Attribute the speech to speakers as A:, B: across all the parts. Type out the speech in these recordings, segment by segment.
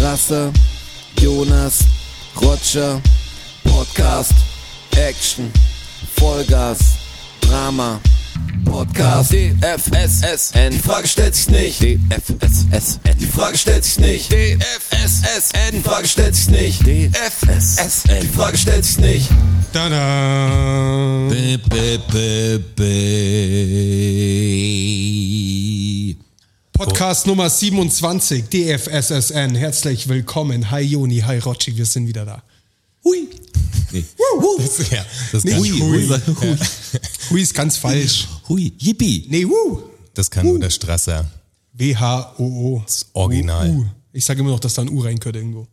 A: Rasse, Jonas, Roger, Podcast, Action, Vollgas, Drama, Podcast, DFSSN, die Frage stellt sich nicht, DFSSN, die Frage stellt sich nicht, DFSSN, die Frage stellt sich nicht, DFSSN, die Frage stellt sich nicht.
B: Tada!
C: Bip, bip, bip, bip.
B: Podcast Nummer 27, DFSSN. Herzlich willkommen. Hi Joni, hi Rotschi, wir sind wieder da. Hui!
C: Nee.
B: Wuhu.
C: Das, ja, das
B: Nee,
C: kann
B: hui,
C: hui,
B: hui.
C: hui.
B: Hui ist ganz falsch.
C: hui, yippie.
B: Nee, wuh!
D: Das kann nur der Strasser.
B: W-H-O-O.
D: Original.
B: Uh, uh. Ich sage immer noch, dass da ein U rein könnte irgendwo.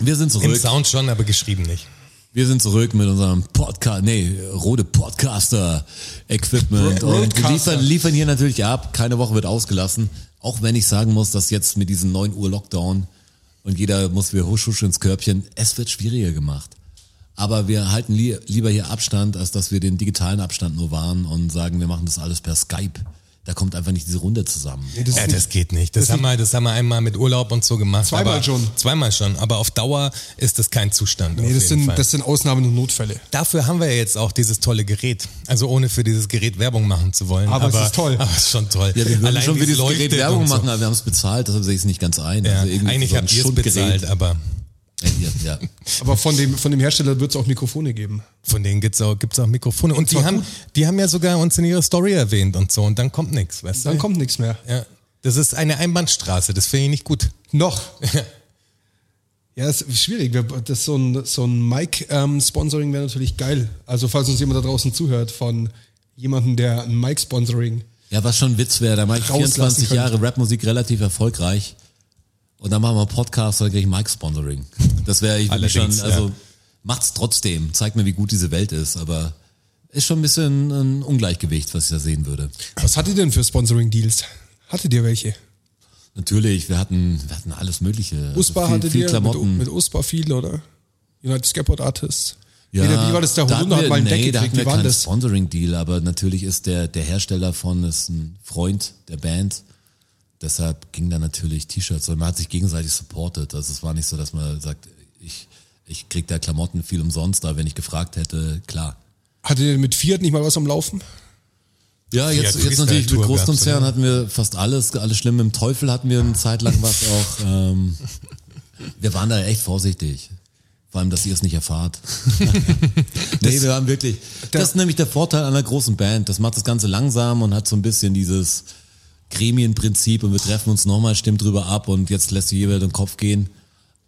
C: Wir sind
D: Im
C: zurück.
D: Sound schon, aber geschrieben nicht.
C: Wir sind zurück mit unserem Podcast, nee, Rode Podcaster Equipment.
B: Bro-
C: Und wir
B: Broadcaster.
C: liefern, liefern hier natürlich ab. Keine Woche wird ausgelassen. Auch wenn ich sagen muss, dass jetzt mit diesem 9 Uhr Lockdown und jeder muss wieder husch husch ins Körbchen, es wird schwieriger gemacht. Aber wir halten li lieber hier Abstand, als dass wir den digitalen Abstand nur wahren und sagen, wir machen das alles per Skype. Da kommt einfach nicht diese Runde zusammen.
B: Das
D: Ja,
B: ist-
D: das geht nicht. Das, haben wir, das haben wir einmal mit Urlaub und so gemacht.
B: Zweimal
D: aber,
B: schon.
D: Zweimal schon. Aber auf Dauer ist das kein Zustand. auf
B: Nee, das
D: jeden
B: sind,
D: Fall.
B: das sind Ausnahmen und Notfälle.
D: Dafür haben wir ja jetzt auch dieses tolle Gerät. Also ohne für dieses Gerät Werbung machen zu wollen.
B: Aber es ist toll.
D: Aber es ist schon toll.
C: Ja, wir würden schon
D: wie
C: für
D: es
C: dieses
D: leuchtet
C: Gerät Werbung
D: und so.
C: machen, aber wir haben es bezahlt, deshalb sehe ich es nicht ganz ein.
D: Ja,
C: Also irgendwie
D: eigentlich
C: so ein
D: habt ihr es
C: Schundgerät.
D: bezahlt, aber
C: Ja, hier, ja.
B: Aber von dem, von dem Hersteller wird es auch Mikrofone geben.
D: von denen gibt's auch, gibt's auch Mikrofone. Und die
B: war
D: haben,
B: gut.
D: die haben ja sogar uns in ihrer Story erwähnt und so. Und dann kommt nichts, weißt
B: Dann
D: du?
B: kommt nichts mehr.
D: Ja. Das ist eine Einbahnstraße. Das finde ich nicht gut.
B: Noch. Ja, das ist schwierig. Wir- Das so ein, so ein Mic-Sponsoring wäre natürlich geil. Also falls uns jemand da draußen zuhört von jemandem, der ein Mic-Sponsoring.
C: ja, was schon ein Witz wäre, da mache ich
B: Rauslassen
C: 24
B: können.
C: Jahre Rapmusik relativ erfolgreich und dann machen wir einen Podcast und dann kriege ich Mike-Sponsoring. Das wäre, ich würde mich schon,
D: Allerdings,
C: also
D: ja.
C: macht's trotzdem, zeigt mir, wie gut diese Welt ist, aber ist schon ein bisschen ein Ungleichgewicht, was ich da sehen würde.
B: Was hattet ihr denn für Sponsoring-Deals? Hattet ihr welche?
C: Natürlich, wir hatten, wir hatten alles Mögliche.
B: USPA
C: also
B: hattet
C: viel, viel
B: ihr
C: Klamotten.
B: mit, mit USPA viel, oder? United Skateboard Artists.
C: Ja,
B: Wie der- wie war das? Der
C: da
B: Holunder
C: hatten
B: hat mal einen
C: wir-
B: Deck
C: da hatten
B: gekriegt.
C: wir
B: Wie war
C: keinen
B: das?
C: Sponsoring-Deal, aber natürlich ist der, der Hersteller von, ist ein Freund der Band. Deshalb ging da natürlich T-Shirts und man hat sich gegenseitig supportet. Also es war nicht so, dass man sagt, ich, ich krieg da Klamotten viel umsonst, aber wenn ich gefragt hätte, klar.
B: Hattet ihr mit Fiat nicht mal was am Laufen?
C: Ja, jetzt,
D: Freestyle-Tour
C: jetzt natürlich mit
D: gab's,
C: Großkonzernen
D: oder?
C: hatten wir fast alles, alles schlimm. Mit dem Teufel hatten wir eine Zeit lang was auch. Ähm, wir waren da echt vorsichtig. Vor allem, dass ihr es nicht erfahrt. nee, wir waren wirklich. Das ist nämlich der Vorteil einer großen Band. Das macht das Ganze langsam und hat so ein bisschen dieses Gremienprinzip und wir treffen uns nochmal, stimmt drüber ab und jetzt lässt du jeder den Kopf gehen.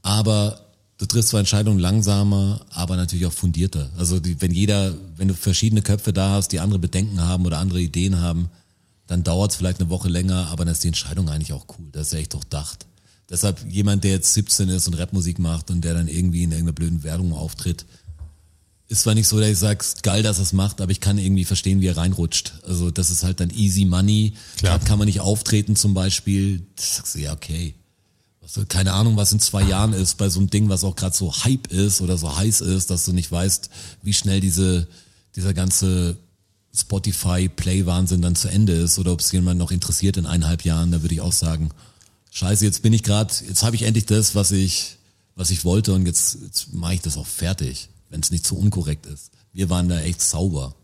C: Aber du triffst zwar Entscheidungen langsamer, aber natürlich auch fundierter. Also die, wenn jeder, wenn du verschiedene Köpfe da hast, die andere Bedenken haben oder andere Ideen haben, dann dauert es vielleicht eine Woche länger, aber dann ist die Entscheidung eigentlich auch cool. Das ist ja echt durchdacht. Deshalb jemand, der jetzt 17 ist und Rapmusik macht und der dann irgendwie in irgendeiner blöden Werbung auftritt, ist zwar nicht so, dass ich sag's geil, dass er es macht, aber ich kann irgendwie verstehen, wie er reinrutscht. Also das ist halt dann easy money.
D: Klar.
C: Grad kann man nicht auftreten zum Beispiel. Das sagst du, ja, okay. Also, keine Ahnung, was in zwei Jahren ist bei so einem Ding, was auch gerade so Hype ist oder so heiß ist, dass du nicht weißt, wie schnell diese, dieser ganze Spotify-Play-Wahnsinn dann zu Ende ist oder ob es jemand noch interessiert in eineinhalb Jahren, da würde ich auch sagen, scheiße, jetzt bin ich gerade, jetzt habe ich endlich das, was ich, was ich wollte und jetzt, jetzt mache ich das auch fertig, wenn es nicht zu unkorrekt ist. Wir waren da echt sauber.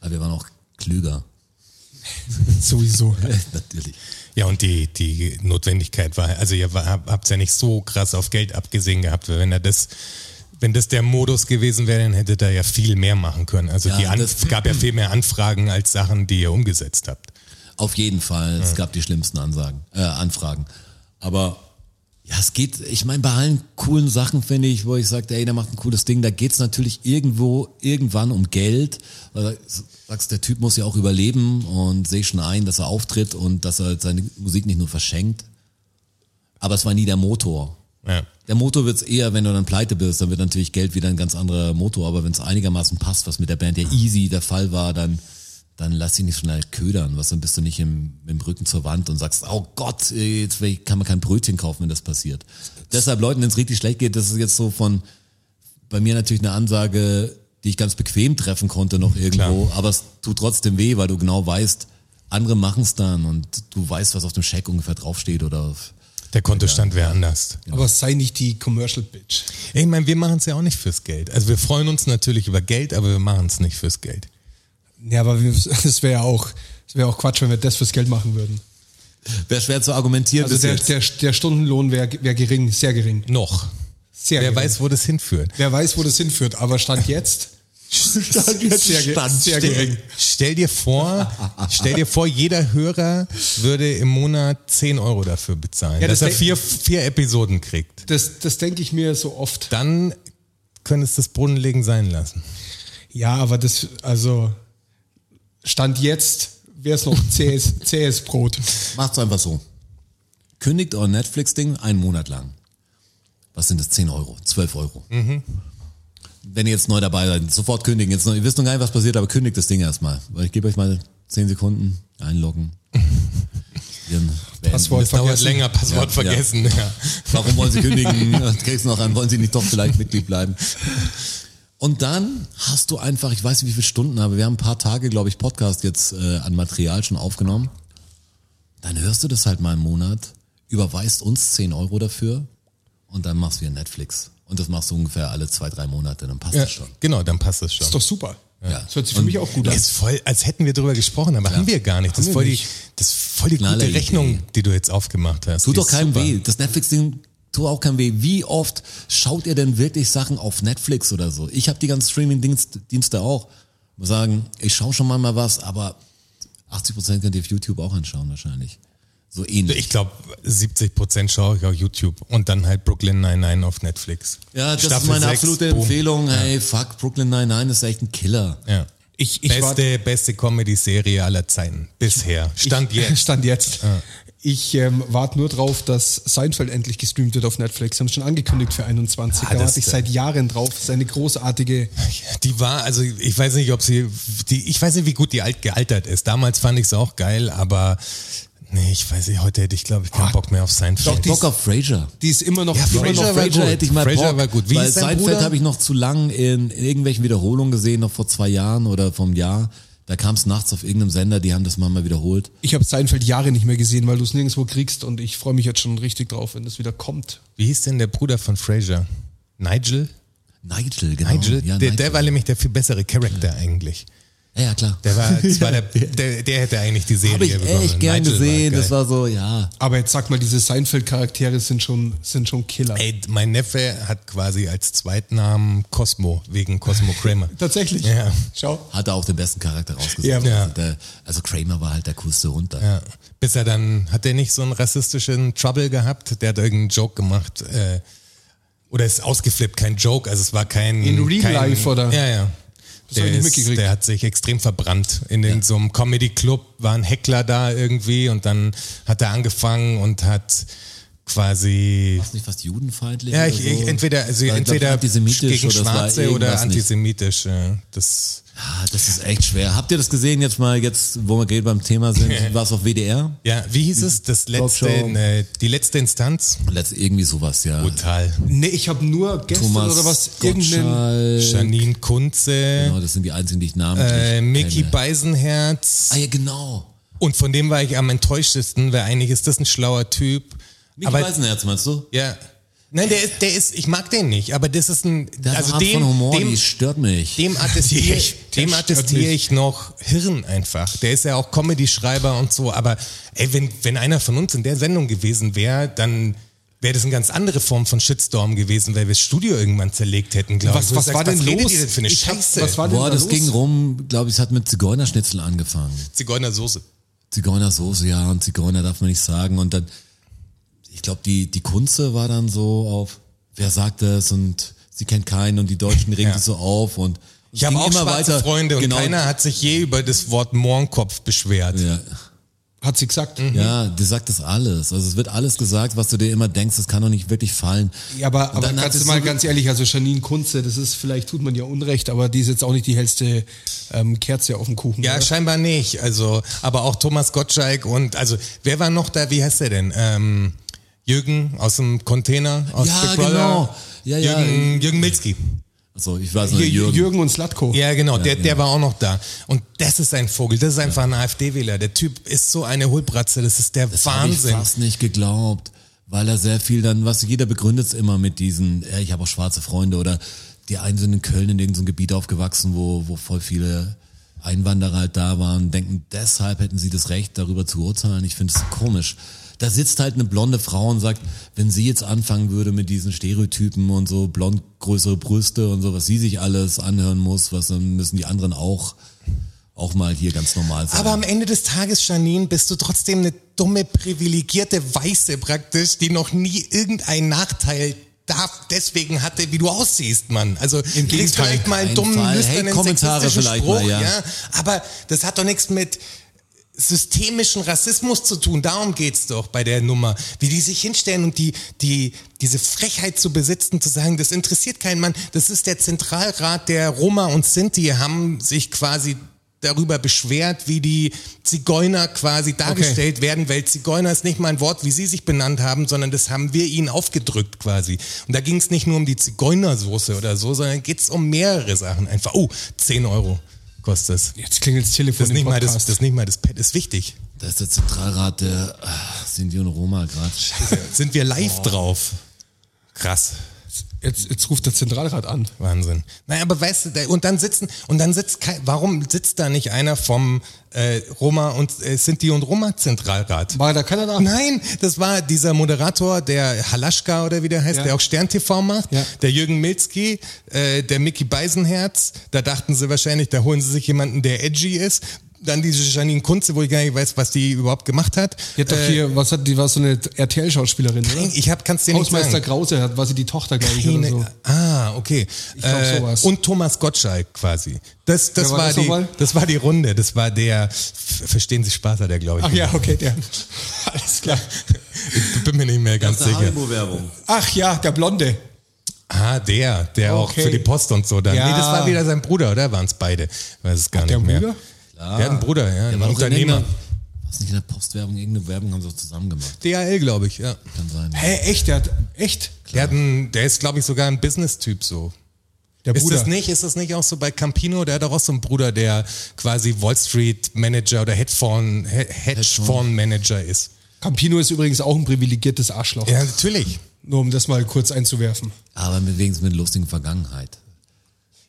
C: Aber wir waren auch klüger.
B: Sowieso.
C: Natürlich.
D: Ja, und die, die Notwendigkeit war, also ihr war, hab- habt's ja nicht so krass auf Geld abgesehen gehabt, weil wenn er das, wenn das der Modus gewesen wäre, dann hättet ihr ja viel mehr machen können. Also
C: Ja,
D: die An
C: das-
D: es gab ja viel mehr Anfragen als Sachen, die ihr umgesetzt habt.
C: Auf jeden Fall. Es gab die schlimmsten Ansagen, äh, Anfragen. Aber ja, es geht, ich meine, bei allen coolen Sachen finde ich, wo ich sage, ey, der macht ein cooles Ding, da geht es natürlich irgendwo, irgendwann um Geld. Weil du sagst, der Typ muss ja auch überleben und sehe schon ein, dass er auftritt und dass er seine Musik nicht nur verschenkt. Aber es war nie der Motor.
D: Ja.
C: Der Motor wird's eher, wenn du dann pleite bist, dann wird natürlich Geld wieder ein ganz anderer Motor. Aber wenn es einigermaßen passt, was mit der Band ja easy der Fall war, dann, dann lass dich nicht schnell ködern. Was, dann bist du nicht im, im Rücken zur Wand und sagst, oh Gott, äh, jetzt will ich- kann man kein Brötchen kaufen, wenn das passiert. Deshalb Leuten, denen es richtig schlecht geht, das ist jetzt so von, bei mir natürlich eine Ansage, die ich ganz bequem treffen konnte noch irgendwo. Aber es tut trotzdem weh, weil du genau weißt, andere machen's dann und du weißt, was auf dem Scheck ungefähr draufsteht oder auf
D: Der Kontostand wäre anders.
B: Aber sei nicht die Commercial Bitch.
D: Ich meine, wir machen es ja auch nicht fürs Geld. Also wir freuen uns natürlich über Geld, aber wir machen es nicht fürs Geld.
B: Ja, aber wir- das wäre ja auch, das wäre auch Quatsch, wenn wir das fürs Geld machen würden.
C: Wäre schwer zu argumentieren
B: Also
C: bis
B: der,
C: jetzt.
B: der, der Stundenlohn wäre wär gering, sehr gering.
D: Noch.
B: Sehr
D: Wer
C: genau.
B: gering.
D: weiß, wo das hinführt.
B: Wer weiß, wo das hinführt, aber Stand jetzt.
C: Stand jetzt
B: sehr, ge-
C: Stand
B: sehr
C: still.
B: gering.
D: Stell dir vor, stell dir vor, jeder Hörer würde im Monat 10 Euro dafür bezahlen,
B: Ja, das
D: dass er
B: denk-
D: vier, vier Episoden kriegt.
B: Das, das denke ich mir so oft.
D: Dann könntest du das Brunnenlegen sein lassen.
B: Ja, aber das, also, Stand jetzt wäre es noch zähes, zähes Brot.
C: Macht's einfach so. Kündigt euer Netflix-Ding einen Monat lang. Was sind das? 10 Euro, 12 Euro. Wenn ihr jetzt neu dabei seid, sofort kündigen. Jetzt noch, ihr wisst noch gar nicht, was passiert, aber kündigt das Ding erstmal. Weil ich gebe euch mal 10 Sekunden einloggen. Dann beenden.
B: Passwort
D: Dauert
B: vergessen.
D: länger, Passwort
C: Ja, ja.
D: vergessen. Ja.
C: Warum wollen sie kündigen? Das kriegst du noch an, wollen sie nicht doch vielleicht Mitglied bleiben? Und dann hast du einfach, ich weiß nicht, wie viele Stunden, aber wir haben ein paar Tage, glaube ich, Podcast jetzt äh, an Material schon aufgenommen. Dann hörst du das halt mal im Monat, überweist uns 10 Euro dafür und dann machst du wieder Netflix. Und das machst du ungefähr alle zwei, drei Monate, dann passt
D: Ja,
C: das schon.
D: genau, dann passt es schon.
B: Ist doch super.
C: Ja.
B: Das hört sich für mich auch gut an.
D: Ist voll, als hätten wir drüber gesprochen, aber haben wir gar nicht. Das ist
C: wir
D: voll die,
C: nicht.
D: das ist voll die
C: Knaller
D: gute
C: Idee.
D: Rechnung, die du jetzt aufgemacht hast.
C: Tut
D: Die
C: doch
D: ist
C: keinem
D: super.
C: weh. Das Netflix-Ding tut auch keinem weh. Wie oft schaut ihr denn wirklich Sachen auf Netflix oder so? Ich habe die ganzen Streaming-Dienste auch. Muss sagen, ich schaue schon mal mal was, aber 80% könnt ihr auf YouTube auch anschauen wahrscheinlich. So ähnlich.
D: Ich glaube, 70 Prozent schaue ich auf YouTube und dann halt Brooklyn 99 auf Netflix.
C: ja, das
D: Staffel
C: ist meine
D: sechs,
C: absolute
D: boom.
C: Empfehlung. Hey, fuck, Brooklyn 99 ist echt ein Killer.
D: Ja.
B: Ich- ich war-
D: beste, beste Comedy-Serie aller Zeiten. Bisher. Stand jetzt.
B: Stand jetzt. Ich ähm, warte nur drauf, dass Seinfeld endlich gestreamt wird auf Netflix. Haben es schon angekündigt für 21.
D: Ah,
B: da
D: das-
B: warte ich seit Jahren drauf. Das ist eine großartige.
D: Die war, also ich weiß nicht, ob sie, die, ich weiß nicht, wie gut die alt gealtert ist. Damals fand ich es auch geil, aber nee, ich weiß nicht, heute hätte ich glaube ich keinen Bock mehr auf Seinfeld.
B: Doch, die-
C: Bock auf Frasier.
B: Die ist immer noch.
D: Ja,
B: immer
D: Frasier
B: noch
D: war
C: Frasier
D: gut.
C: hätte ich mal
D: Frasier
C: Bock,
D: war gut. Wie
C: weil
D: hieß sein
C: Seinfeld
D: Bruder?
C: habe ich noch zu lang in, in irgendwelchen Wiederholungen gesehen, noch vor zwei Jahren oder vom Jahr. Da kam es nachts auf irgendeinem Sender, die haben das mal mal wiederholt.
B: ich habe Seinfeld Jahre nicht mehr gesehen, weil du es nirgendwo kriegst. Und ich freue mich jetzt schon richtig drauf, wenn das wieder kommt.
D: wie hieß denn der Bruder von Frasier? Nigel?
C: Nigel, genau.
D: Nigel?
C: Ja,
D: der,
C: Nigel.
D: der war nämlich der viel bessere Charakter eigentlich.
C: ja, ja, klar.
D: Der war, das war der, der, der hätte eigentlich die Serie
C: Habe ich
D: bekommen.
C: echt gern
D: Nigel
C: gesehen.
D: geil.
C: das war so, ja.
B: Aber jetzt sag mal, diese Seinfeld-Charaktere sind schon, sind schon Killer.
D: Ey, mein Neffe hat quasi als Zweitnamen Cosmo, wegen Cosmo Kramer.
B: Tatsächlich.
D: Ja.
B: Schau.
C: Hat er auch den besten Charakter rausgesucht.
D: Ja.
C: Also, der, also Kramer war halt der coolste runter.
D: Ja. Bis er dann, hat er nicht so einen rassistischen Trouble gehabt? Der hat irgendeinen Joke gemacht. Äh, oder ist ausgeflippt, kein Joke. Also es war kein.
B: In real
D: kein,
B: life, oder?
D: Ja, ja.
B: hab
D: Der,
B: ich nicht
D: ist,
B: mitgekriegt.
D: der hat sich extrem verbrannt. In irgendeinem so einem Comedy Club war ein Heckler da irgendwie und dann hat er angefangen und hat quasi.
C: Ist nicht fast judenfeindlich?
D: Ja,
C: oder
D: ich,
C: so?
D: ich, entweder,
C: War,
D: also
C: glaub ich,
D: entweder
C: antisemitisch
D: gegen
C: oder es war
D: Schwarze oder
C: irgendwas nicht.
D: antisemitisch. Ja. Das,
C: Ah, das ist echt schwer. Habt ihr das gesehen jetzt mal, jetzt, wo wir gerade beim Thema sind? War es auf WDR?
D: ja, wie hieß es? Das letzte,
C: Talkshow.
D: äh, die letzte Instanz?
C: Letzt, irgendwie sowas, ja.
D: Brutal.
B: Nee, ich habe nur gestern
C: Thomas
B: oder was irgendeinen.
C: Gottschall.
D: Janine Kunze.
C: Genau, das sind die einzigen, die ich namentlich
D: Äh, Mickey
C: kenne.
D: Beisenherz.
C: Ah ja, genau.
D: Und von dem war ich am enttäuschtesten, weil eigentlich ist das ein schlauer Typ.
C: Mickey
D: aber
C: Beisenherz meinst du?
D: ja. Nein, der ist, der ist, ich mag den nicht, aber das ist ein,
C: Der hat
D: also
C: eine Art
D: dem,
C: von Humor,
D: dem,
C: die stört mich.
D: dem attestiere ich,
B: Der
D: dem
B: stört
D: attestiere
B: mich.
D: ich noch Hirn einfach. Der ist ja auch Comedy-Schreiber und so, aber ey, wenn, wenn einer von uns in der Sendung gewesen wäre, dann wäre das eine ganz andere Form von Shitstorm gewesen, weil wir das Studio irgendwann zerlegt hätten, glaube ich.
B: Was,
D: Wo du
B: was
D: sagst,
B: war denn
D: redet
B: los?
D: ihr denn für eine
B: Ich hab-
D: Scheiße?
B: was war denn
C: Boah,
B: da
C: das
B: los?
C: ging rum, glaube ich, es hat mit Zigeunerschnitzel angefangen.
D: Zigeunersoße.
C: Zigeunersoße, ja, und Zigeuner darf man nicht sagen. Und dann, ich glaube, die, die Kunze war dann so auf, wer sagt das? Und sie kennt keinen und die Deutschen regen
D: Ja.
C: sich so auf und
D: Ich habe auch schwarze Freunde und
C: genau,
D: keiner hat sich je über das Wort Mohrenkopf beschwert.
C: Ja,
B: Hat sie gesagt.
D: Mhm.
C: ja, die sagt das alles. Also es wird alles gesagt, was du dir immer denkst, das kann doch nicht wirklich fallen.
B: Ja, aber,
C: Und
B: aber
C: dann hat
B: ganz
C: es
B: mal
C: so-
B: ganz ehrlich, also Janine Kunze, das ist, vielleicht tut man ja Unrecht, aber die ist jetzt auch nicht die hellste ähm, Kerze auf dem Kuchen.
D: Ja,
B: oder?
D: scheinbar nicht. Also, aber auch Thomas Gottschalk und also wer war noch da? Wie heißt der denn? Ähm, Jürgen aus dem Container aus
C: Ja,
D: Big Brother.
C: genau. Ja, ja.
D: Jürgen, Jürgen Milski.
C: Also ich weiß
B: Hier,
C: nicht, Jürgen.
B: Jürgen und Slatko.
D: Ja, genau. der, der war auch noch da. Und das ist ein Vogel. Das ist einfach ein AfD-Wähler. Der Typ ist so eine Hohlbratze. Das ist der
C: das hab ich
D: Wahnsinn.
C: fast nicht geglaubt. weil er sehr viel dann, was jeder begründet es immer mit diesen, ja, ich habe auch schwarze Freunde oder die einen sind in Köln in irgendeinem Gebiet aufgewachsen, wo, wo voll viele Einwanderer halt da waren, denken, deshalb hätten sie das Recht, darüber zu urteilen. Ich finde es komisch. Da sitzt halt eine blonde Frau und sagt, wenn sie jetzt anfangen würde mit diesen Stereotypen und so, blond größere Brüste und so, was sie sich alles anhören muss, was dann müssen die anderen auch, auch mal hier ganz normal sein.
D: Aber am Ende des Tages, Janine, bist du trotzdem eine dumme, privilegierte Weiße praktisch, die noch nie irgendeinen Nachteil darf, deswegen hatte, wie du aussiehst, Mann. Also Im
C: Gegenteil.
D: vielleicht mal einen
C: Kein
D: dummen,
C: Fall.
D: lüsternen,
C: Hey, Kommentare
D: sexistischen
C: vielleicht
D: Spruch,
C: mal,
D: ja.
C: ja.
D: Aber das hat doch nichts mit systemischen Rassismus zu tun. Darum geht's doch bei der Nummer. Wie die sich hinstellen und die, die, diese Frechheit zu besitzen, zu sagen, das interessiert keinen Mann. Das ist der Zentralrat der Roma und Sinti, haben sich quasi darüber beschwert, wie die Zigeuner quasi dargestellt werden, weil Zigeuner ist nicht mal ein Wort, wie sie sich benannt haben, sondern das haben wir ihnen aufgedrückt quasi. Und da ging's nicht nur um die Zigeunersoße oder so, sondern geht's um mehrere Sachen einfach. Oh, 10 Euro kostet es.
B: Jetzt klingelt das Telefon
D: Das ist
B: im
D: nicht mal das,
B: Podcast.
D: das ist nicht mal das Pad ist wichtig.
C: Da ist der Zentralrat der ah, Sinti und Roma gerade.
D: Sind wir live drauf? Krass.
B: jetzt, jetzt ruft der Zentralrat an.
D: Wahnsinn. Nein, aber weißt du, da- und dann sitzen, und dann sitzt kein, warum sitzt da nicht einer vom äh, Roma und äh, Sinti und Roma Zentralrat?
B: War da keiner da?
D: Nein, das war dieser Moderator, der Halaschka oder wie der heißt,
B: Ja.
D: der auch Stern TV macht,
B: Ja.
D: der Jürgen Milzki, äh, der Mickey Beisenherz. Da dachten sie wahrscheinlich, da holen sie sich jemanden, der edgy ist. Dann diese Janine Kunze, wo ich gar nicht weiß, was die überhaupt gemacht hat.
B: Die hat doch
D: Äh,
B: hier, was hat die, war so eine RTL-Schauspielerin, oder?
D: ich hab, kann's dir nicht
B: Hausmeister
D: sagen.
B: Krause hat, war sie die Tochter, glaube ich, oder
D: Keine-
B: so.
D: Ah, okay.
B: glaub,
D: äh,
B: sowas.
D: Und Thomas Gottschalk quasi. Das, das,
B: Wer war
D: war
B: das
D: die,
B: nochmal?
D: das war die Runde. Das war der, F- verstehen Sie Spaß hat er, glaube ich.
B: Ach ja, okay, der.
D: Alles klar. Ich bin mir nicht mehr ganz sicher.
C: Haribo-Werbung.
B: Ach ja, der Blonde.
D: Ah, der, der auch
B: Okay.
D: für die Post und so dann.
B: Ja.
D: Nee, das war wieder sein Bruder, oder? Waren es beide? Ich Weiß es gar
B: der
D: nicht mehr.
B: Bruder?
D: Der hat einen Bruder, ja.
C: Der
D: Ein
C: war doch in
D: Unternehmer.
C: irgendeiner, was nicht in der Postwerbung, irgendeine Werbung haben sie auch zusammen gemacht.
D: DHL, glaube ich, ja.
C: Kann sein.
B: Hä, echt, der hat, echt?
D: Der, hat einen, der ist, glaube ich, sogar ein Business-Typ so.
B: Der
D: Ist
B: Bruder.
D: das nicht, ist das nicht auch so bei Campino? Der hat doch auch so einen Bruder, der quasi Wall Street Manager oder Hedgefonds Hedgefonds Manager ist.
B: Campino ist übrigens auch ein privilegiertes Arschloch.
D: Ja, natürlich.
B: Nur um das mal kurz einzuwerfen.
C: Aber mit wenigstens mit lustigen Vergangenheit.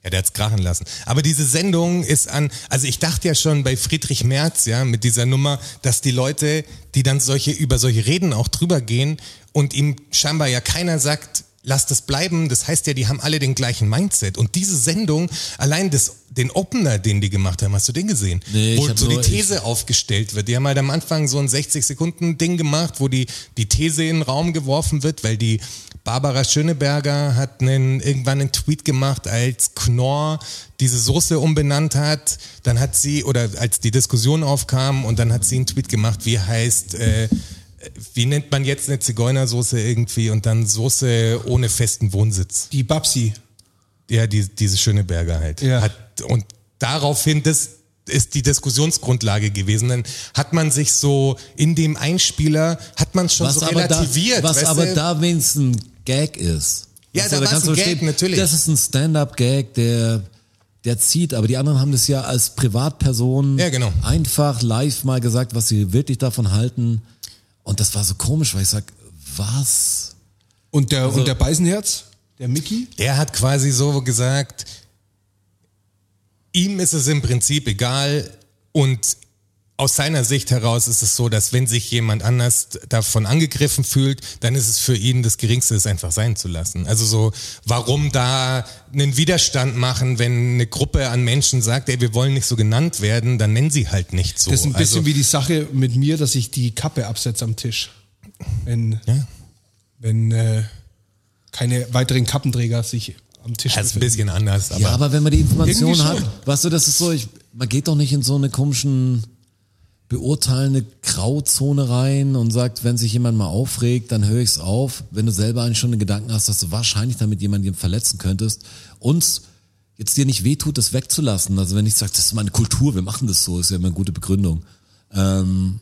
D: Ja, der hat's krachen lassen. Aber diese Sendung ist an, also ich dachte ja schon bei Friedrich Merz, ja, mit dieser Nummer, dass die Leute, die dann solche, über solche Reden auch drüber gehen und ihm scheinbar ja keiner sagt, lasst es bleiben, das heißt ja, die haben alle den gleichen Mindset. Und diese Sendung, allein das, den Opener, den die gemacht haben, hast du den gesehen?
C: Nee, ich
D: Wo
C: hab
D: so die
C: nur- ich-
D: These aufgestellt wird. Die haben halt am Anfang so ein 60-Sekunden-Ding gemacht, wo die, die These in den Raum geworfen wird, weil die Barbara Schöneberger hat einen, irgendwann einen Tweet gemacht, als Knorr diese Soße umbenannt hat. Dann hat sie, oder als die Diskussion aufkam, und dann hat sie einen Tweet gemacht, wie heißt, äh, wie nennt man jetzt eine Zigeunersoße irgendwie und dann Soße ohne festen Wohnsitz.
B: Die Babsi.
D: Ja, die, diese Schöneberger halt.
B: Ja.
D: Hat, und daraufhin, das ist die Diskussionsgrundlage gewesen. Dann hat man sich so in dem Einspieler, hat man schon so relativiert.
C: da, was
D: weißt
C: aber
D: du?
C: da wenigstens ein Gag ist.
D: Ja,
C: Weißt
D: da
C: du,
D: war's
C: kannst du
D: ein Gag,
C: verstehen,
D: natürlich.
C: Das ist ein Stand-up-Gag, der, der zieht. Aber die anderen haben das ja als Privatpersonen
D: Ja, genau.
C: einfach live mal gesagt, was sie wirklich davon halten. Und das war so komisch, weil ich sag, was?
B: Und der,
D: Also
B: und der Beisenherz? Der Mickey?
D: Der hat quasi so gesagt, ihm ist es im Prinzip egal und aus seiner Sicht heraus ist es so, dass wenn sich jemand anders davon angegriffen fühlt, dann ist es für ihn das Geringste, es einfach sein zu lassen. Also so, warum da einen Widerstand machen, wenn eine Gruppe an Menschen sagt, ey, wir wollen nicht so genannt werden, dann nennen sie halt nicht so.
B: Das ist ein bisschen
D: also,
B: wie die Sache mit mir, dass ich die Kappe absetze am Tisch. Wenn,
D: ja,
B: wenn äh, keine weiteren Kappenträger sich am Tisch
D: das ist ein
B: befinden.
D: bisschen anders, aber
C: ja, aber wenn man die Information
B: Irgendwie
C: hat,
B: schon.
C: weißt du, das ist so, ich, man geht doch nicht in so eine komischen beurteilende Grauzone rein und sagt, wenn sich jemand mal aufregt, dann höre ich es auf. Wenn du selber eigentlich schon den Gedanken hast, dass du wahrscheinlich damit jemanden verletzen könntest und jetzt dir nicht wehtut, das wegzulassen. Also wenn ich sage, das ist meine Kultur, wir machen das so, ist ja immer eine gute Begründung. Ähm,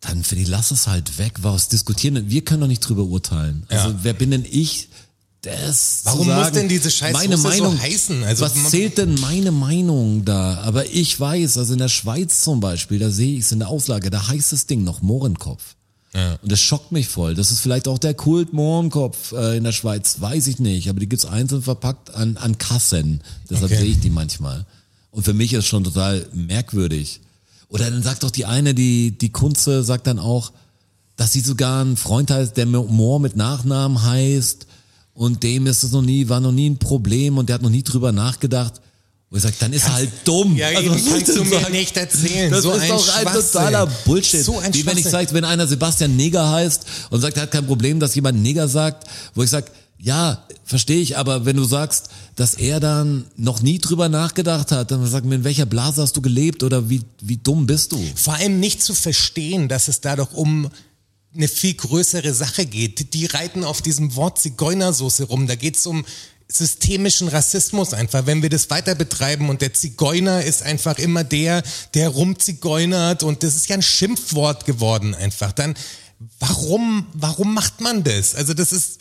C: dann finde ich, lass es halt weg, was diskutieren. Wir können doch nicht drüber urteilen. Also
D: Ja.
C: wer bin denn ich, das
D: Warum
C: zu sagen,
D: muss denn diese scheiß
C: meine
D: Soße so
C: Meinung,
D: heißen? Also man-
C: was zählt denn meine Meinung da? Aber ich weiß, also in der Schweiz zum Beispiel, da sehe ich es in der Auslage, da heißt das Ding noch Mohrenkopf. Und das schockt mich voll. Das ist vielleicht auch der Kult Mohrenkopf äh, in der Schweiz, weiß ich nicht. Aber die gibt's einzeln verpackt an, an Kassen. Deshalb
D: Okay.
C: sehe ich die manchmal. Und für mich ist schon total merkwürdig. Oder dann sagt doch die eine, die, die Kunze sagt dann auch, dass sie sogar einen Freund hat, der Moor mit Nachnamen heißt. Und dem ist es noch nie, war noch nie ein Problem und der hat noch nie drüber nachgedacht. Und ich sage, dann ist er halt dumm.
D: Ja,
C: Also,
D: eben,
C: was soll ich
D: kannst du
C: denn
D: mir
C: sagen?
D: nicht erzählen.
C: Das
D: so
C: ist
D: ein
C: doch ein
D: Schwachsinn.
C: totaler Bullshit.
D: So ein
C: Wie wenn ich
D: Schwachsinn.
C: sage, wenn einer Sebastian Neger heißt und sagt, er hat kein Problem, dass jemand Neger sagt, wo ich sage, ja, verstehe ich, aber wenn du sagst, dass er dann noch nie drüber nachgedacht hat, dann sag mir, in welcher Blase hast du gelebt oder wie, wie dumm bist du?
D: Vor allem nicht zu verstehen, dass es da doch um eine viel größere Sache geht. Die reiten auf diesem Wort Zigeunersoße rum. Da geht's um systemischen Rassismus einfach. Wenn wir das weiter betreiben und der Zigeuner ist einfach immer der, der rumzigeunert und das ist ja ein Schimpfwort geworden einfach. Dann warum, warum macht man das? Also das ist,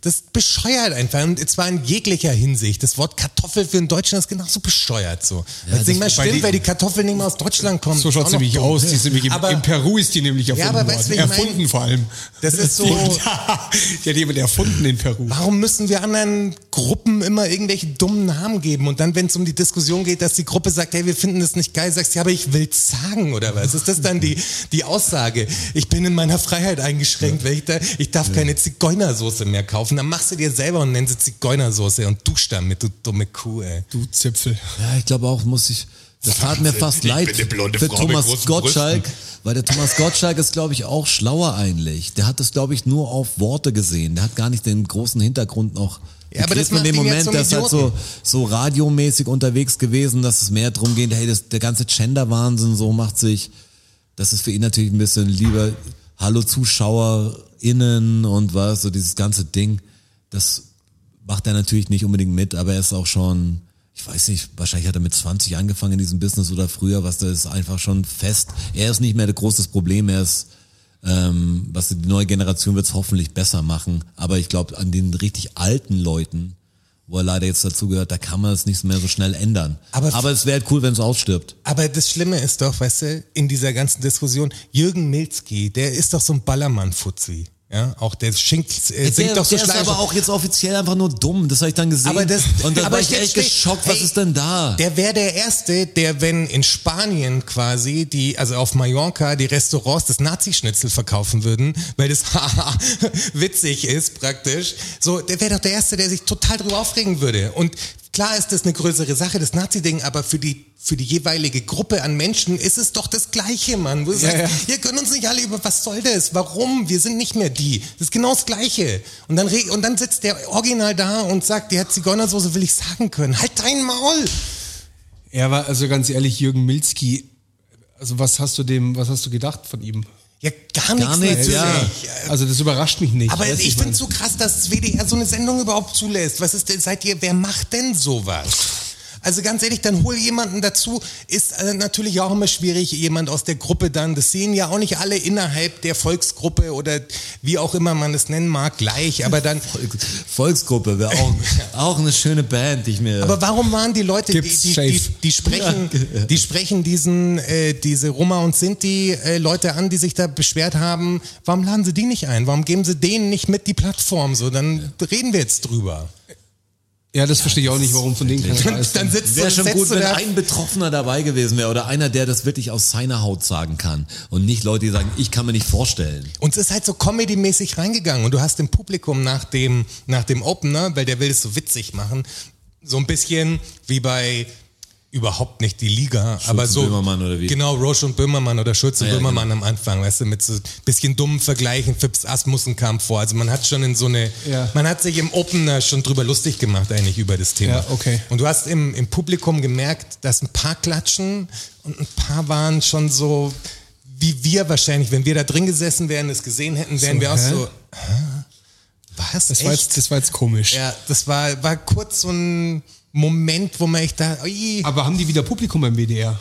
D: das ist bescheuert einfach und zwar in jeglicher Hinsicht. Das Wort Kartoffel für einen Deutschen ist genauso bescheuert so. das Ding mal
C: das-
D: stimmt,
B: die-
D: weil die Kartoffeln nicht mehr aus Deutschland kommen.
B: So schaut sie nämlich aus. Die ist nämlich im,
D: ne? aber
B: in Peru ist die nämlich
D: Ja,
B: erfunden
D: aber weißt du,
B: worden.
D: wie ich mein?
B: Erfunden vor allem.
D: Das ist so-
B: ja, die hat jemand erfunden in Peru.
D: Warum müssen wir anderen Gruppen immer irgendwelche dummen Namen geben? Und dann, wenn es um die Diskussion geht, dass die Gruppe sagt, hey, wir finden das nicht geil, sagst du, ja, aber ich will's sagen, oder was? Ist das dann die, die Aussage? Ich bin in meiner Freiheit eingeschränkt, weil ich, da, ich darf keine Zigeunersoße mehr kaufen. Dann machst du dir selber und nennst sie Zigeunersoße und dusch damit, du dumme Kuh, ey.
B: Du Zipfel.
C: Ja, ich glaube auch, muss ich. Das tat mir fast
E: Ich
C: leid
E: bin eine blonde
C: für
E: Frau mit
C: Thomas
E: großen
C: Gottschalk, weil der Thomas Gottschalk ist, glaube ich, auch schlauer eigentlich. Der hat das, glaube ich, nur auf Worte gesehen. Der hat gar nicht den großen Hintergrund noch.
D: Ja, aber das
C: begriffen
D: macht
C: in dem
D: ihn ja
C: Moment,
D: zum
C: der ist halt so,
D: Idioten.
C: so radiomäßig unterwegs gewesen, dass es mehr drum geht, hey, das, der ganze Gender-Wahnsinn so macht sich, das ist für ihn natürlich ein bisschen lieber, hallo ZuschauerInnen und was, so dieses ganze Ding, das macht er natürlich nicht unbedingt mit, aber er ist auch schon, ich weiß nicht, wahrscheinlich hat er mit 20 angefangen in diesem Business oder früher, was da ist einfach schon fest. Er ist nicht mehr das großes Problem, er ist, ähm, was die neue Generation wird es hoffentlich besser machen, aber ich glaube, an den richtig alten Leuten, wo er leider jetzt dazugehört, da kann man es nicht mehr so schnell ändern.
D: Aber-
C: Aber, es wäre halt cool, wenn es ausstirbt.
D: Aber das Schlimme ist doch, weißt du, in dieser ganzen Diskussion, Jürgen Milzki, der ist doch so ein Ballermann-Fuzzi. Ja, auch der schinkt, äh, singt
C: der
D: doch so
C: der ist
D: Schleier-
C: aber auch jetzt offiziell einfach nur dumm, das habe ich dann gesehen.
D: Aber das-
C: Und da
D: aber
C: war ich
D: jetzt
C: echt
D: steht-
C: geschockt, was
D: hey,
C: ist denn da?
D: Der wäre der Erste, der, wenn in Spanien quasi, die, also auf Mallorca, die Restaurants das Nazi-Schnitzel verkaufen würden, weil das haha, witzig ist praktisch, so, der wäre doch der Erste, der sich total drüber aufregen würde. Und klar ist das eine größere Sache, das Nazi-Ding, aber für die für die jeweilige Gruppe an Menschen ist es doch das Gleiche, Mann. Wo du sagst, Ihr könnt uns nicht alle über, was soll das? Warum? Wir sind nicht mehr die. Das ist genau das Gleiche. Und dann, re- und dann sitzt der Original da und sagt, der hat Zigeunersoße, will ich sagen können. Halt dein Maul!
B: Er war, also ganz ehrlich, Jürgen Milzki, also was hast du dem, was hast du gedacht von ihm?
D: Ja,
C: Gar
D: gar, nichts
C: nichts,
D: natürlich.
B: Also das überrascht mich nicht.
D: äh, Aber
B: Weißt du,
D: ich
B: mein-
D: finde es so krass, dass das WDR so eine Sendung überhaupt zulässt. Was ist denn, seid ihr, wer macht denn sowas? Also ganz ehrlich, dann hol jemanden dazu. Ist äh, natürlich auch immer schwierig, jemand aus der Gruppe dann, das sehen ja auch nicht alle innerhalb der Volksgruppe oder wie auch immer man es nennen mag, gleich. Aber dann,
C: Volksgruppe wäre auch, auch eine schöne Band, die ich mir.
D: Aber warum waren die Leute, die,
B: Gibt's
D: die,
B: safe.
D: die, die sprechen, die sprechen diesen, äh, diese Roma und Sinti äh, Leute an, die sich da beschwert haben, warum laden sie die nicht ein? Warum geben sie denen nicht mit die Plattform? So, dann reden wir jetzt drüber.
B: ja, das verstehe ich auch nicht, warum von denen keiner da
D: Dann,
B: ist.
D: dann sitzt
C: Wäre
D: du,
C: schon
D: setzt
C: gut,
D: du
C: wenn
D: da.
C: ein Betroffener dabei gewesen wäre oder einer, der das wirklich aus seiner Haut sagen kann und nicht Leute, die sagen, ich kann mir nicht vorstellen.
D: Uns ist halt so comedy-mäßig reingegangen und du hast im Publikum nach dem, nach dem Opener, weil der will es so witzig machen, so ein bisschen wie bei überhaupt nicht die Liga, aber
C: und
D: so
C: Böhmermann oder wie?
D: genau Roche und Böhmermann oder Schulz und
C: Ah, ja,
D: Böhmermann am Anfang, weißt du, mit so ein bisschen dummen Vergleichen, Fips Asmussen kam vor, also man hat schon in so eine,
B: Ja.
D: man hat sich im Opener schon drüber lustig gemacht eigentlich über das Thema.
B: Ja, okay.
D: Und du hast im, im Publikum gemerkt, dass ein paar klatschen und ein paar waren schon so wie wir wahrscheinlich, wenn wir da drin gesessen wären, das gesehen hätten, wären
B: So,
D: wir auch
B: hä?
D: so, hä? was?
B: das, war
D: Echt?
B: jetzt, das war jetzt komisch.
D: ja, das war, war kurz so ein Moment, wo man echt da, ui,
B: Aber haben die wieder Publikum beim WDR?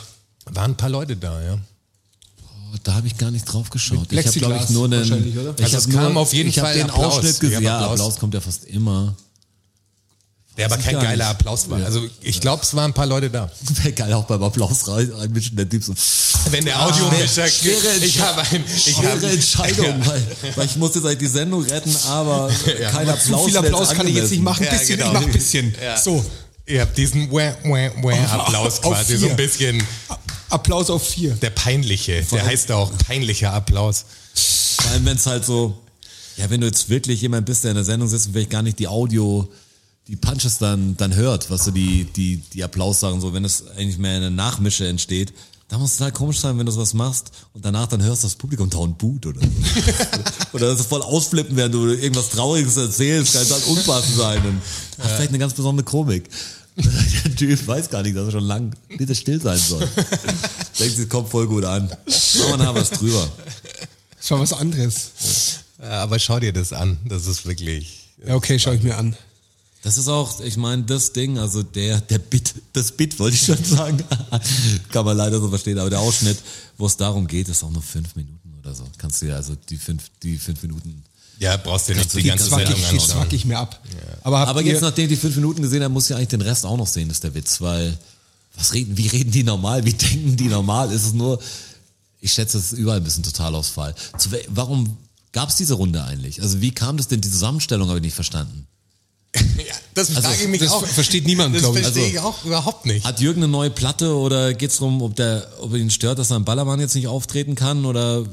D: waren ein paar Leute da, ja.
C: Oh, Da habe ich gar nicht drauf geschaut.
B: Mit
C: Ich habe, glaube ich,
B: Plexiglas
C: nur einen.
B: wahrscheinlich, oder?
C: Ich
D: Also
C: hab
D: es kam
C: nur-
D: auf jeden
C: ich hab
D: Fall
C: den
D: Applaus.
C: Ausschnitt
D: Wir
C: gesehen.
D: haben
C: Ja,
D: Applaus.
C: Applaus kommt ja fast immer.
D: Der aber
C: Sieht
D: kein
C: gar
D: geiler
C: nicht.
D: Applaus war.
C: Ja.
D: Also ich glaube, es waren ein paar Leute da.
C: Wäre geil auch beim Applaus rein- reinmischen, der Typ so. Ah,
D: Wenn der Audiomischer...
C: schwere
D: ich
C: Entsche-
D: habe ein... Ich
C: Schwere
D: habe-
C: Entscheidung,
D: Ja.
C: weil, weil ich musste seit die Sendung retten, aber
D: Ja.
C: kein
D: Zu
C: Applaus.
B: Zu viel
C: wär jetzt
B: Applaus kann ich jetzt nicht
C: angemessen.
B: machen.
D: Ja,
B: bisschen,
D: genau.
B: ich mach ein bisschen.
D: Ja.
B: So,
D: Ihr habt diesen Wäh, Wäh, Wäh Applaus
B: Auf
D: quasi,
B: vier.
D: so ein bisschen
B: Applaus auf vier.
D: der peinliche. Der heißt auch peinlicher Applaus.
C: Vor allem, wenn es halt so, ja, wenn du jetzt wirklich jemand bist, der in der Sendung sitzt und vielleicht gar nicht die Audio, die Punches dann, dann hört, was so die, die, die Applaussachen, so, wenn es eigentlich mehr in der Nachmische entsteht, da muss es halt komisch sein, wenn du sowas machst und danach dann hörst du das Publikum tauen Boot oder so. oder dass sie voll ausflippen, während du irgendwas Trauriges erzählst, kann halt unpassend sein und hast vielleicht eine ganz besondere Komik. Der Typ weiß gar nicht, dass er schon lang bitte still sein soll. Denkt sich, kommt voll gut an. Machen wir nachher was drüber.
B: Das war was anderes.
D: Äh, Aber schau dir das an. Das ist wirklich...
B: Ja, okay, schau ich mir an.
C: Das ist auch, ich meine, das Ding, also der, der Bit, das Bit wollte ich schon sagen, kann man leider so verstehen, aber der Ausschnitt, wo es darum geht, ist auch nur fünf Minuten oder so. Kannst du ja, also die fünf, die fünf Minuten.
D: Ja, brauchst du nicht die
C: die
D: ganze
C: zwackig-
D: Sendung
B: Wackig,
C: die
D: anschauen.
B: wackig mir ab. Aber, habt
C: Aber
B: ihr,
C: jetzt, nachdem ich die fünf Minuten gesehen habe, muss ich eigentlich den Rest auch noch sehen, ist der Witz, weil, was reden, wie reden die normal, wie denken die normal, ist es nur, ich schätze, es ist überall ein bisschen Totalausfall. Zu, wel- warum gab es diese Runde eigentlich? Also wie kam das denn, die Zusammenstellung habe ich nicht verstanden.
D: Ja, das frage
C: Also,
D: ich mich
B: das
D: auch.
B: versteht niemand,
D: Das
B: glaub ich.
D: verstehe
C: Also-
D: ich auch überhaupt nicht.
C: Hat Jürgen eine neue Platte oder geht's drum, ob der, ob ihn stört, dass er im Ballermann jetzt nicht auftreten kann oder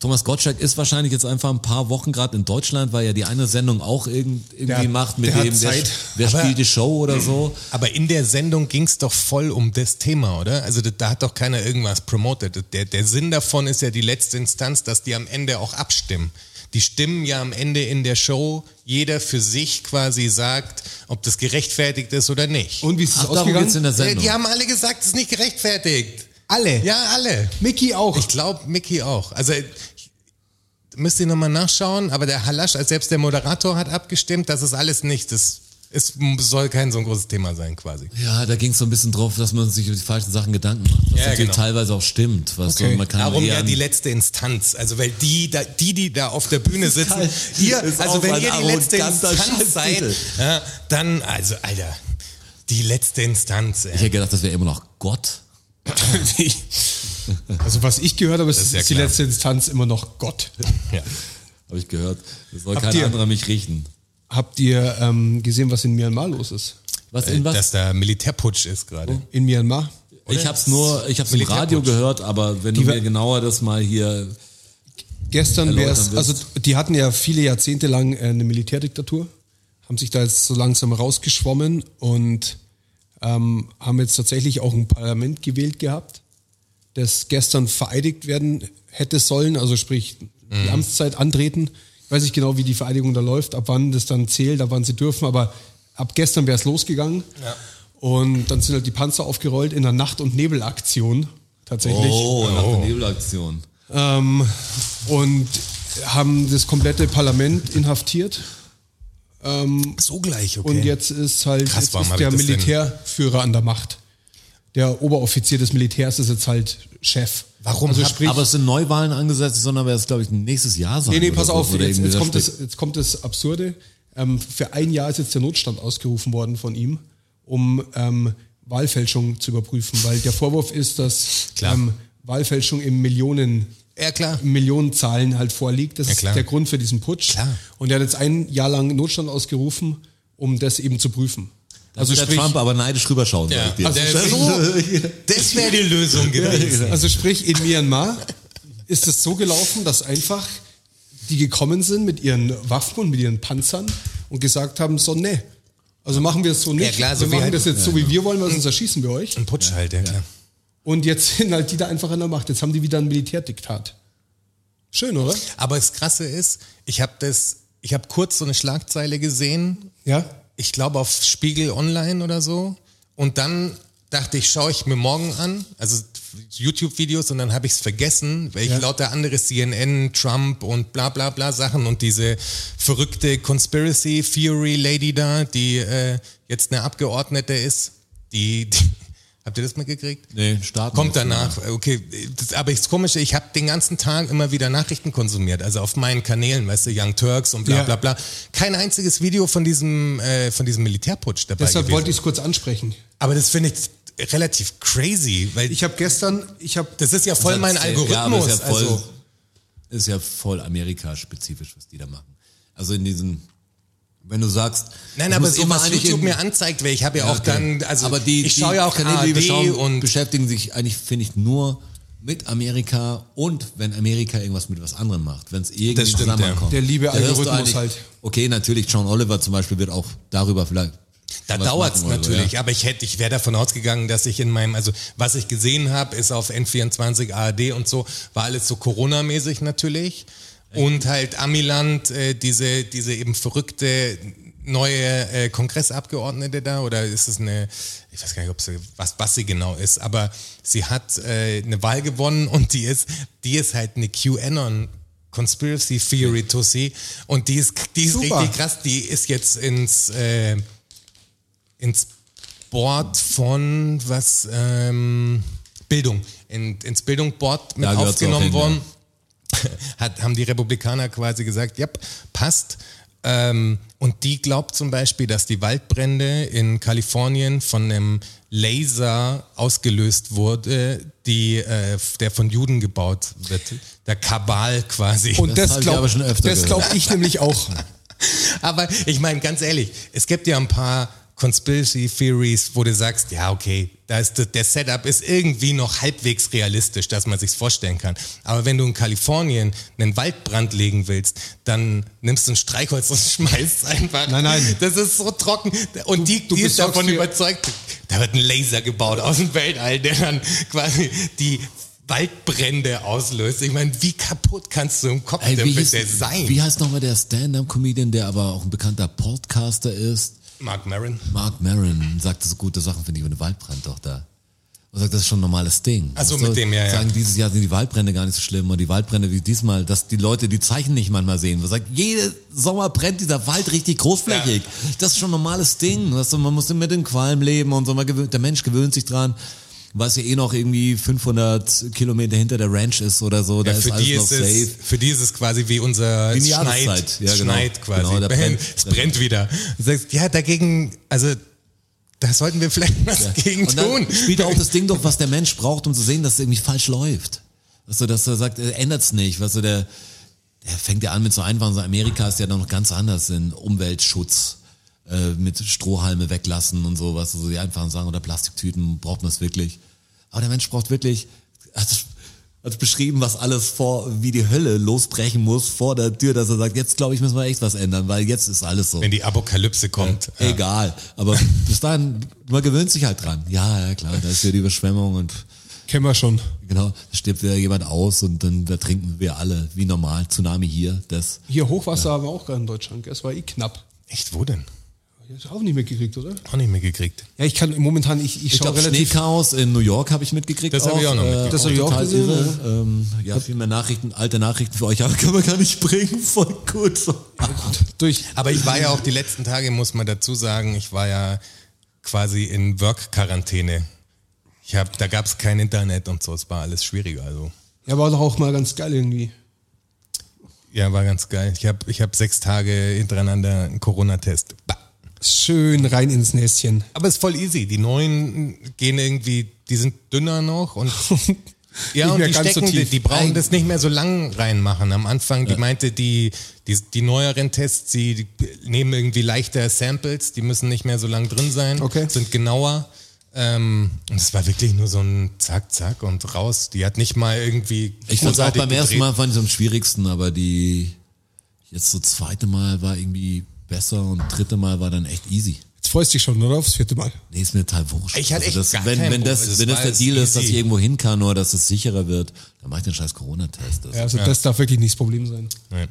C: Thomas Gottschalk ist wahrscheinlich jetzt einfach ein paar Wochen gerade in Deutschland, weil er die eine Sendung auch irgend, irgendwie
B: hat-
C: macht mit
B: der hat
C: dem, wer,
B: Zeit.
C: wer
D: Aber-
C: spielt die Show oder so.
D: Aber in der Sendung ging es doch voll um das Thema, oder? Also da, da hat doch keiner irgendwas promotet. Der, der Sinn davon ist ja die letzte Instanz, dass die am Ende auch abstimmen. Die stimmen ja am Ende in der Show, jeder für sich quasi sagt, ob das gerechtfertigt ist oder nicht.
B: und wie ist es
C: Ach, darum geht's
B: ausgegangen?
C: in der
D: Äh,
C: Sendung.
D: die haben alle gesagt, es ist nicht gerechtfertigt.
B: Alle.
D: Ja, alle.
B: Mickey auch.
D: Ich glaube, Mickey auch. Also ich- müsst ihr nochmal nachschauen, aber der Halasch, als selbst der Moderator hat abgestimmt, das ist alles nicht. Das es soll kein so ein großes Thema sein quasi.
C: Ja, da ging's so ein bisschen drauf, dass man sich über die falschen Sachen Gedanken macht, was
D: Ja,
C: natürlich
D: genau.
C: teilweise auch stimmt. Was
B: Okay.
C: so, man kann
D: Darum
C: eher
D: ja die
C: an-
D: letzte Instanz. Also weil die, da, die, die da auf der Bühne sitzen,
C: geil.
D: ihr,
C: Ist
D: also
C: auch
D: wenn
C: ein
D: ihr die letzte
C: arroganter
D: Instanz seid,
C: Scheißtitel.
D: ja, dann, also Alter, die letzte Instanz.
C: ich
D: Ey.
C: hätte gedacht, das wäre immer noch Gott.
B: Also was ich gehört habe, ist,
D: ist ja
B: ist die
D: klar.
B: letzte Instanz immer noch Gott.
D: ja.
C: Habe ich gehört. Das soll
B: Habt
C: kein
B: ihr-
C: anderer mich richten.
B: Habt ihr ähm, gesehen, was in Myanmar los ist?
C: Was in was?
D: Dass da Militärputsch ist gerade.
B: In Myanmar?
C: Ich hab's nur, ich hab's im
D: Militärputsch.
C: Radio gehört, aber wenn
B: Die
C: du
B: wa-
C: mir genauer das mal hier
B: Gestern wäre es,
C: Erläutern
B: also
C: wirst.
B: die hatten ja viele Jahrzehnte lang äh, eine Militärdiktatur, haben sich da jetzt so langsam rausgeschwommen und ähm, haben jetzt tatsächlich auch ein Parlament gewählt gehabt, das gestern vereidigt werden hätte sollen, also sprich die
C: Mhm.
B: Amtszeit antreten. Ich weiß nicht genau, wie die Vereidigung da läuft, ab wann das dann zählt, ab wann sie dürfen, aber ab gestern wäre es losgegangen.
D: Ja.
B: Und dann sind halt die Panzer aufgerollt in einer Nacht- und Nebelaktion tatsächlich.
C: Oh, nach
D: Oh.
C: der Nebelaktion.
B: ähm, und haben das komplette Parlament inhaftiert.
D: So gleich, okay.
B: Und jetzt ist halt
D: Krass,
B: jetzt
D: warum hab
B: ist
D: ich
B: der
D: das denn-
B: Militärführer an der Macht. Der Oberoffizier des Militärs ist jetzt halt Chef.
D: Warum
B: Also
D: hab-
B: sprich,
C: Aber es sind Neuwahlen angesetzt, sondern wäre es, glaube ich, nächstes Jahr sein.
B: nee, nee,
C: oder
B: pass
C: so,
B: auf,
C: oder
B: jetzt,
C: irgendwie
B: jetzt,
C: da
B: kommt das,
C: steht.
B: jetzt kommt das Absurde. Ähm, für ein Jahr ist jetzt der Notstand ausgerufen worden von ihm, um ähm, Wahlfälschung zu überprüfen, weil der Vorwurf ist, dass
D: Klar.
B: ähm, Wahlfälschung im Millionen
D: ja klar.
B: Millionenzahlen halt vorliegt. Das
D: Ja,
B: ist
D: klar.
B: der Grund für diesen Putsch.
D: Klar.
B: Und er hat jetzt ein Jahr lang Notstand ausgerufen, um das eben zu prüfen.
C: Also der Trump aber neidisch rüberschauen,
D: Ja.
C: sag ich dir.
D: Also
B: Der-
D: das wäre die Lösung gewesen.
B: Also sprich, in Myanmar ist es so gelaufen, dass einfach die gekommen sind mit ihren Waffen und mit ihren Panzern und gesagt haben, so ne. Also machen wir es so nicht.
D: Ja, klar, so
B: wir
D: wie
B: machen
D: halt-
B: das jetzt so, wie wir wollen, weil sonst erschießen wir euch.
D: Ein Putsch halt, ja klar.
B: Und jetzt sind halt die da einfach an der Macht. Jetzt haben die wieder ein Militärdiktat. Schön, oder?
D: Aber das Krasse ist, ich habe das, ich habe kurz so eine Schlagzeile gesehen,
B: Ja.
D: ich glaube auf Spiegel Online oder so. Und dann dachte ich, schaue ich mir morgen an, also YouTube-Videos und dann habe ich es vergessen, weil ich
B: Ja.
D: lauter andere CNN, Trump und bla bla bla Sachen und diese verrückte Conspiracy Theory Lady da, 'ne die äh, jetzt eine Abgeordnete ist, die, die Habt ihr das mitgekriegt?
C: Nee, starten.
D: Kommt
C: jetzt,
D: danach, okay. Das, aber das Komische, ich habe den ganzen Tag immer wieder Nachrichten konsumiert, also auf meinen Kanälen, weißt du, Young Turks und bla
B: Ja.
D: bla bla. Kein einziges Video von diesem, äh, von diesem Militärputsch dabei
B: Deshalb
D: gewesen.
B: wollte ich es kurz ansprechen.
D: aber das finde ich relativ crazy, weil
B: Ich habe gestern, ich habe
D: das ist ja voll mein
C: Ja, aber
D: Algorithmus.
C: ist ja voll,
D: also,
C: ist ja voll Amerika-spezifisch, was die da machen. Also in diesen, wenn du sagst,
D: Nein,
C: ich
D: aber
C: muss
D: so
C: immer
D: was
C: eigentlich
D: YouTube
C: in-
D: mir anzeigt, weil ich habe ja, auch
C: Okay.
D: dann, also
C: aber die,
D: ich
C: die
D: schaue ja auch
C: Kanäle, die wir
D: ARD
C: schauen,
D: und
C: beschäftigen sich eigentlich, finde ich, nur mit Amerika und wenn Amerika irgendwas mit was anderem macht, wenn es irgendwie
D: Das stimmt, ja.
C: zusammenkommt.
B: Der liebe
C: Da hörst du
B: Algorithmus
C: eigentlich,
B: halt.
C: Okay, natürlich, John Oliver zum Beispiel wird auch darüber vielleicht.
D: Da
C: was
D: dauert es
C: machen oder so,
D: natürlich,
C: ja.
D: aber ich hätte, ich wäre davon ausgegangen, dass ich in meinem, also was ich gesehen habe, ist auf N24 ARD und so, war alles so Corona-mäßig natürlich. Und halt Amiland, äh, diese, diese eben verrückte neue äh, Kongressabgeordnete da, oder ist es eine, ich weiß gar nicht, ob sie, was, was sie genau ist, aber sie hat äh, eine Wahl gewonnen und die ist, die ist halt eine QAnon. Conspiracy Theory Tussi und die ist, die ist
B: Super.
D: richtig krass, die ist jetzt ins äh, ins Board von was ähm, Bildung in, ins Bildung Board mit
C: Da gehört's
D: aufgenommen
C: auch hin,
D: worden. Hat, haben die Republikaner quasi gesagt, ja, passt. Ähm, und die glaubt zum Beispiel, dass die Waldbrände in Kalifornien von einem Laser ausgelöst wurde, die, äh, der von Juden gebaut wird. Der Kabal quasi.
B: und
C: Das
B: das,
C: hab ich aber
B: glaube
C: schon öfter
B: das
C: gehört.
B: glaub ich nämlich auch.
D: Aber ich meine, ganz ehrlich, es gibt ja ein paar Conspiracy Theories, wo du sagst, ja, okay, da ist das, der Setup ist irgendwie noch halbwegs realistisch, dass man sich's vorstellen kann. Aber wenn du in Kalifornien einen Waldbrand legen willst, dann nimmst du ein Streichholz und schmeißt einfach.
B: Nein, nein.
D: Das ist so trocken. Und die,
B: du
D: die ist
B: besorgst
D: davon
B: dir-
D: überzeugt, da wird ein Laser gebaut aus dem Weltall, der dann quasi die Waldbrände auslöst. Ich meine, wie kaputt kannst du im Kopf
C: Ey,
D: denn
C: wie,
D: bitte
C: hieß,
D: sein?
C: wie heißt nochmal der Stand-Up-Comedian, der aber auch ein bekannter Podcaster ist?
D: Mark Maron.
C: Mark Maron sagte so gute Sachen, finde ich, über den Waldbrand doch da. Und sagt, das ist schon ein normales Ding.
D: Ach so,
C: Weißt du?
D: mit dem, ja, ja.
C: Sagen, dieses Jahr sind die Waldbrände gar nicht so schlimm. Und die Waldbrände wie diesmal, dass die Leute die Zeichen nicht manchmal sehen. Man sagt, jeden Sommer brennt dieser Wald richtig großflächig. Das ist schon ein normales Ding. Weißt du, man muss mit dem Qualm leben und so. Man gewöhnt, der Mensch gewöhnt sich dran. Weiß ja eh noch irgendwie 500 Kilometer hinter der Ranch ist oder so. Da
D: Ja,
C: ist
D: für,
C: alles
D: die
C: noch
D: ist
C: safe.
D: es, für die ist es quasi wie unser
C: Wie die
D: Schneid,
C: Jahreszeit. Ja, genau.
D: Schneid quasi.
C: Genau, da brennt-
D: es brennt wieder. Du sagst, ja, dagegen, also da sollten wir vielleicht was gegen
C: und dann
D: tun.
C: spielt auch das Ding doch, was der Mensch braucht, um zu sehen, dass es irgendwie falsch läuft. Weißt du, dass er sagt, er ändert's nicht. Weißt du, der, der fängt ja an mit so einfachen, so Amerika ist ja noch ganz anders in Umweltschutz, äh, mit Strohhalme weglassen und so, weißt du, so die einfachen Sachen oder Plastiktüten, braucht man es wirklich. Aber der Mensch braucht wirklich, hat, hat beschrieben, was alles vor, wie die Hölle losbrechen muss vor der Tür, dass er sagt, jetzt glaube ich, müssen wir echt was ändern, weil jetzt ist alles so.
D: Wenn die Apokalypse kommt. Äh, Ja.
C: Egal. Aber bis dahin, man gewöhnt sich halt dran. Ja, ja, klar, da ist wieder die Überschwemmung und
B: Kennen wir schon.
C: genau, da stirbt wieder jemand aus und dann ertrinken wir alle, wie normal. Tsunami hier, das.
B: Hier Hochwasser haben wir auch gerade in Deutschland. gell? Es war eh knapp.
D: Echt, wo denn?
B: Ist auch nicht mehr gekriegt, oder?
D: Auch nicht mehr gekriegt.
B: Ja, ich kann momentan, ich, ich,
C: Ich
B: schaue
C: glaube,
B: relativ.
C: Schneechaos in New York habe ich mitgekriegt. Äh,
D: Das habe ich auch noch mitgekriegt.
B: Das habe ich auch
C: total
B: gesehen,
C: irre. Ähm, ja, viel mehr Nachrichten, alte Nachrichten für euch kann man gar nicht bringen. Voll gut.
B: durch.
D: Aber ich war ja auch die letzten Tage, muss man dazu sagen, ich war ja quasi in Work-Quarantäne. Ich hab, da gab es kein Internet und so, es war alles schwierig. Also.
B: Ja, war doch auch mal ganz geil irgendwie.
D: Ja, war ganz geil. Ich habe ich hab sechs Tage hintereinander einen Corona-Test. Bah.
B: Schön rein ins Näschen.
D: Aber ist voll easy. Die neuen gehen irgendwie, die sind dünner noch und ja,
B: Nicht
D: und
B: mehr
D: die
B: ganz so
D: stecken, die,
B: tief.
D: die brauchen das nicht mehr so lang reinmachen. Am Anfang, die meinte, die, die, die neueren Tests, die, die nehmen irgendwie leichter Samples, die müssen nicht mehr so lang drin sein,
B: Okay.
D: sind genauer. Ähm, und es war wirklich nur so ein Zack, Zack und raus. Die hat nicht mal irgendwie.
C: Ich fand es auch
D: großartig
C: beim ersten
D: gedreht.
C: Mal fand ich am schwierigsten, aber die jetzt so zweite Mal war irgendwie besser und dritte Mal war dann echt easy.
B: Jetzt freust du dich schon, oder? Aufs vierte Mal.
C: Nee, ist mir total wurscht.
D: Ich hatte echt
C: das,
D: gar
C: wenn,
D: keinen
C: wenn das,
D: Bock. Also es
C: wenn das
D: war
C: der
D: jetzt
C: Deal ist, dass ich
D: easy.
C: irgendwo hin kann oder dass es sicherer wird, dann mach ich den scheiß Corona-Test. Das-
B: Ja, also das darf wirklich nicht das Problem sein.
D: Nee,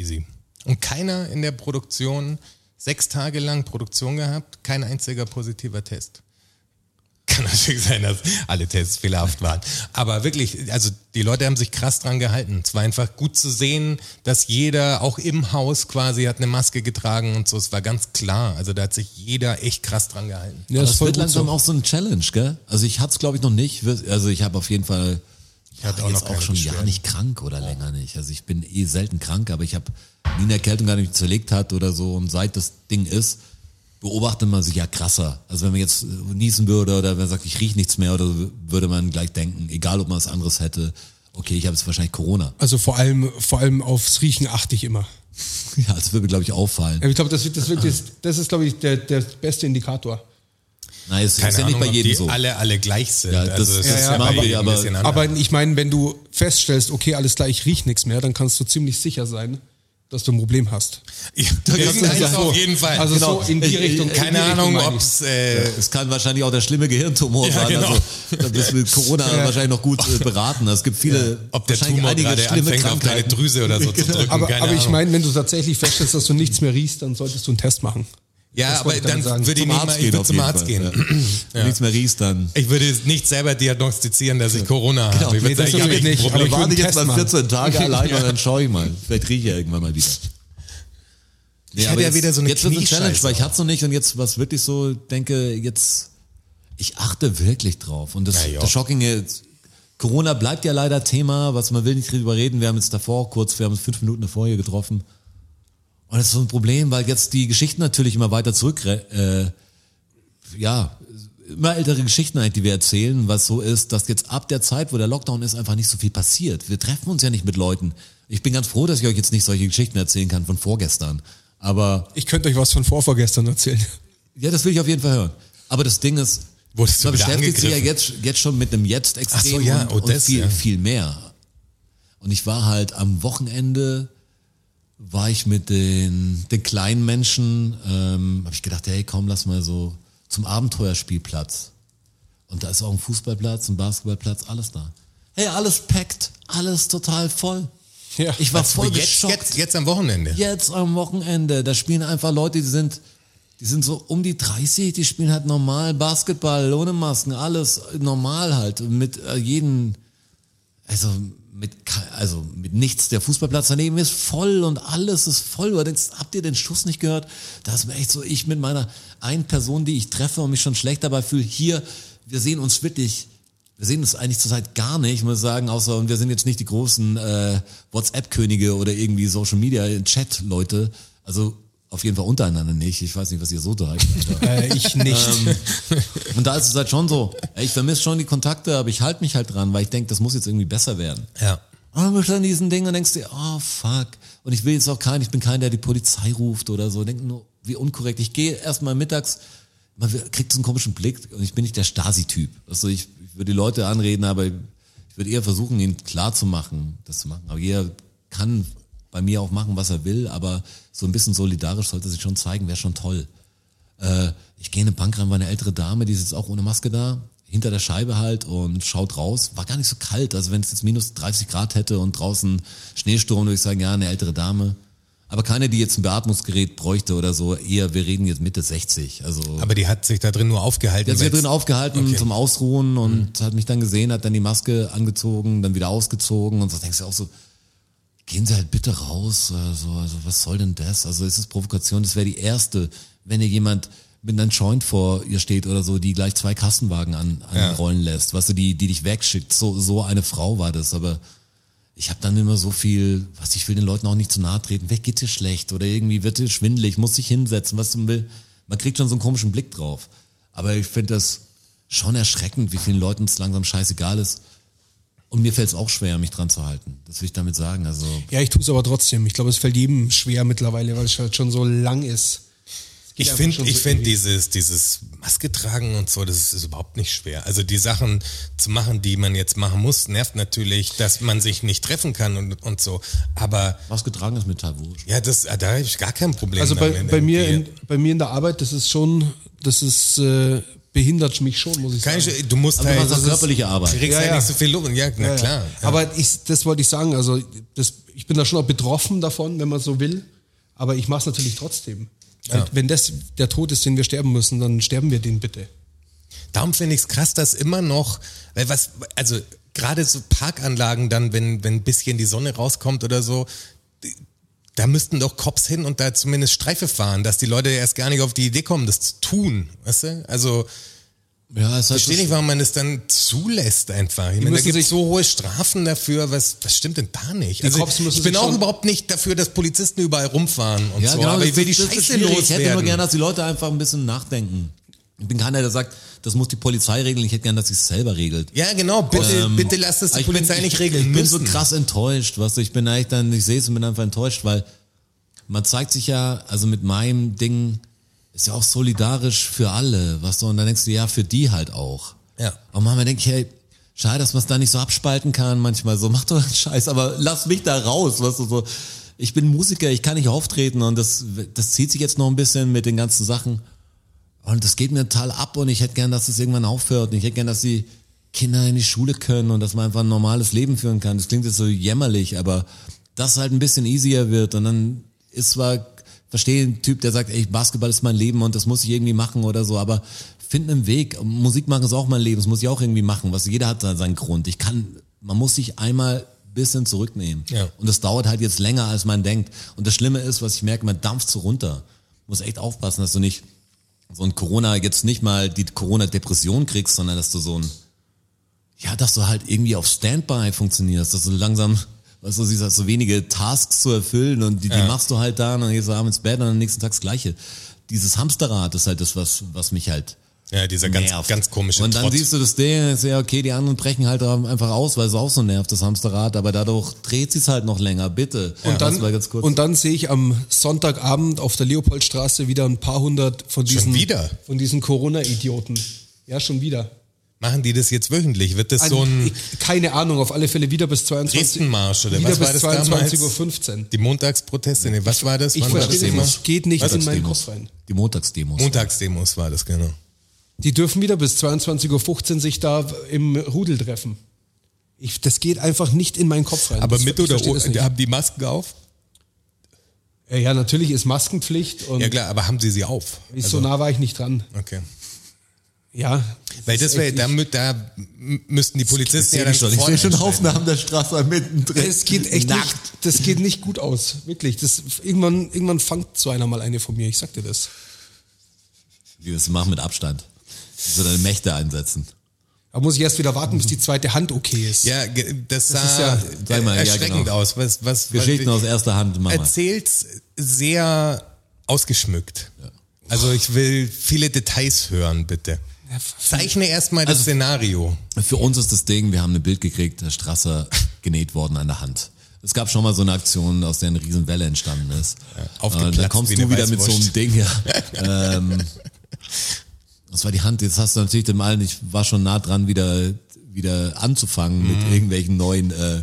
D: easy. Und keiner in der Produktion, sechs Tage lang Produktion gehabt, kein einziger positiver Test. kann natürlich sein, dass alle Tests fehlerhaft waren. Aber wirklich, also die Leute haben sich krass dran gehalten. Es war einfach gut zu sehen, dass jeder auch im Haus quasi hat eine Maske getragen und so. Es war ganz klar. Also da hat sich jeder echt krass dran gehalten.
B: Ja,
C: Das,
B: ist voll
C: wird
B: gut
C: langsam
B: so.
C: auch so eine Challenge, gell? Also ich hatte es, glaube ich, noch nicht. Wir- Also ich habe auf jeden Fall ich
D: hatte auch noch
C: auch
D: keine
C: schon ein Jahr
D: Beschwerden.
C: nicht krank oder länger nicht. Also ich bin eh selten krank, aber ich habe nie eine Erkältung gar nicht zerlegt hat oder so. Und seit das Ding ist, beobachtet man sich ja krasser. Also wenn man jetzt äh, niesen würde oder wenn man sagt, ich riech nichts mehr oder so, würde man gleich denken, egal ob man was anderes hätte, okay, ich habe jetzt wahrscheinlich Corona.
B: Also vor allem, vor allem aufs Riechen achte ich immer.
C: Ja, das würde mir, glaube ich, auffallen.
D: Äh,
B: Ja, Ich glaube, das, wird- das, wird jetzt- das ist, glaube ich, der, der beste Indikator.
C: Nein, es
D: Keine
C: ist ja nicht
D: Ahnung,
C: bei
D: ob
C: jedem
D: die
C: so.
D: alle, alle gleich sind.
C: Ja, das-
D: also es
C: ja,
D: ist
B: ja,
D: ja, bei
C: aber-
D: jedem ein
C: aber-
D: bisschen anders.
B: Aber ich meine, wenn du feststellst, okay, alles klar, ich riech nichts mehr, dann kannst du ziemlich sicher sein, dass du ein Problem hast.
D: Ja,
C: kannst du
D: irgendeins
C: sagen,
D: auf jeden Fall. Genau. Äh,
B: Also so in die
C: Ich- ich-
B: Richtung. in die
D: Keine
B: Richtung
D: Ahnung,
B: meine
D: ob
B: ich.
D: es äh,
C: Es kann wahrscheinlich auch der schlimme Gehirntumor sein.
D: genau.
C: Also, da bist du mit Corona wahrscheinlich noch gut äh, beraten. Es gibt viele,
D: ob der
C: wahrscheinlich
D: Tumor
C: einige
D: gerade
C: schlimme
D: anfängt, auf deine
C: Krankheiten.
D: Drüse oder so zu drücken.
B: Aber,
D: keine
B: aber ich
D: Ahnung.
B: meine, wenn du tatsächlich feststellst, dass du nichts mehr riechst, dann solltest du einen Test machen.
D: ja,
B: das
D: aber
B: wollte ich
D: dann
B: damit sagen.
D: würde ich
C: Zum
D: nicht mal,
C: Arzt
D: ich
C: gehen.
D: würde
C: auf
D: zum
C: jeden
D: Arzt
C: Fall,
D: gehen.
C: Ja. Nichts mehr riechst dann.
D: Ich würde jetzt nicht selber diagnostizieren, dass ich Corona habe. Ich
B: Genau. nee,
D: würde
B: das
D: sagen, ich habe
B: natürlich
D: echt ein
B: nicht,
D: Problem.
B: aber
C: Ich
B: ich
C: warte
B: würd
C: jetzt
B: einen
C: mal
B: Test
C: 14 Tage allein und dann schaue ich mal. Vielleicht rieche ich ja irgendwann mal wieder. Nee,
D: hatte ja wieder so eine
C: jetzt wird's Challenge,
D: Kniescheiße.
C: weil ich hatte es noch nicht und jetzt was wirklich so denke, jetzt ich achte wirklich drauf und das,
D: Ja, ja.
C: das Schockinge ist, Corona bleibt ja leider Thema, was man will nicht drüber reden. Wir haben jetzt davor kurz, wir haben uns fünf Minuten davor hier getroffen und das ist so ein Problem, weil jetzt die Geschichten natürlich immer weiter zurück äh, ja, immer ältere Geschichten eigentlich, die wir erzählen, was so ist, dass jetzt ab der Zeit, wo der Lockdown ist, einfach nicht so viel passiert. Wir treffen uns ja nicht mit Leuten. Ich bin ganz froh, dass ich euch jetzt nicht solche Geschichten erzählen kann von vorgestern. Aber
B: Ich könnte euch was von vorvorgestern erzählen.
C: ja, das will ich auf jeden Fall hören. Aber das Ding ist,
D: Wurdest du
C: man
D: wieder
C: beschäftigt sich ja
D: angegriffen?
C: jetzt, jetzt schon mit einem Jetzt extrem
D: Ach so, ja,
C: und,
D: oh,
C: und
D: das,
C: viel,
D: ja.
C: viel mehr. Und ich war halt am Wochenende, war ich mit den, den kleinen Menschen, ähm, habe ich gedacht, hey, komm, lass mal so zum Abenteuerspielplatz. Und da ist auch ein Fußballplatz, ein Basketballplatz, alles da. Hey, alles packt, alles total voll.
B: Ja.
C: ich war voll
D: jetzt,
C: geschockt
D: jetzt, jetzt am Wochenende.
C: jetzt am Wochenende, da spielen einfach Leute, die sind, die sind so um die 30, die spielen halt normal Basketball, ohne Masken, alles normal halt, mit äh, jeden, also mit, ke- also mit nichts. Der Fußballplatz daneben ist voll und alles ist voll. Du denkst, habt ihr den Schuss nicht gehört? Da ist mir echt so, ich mit meiner einen Person, die ich treffe und mich schon schlecht dabei fühle, hier, wir sehen uns wirklich, wir sehen uns eigentlich zurzeit gar nicht, muss ich sagen, außer und wir sind jetzt nicht die großen äh, WhatsApp-Könige oder irgendwie Social Media äh, Chat-Leute. Also auf jeden Fall untereinander nicht. Ich weiß nicht, was ihr so treibt. aber-
B: Äh, ich nicht.
D: Ähm,
C: Und da ist es halt schon so, ey, ich vermisse schon die Kontakte, aber ich halte mich halt dran, weil ich denke, das muss jetzt irgendwie besser werden.
D: Ja.
C: Und dann bist Ah, du an diesem Ding und denkst dir, oh fuck. Und ich will jetzt auch keinen, ich bin keiner, der die Polizei ruft oder so. Denk nur, wie unkorrekt. Ich gehe erstmal mittags, man wird- kriegt so einen komischen Blick und ich bin nicht der Stasi-Typ. Also ich, ich würde die Leute anreden, aber ich würde eher versuchen, ihnen klar zu machen, das zu machen. Aber jeder kann bei mir auch machen, was er will, aber so ein bisschen solidarisch sollte sich schon zeigen, wäre schon toll äh, ich gehe in eine Bank rein, war eine ältere Dame, die sitzt auch ohne Maske da, hinter der Scheibe halt und schaut raus. War gar nicht so kalt. Also wenn es jetzt minus 30 Grad hätte und draußen Schneesturm, würde ich sagen, ja, eine ältere Dame. Aber keine, die jetzt ein Beatmungsgerät bräuchte oder so. Eher, wir reden jetzt Mitte 60. Also
D: Aber die hat sich da drin nur aufgehalten.
C: die hat sich da
D: weil's-
C: drin aufgehalten
D: Okay. Mhm.
C: zum Ausruhen und hat mich dann gesehen, hat dann die Maske angezogen, dann wieder ausgezogen und so denkst du auch so, gehen Sie halt bitte raus, äh, so, also was soll denn das? Also ist es Provokation? Das wäre die erste, wenn dir jemand mit einem Joint vor ihr steht oder so, die gleich zwei Kastenwagen an, anrollen lässt, weißt du, die, die dich wegschickt. So, so eine Frau war das, aber ich habe dann immer so viel, was ich will den Leuten auch nicht zu nahe treten. Wer geht dir schlecht oder irgendwie wird dir schwindelig, muss sich hinsetzen, was du will. Man kriegt schon so einen komischen Blick drauf. Aber ich finde das schon erschreckend, wie vielen Leuten es langsam scheißegal ist. Und mir fällt es auch schwer, mich dran zu halten. Das will ich damit sagen. Also
B: Ja, ich tue es aber trotzdem. Ich glaube, es fällt jedem schwer mittlerweile, weil es halt schon so lang ist. Es geht
D: Ich
B: einfach
D: finde,
B: schon
D: ich
B: so
D: finde
B: ewig.
D: dieses, dieses Maske tragen und so, das ist überhaupt nicht schwer. Also die Sachen zu machen, die man jetzt machen muss, nervt natürlich, dass man sich nicht treffen kann und, und so. Aber
C: was getragen ist mit Tabu.
D: ja, das, ah, da habe ich gar kein Problem.
B: Also bei,
D: damit
B: bei, mir in,
D: irgendwie.
B: bei mir in der Arbeit, das ist schon, das ist, äh, behindert mich schon, muss ich
D: Keine,
B: sagen.
D: du musst
C: Aber
D: halt,
C: was
D: das
C: ist
D: ist-
C: körperliche
D: Du
C: Arbeit?
D: kriegst
B: Ja,
D: halt
B: ja.
D: nicht so viel Luft. Ja, na
B: Ja, ja.
D: klar. Ja.
B: Aber ich, das wollte ich sagen, also das, ich bin da schon auch betroffen davon, wenn man so will, aber ich mache es natürlich trotzdem. Weil Wenn das der Tod ist, den wir sterben müssen, dann sterben wir den bitte.
D: Darum finde ich es krass, dass immer noch, weil was, also gerade so Parkanlagen dann, wenn, wenn ein bisschen die Sonne rauskommt oder so, die- da müssten doch Cops hin und da zumindest Streife fahren, dass die Leute erst gar nicht auf die Idee kommen, das zu tun, weißt du? Also
C: Ja, es
D: ich
C: hat
D: verstehe nicht, warum man es dann zulässt einfach. Ich meine, da
B: müssen
D: gibt
B: sich-
D: es so hohe Strafen dafür, was, was stimmt denn da nicht? Also,
B: Die Cops müssen
D: ich bin
B: sich
D: auch
B: schon-
D: überhaupt nicht dafür, dass Polizisten überall rumfahren und
C: ja,
D: so,
C: genau,
D: aber ich will die
C: das- das ist
D: Scheiße
C: schwierig. Ich hätte immer
D: loswerden.
C: gerne, dass die Leute einfach ein bisschen nachdenken. Ich bin keiner, der sagt, das muss die Polizei regeln. Ich hätte gerne, dass sie es selber regelt. Ähm,
D: ja, genau, bitte, bitte lasst es die
C: Ich
D: Polizei
C: bin,
D: nicht
C: ich,
D: regeln
C: Ich bin so
D: müssen.
C: krass enttäuscht, was ich bin eigentlich dann, ich sehe es und bin einfach enttäuscht, weil man zeigt sich ja, also mit meinem Ding ist ja auch solidarisch für alle, was so und dann denkst du ja für die halt auch.
D: Ja.
C: Und manchmal denke ich, hey, schade, dass man es da nicht so abspalten kann. Manchmal so, mach doch einen Scheiß, aber lass mich da raus, weißt du so. Ich bin Musiker, ich kann nicht auftreten und das, das zieht sich jetzt noch ein bisschen mit den ganzen Sachen. Und das geht mir total ab und ich hätte gern, dass es irgendwann aufhört. Und ich hätte gern, dass die Kinder in die Schule können und dass man einfach ein normales Leben führen kann. Das klingt jetzt so jämmerlich, aber das halt ein bisschen easier wird. Und dann ist zwar, verstehe ein Typ, der sagt, ey, Basketball ist mein Leben und das muss ich irgendwie machen oder so, aber find einen Weg. Musik machen ist auch mein Leben, das muss ich auch irgendwie machen. Was jeder hat da seinen Grund. Ich kann, man muss sich einmal bisschen zurücknehmen.
D: Ja.
C: Und das dauert halt jetzt länger, als man denkt. Und das Schlimme ist, was ich merke, man dampft so runter. Muss echt aufpassen, dass du nicht so ein Corona jetzt nicht mal die Corona-Depression kriegst, sondern dass du so ein, ja, dass du halt irgendwie auf Standby funktionierst, dass du langsam, weißt du, siehst halt so wenige Tasks zu erfüllen und die, die machst du halt da und dann gehst du abends ins Bett und am nächsten Tag das Gleiche. Dieses Hamsterrad ist halt das, was, was mich halt
D: Ja, dieser ganz,
C: nervt.
D: ganz komische
C: Und dann
D: Trotz.
C: siehst du das Ding und denkst dir, ja, okay, die anderen brechen halt einfach aus, weil es auch so nervt, das Hamsterrad, aber dadurch dreht sich's halt noch länger, bitte.
B: Und
C: Das
B: dann,
C: war ganz kurz.
B: und dann sehe ich am Sonntagabend auf der Leopoldstraße wieder ein paar hundert von diesen,
D: wieder?
B: von diesen Corona-Idioten. Ja, schon wieder.
D: Machen die das jetzt wöchentlich? Wird das so ein
B: Ich- keine Ahnung, auf alle Fälle wieder bis 22
D: Dresdenmarsch oder
B: wieder
D: was war
B: bis
D: das damals?
B: 22.15 Uhr.
D: Die Montagsproteste, nee, was war das?
B: Ich
D: Wann war das
B: verstehe
D: immer?
B: das, es geht nicht in meinen
C: Montagsdemos.
B: Kopf rein.
C: Die Montagsdemos.
D: Montagsdemos war das, genau.
B: Die dürfen wieder bis 22.15 Uhr sich da im Rudel treffen. Ich, das geht einfach nicht in meinen Kopf rein.
D: Aber
B: das,
D: mit
B: ich
D: oder
B: verstehe das
D: ohne,
B: nicht.
D: haben die Masken auf?
B: Äh, Ja, natürlich ist Maskenpflicht und
D: Ja klar, Also- aber haben sie sie auf?
B: so nah war ich nicht dran.
D: Okay.
B: Ja.
D: Weil
B: ist
D: das wäre,
B: echt-
D: da, mü- da m- müssten die Polizisten ja
C: sehe
D: dann
C: ich schon, ich sehe schon
D: vorne entscheiden.
C: Aufnahmen der Straße mittendrin.
B: Es geht echt
C: Nackt.
B: nicht, das geht nicht gut aus, wirklich. Das, irgendwann, irgendwann fangt so einer mal eine von mir, ich sag dir das.
C: Wie wir es machen mit Abstand. So deine Mächte einsetzen.
B: Da muss ich erst wieder warten, bis die zweite Hand okay ist.
D: Ja, ge- das sah
B: ist ja-
C: Sag mal, ja,
D: erschreckend
C: genau.
D: aus. Was, was,
C: Geschichten
D: was,
C: aus erster Hand, Mama.
D: Erzählt sehr ausgeschmückt. Also ich will viele Details hören, bitte. Zeichne erstmal das Szenario.
C: Für uns ist das Ding, wir haben ein Bild gekriegt, der Strasser genäht worden an der Hand. Es gab schon mal so eine Aktion, aus der eine Riesenwelle entstanden ist. Äh,
D: aufgeplatzt
C: da kommst
D: wie
C: du
D: eine
C: wieder mit so einem
D: Weißwurst.
C: Ding her. ähm, das war die Hand, jetzt hast du natürlich dem allen, ich war schon nah dran, wieder, wieder anzufangen
B: Mhm.
C: mit irgendwelchen neuen äh,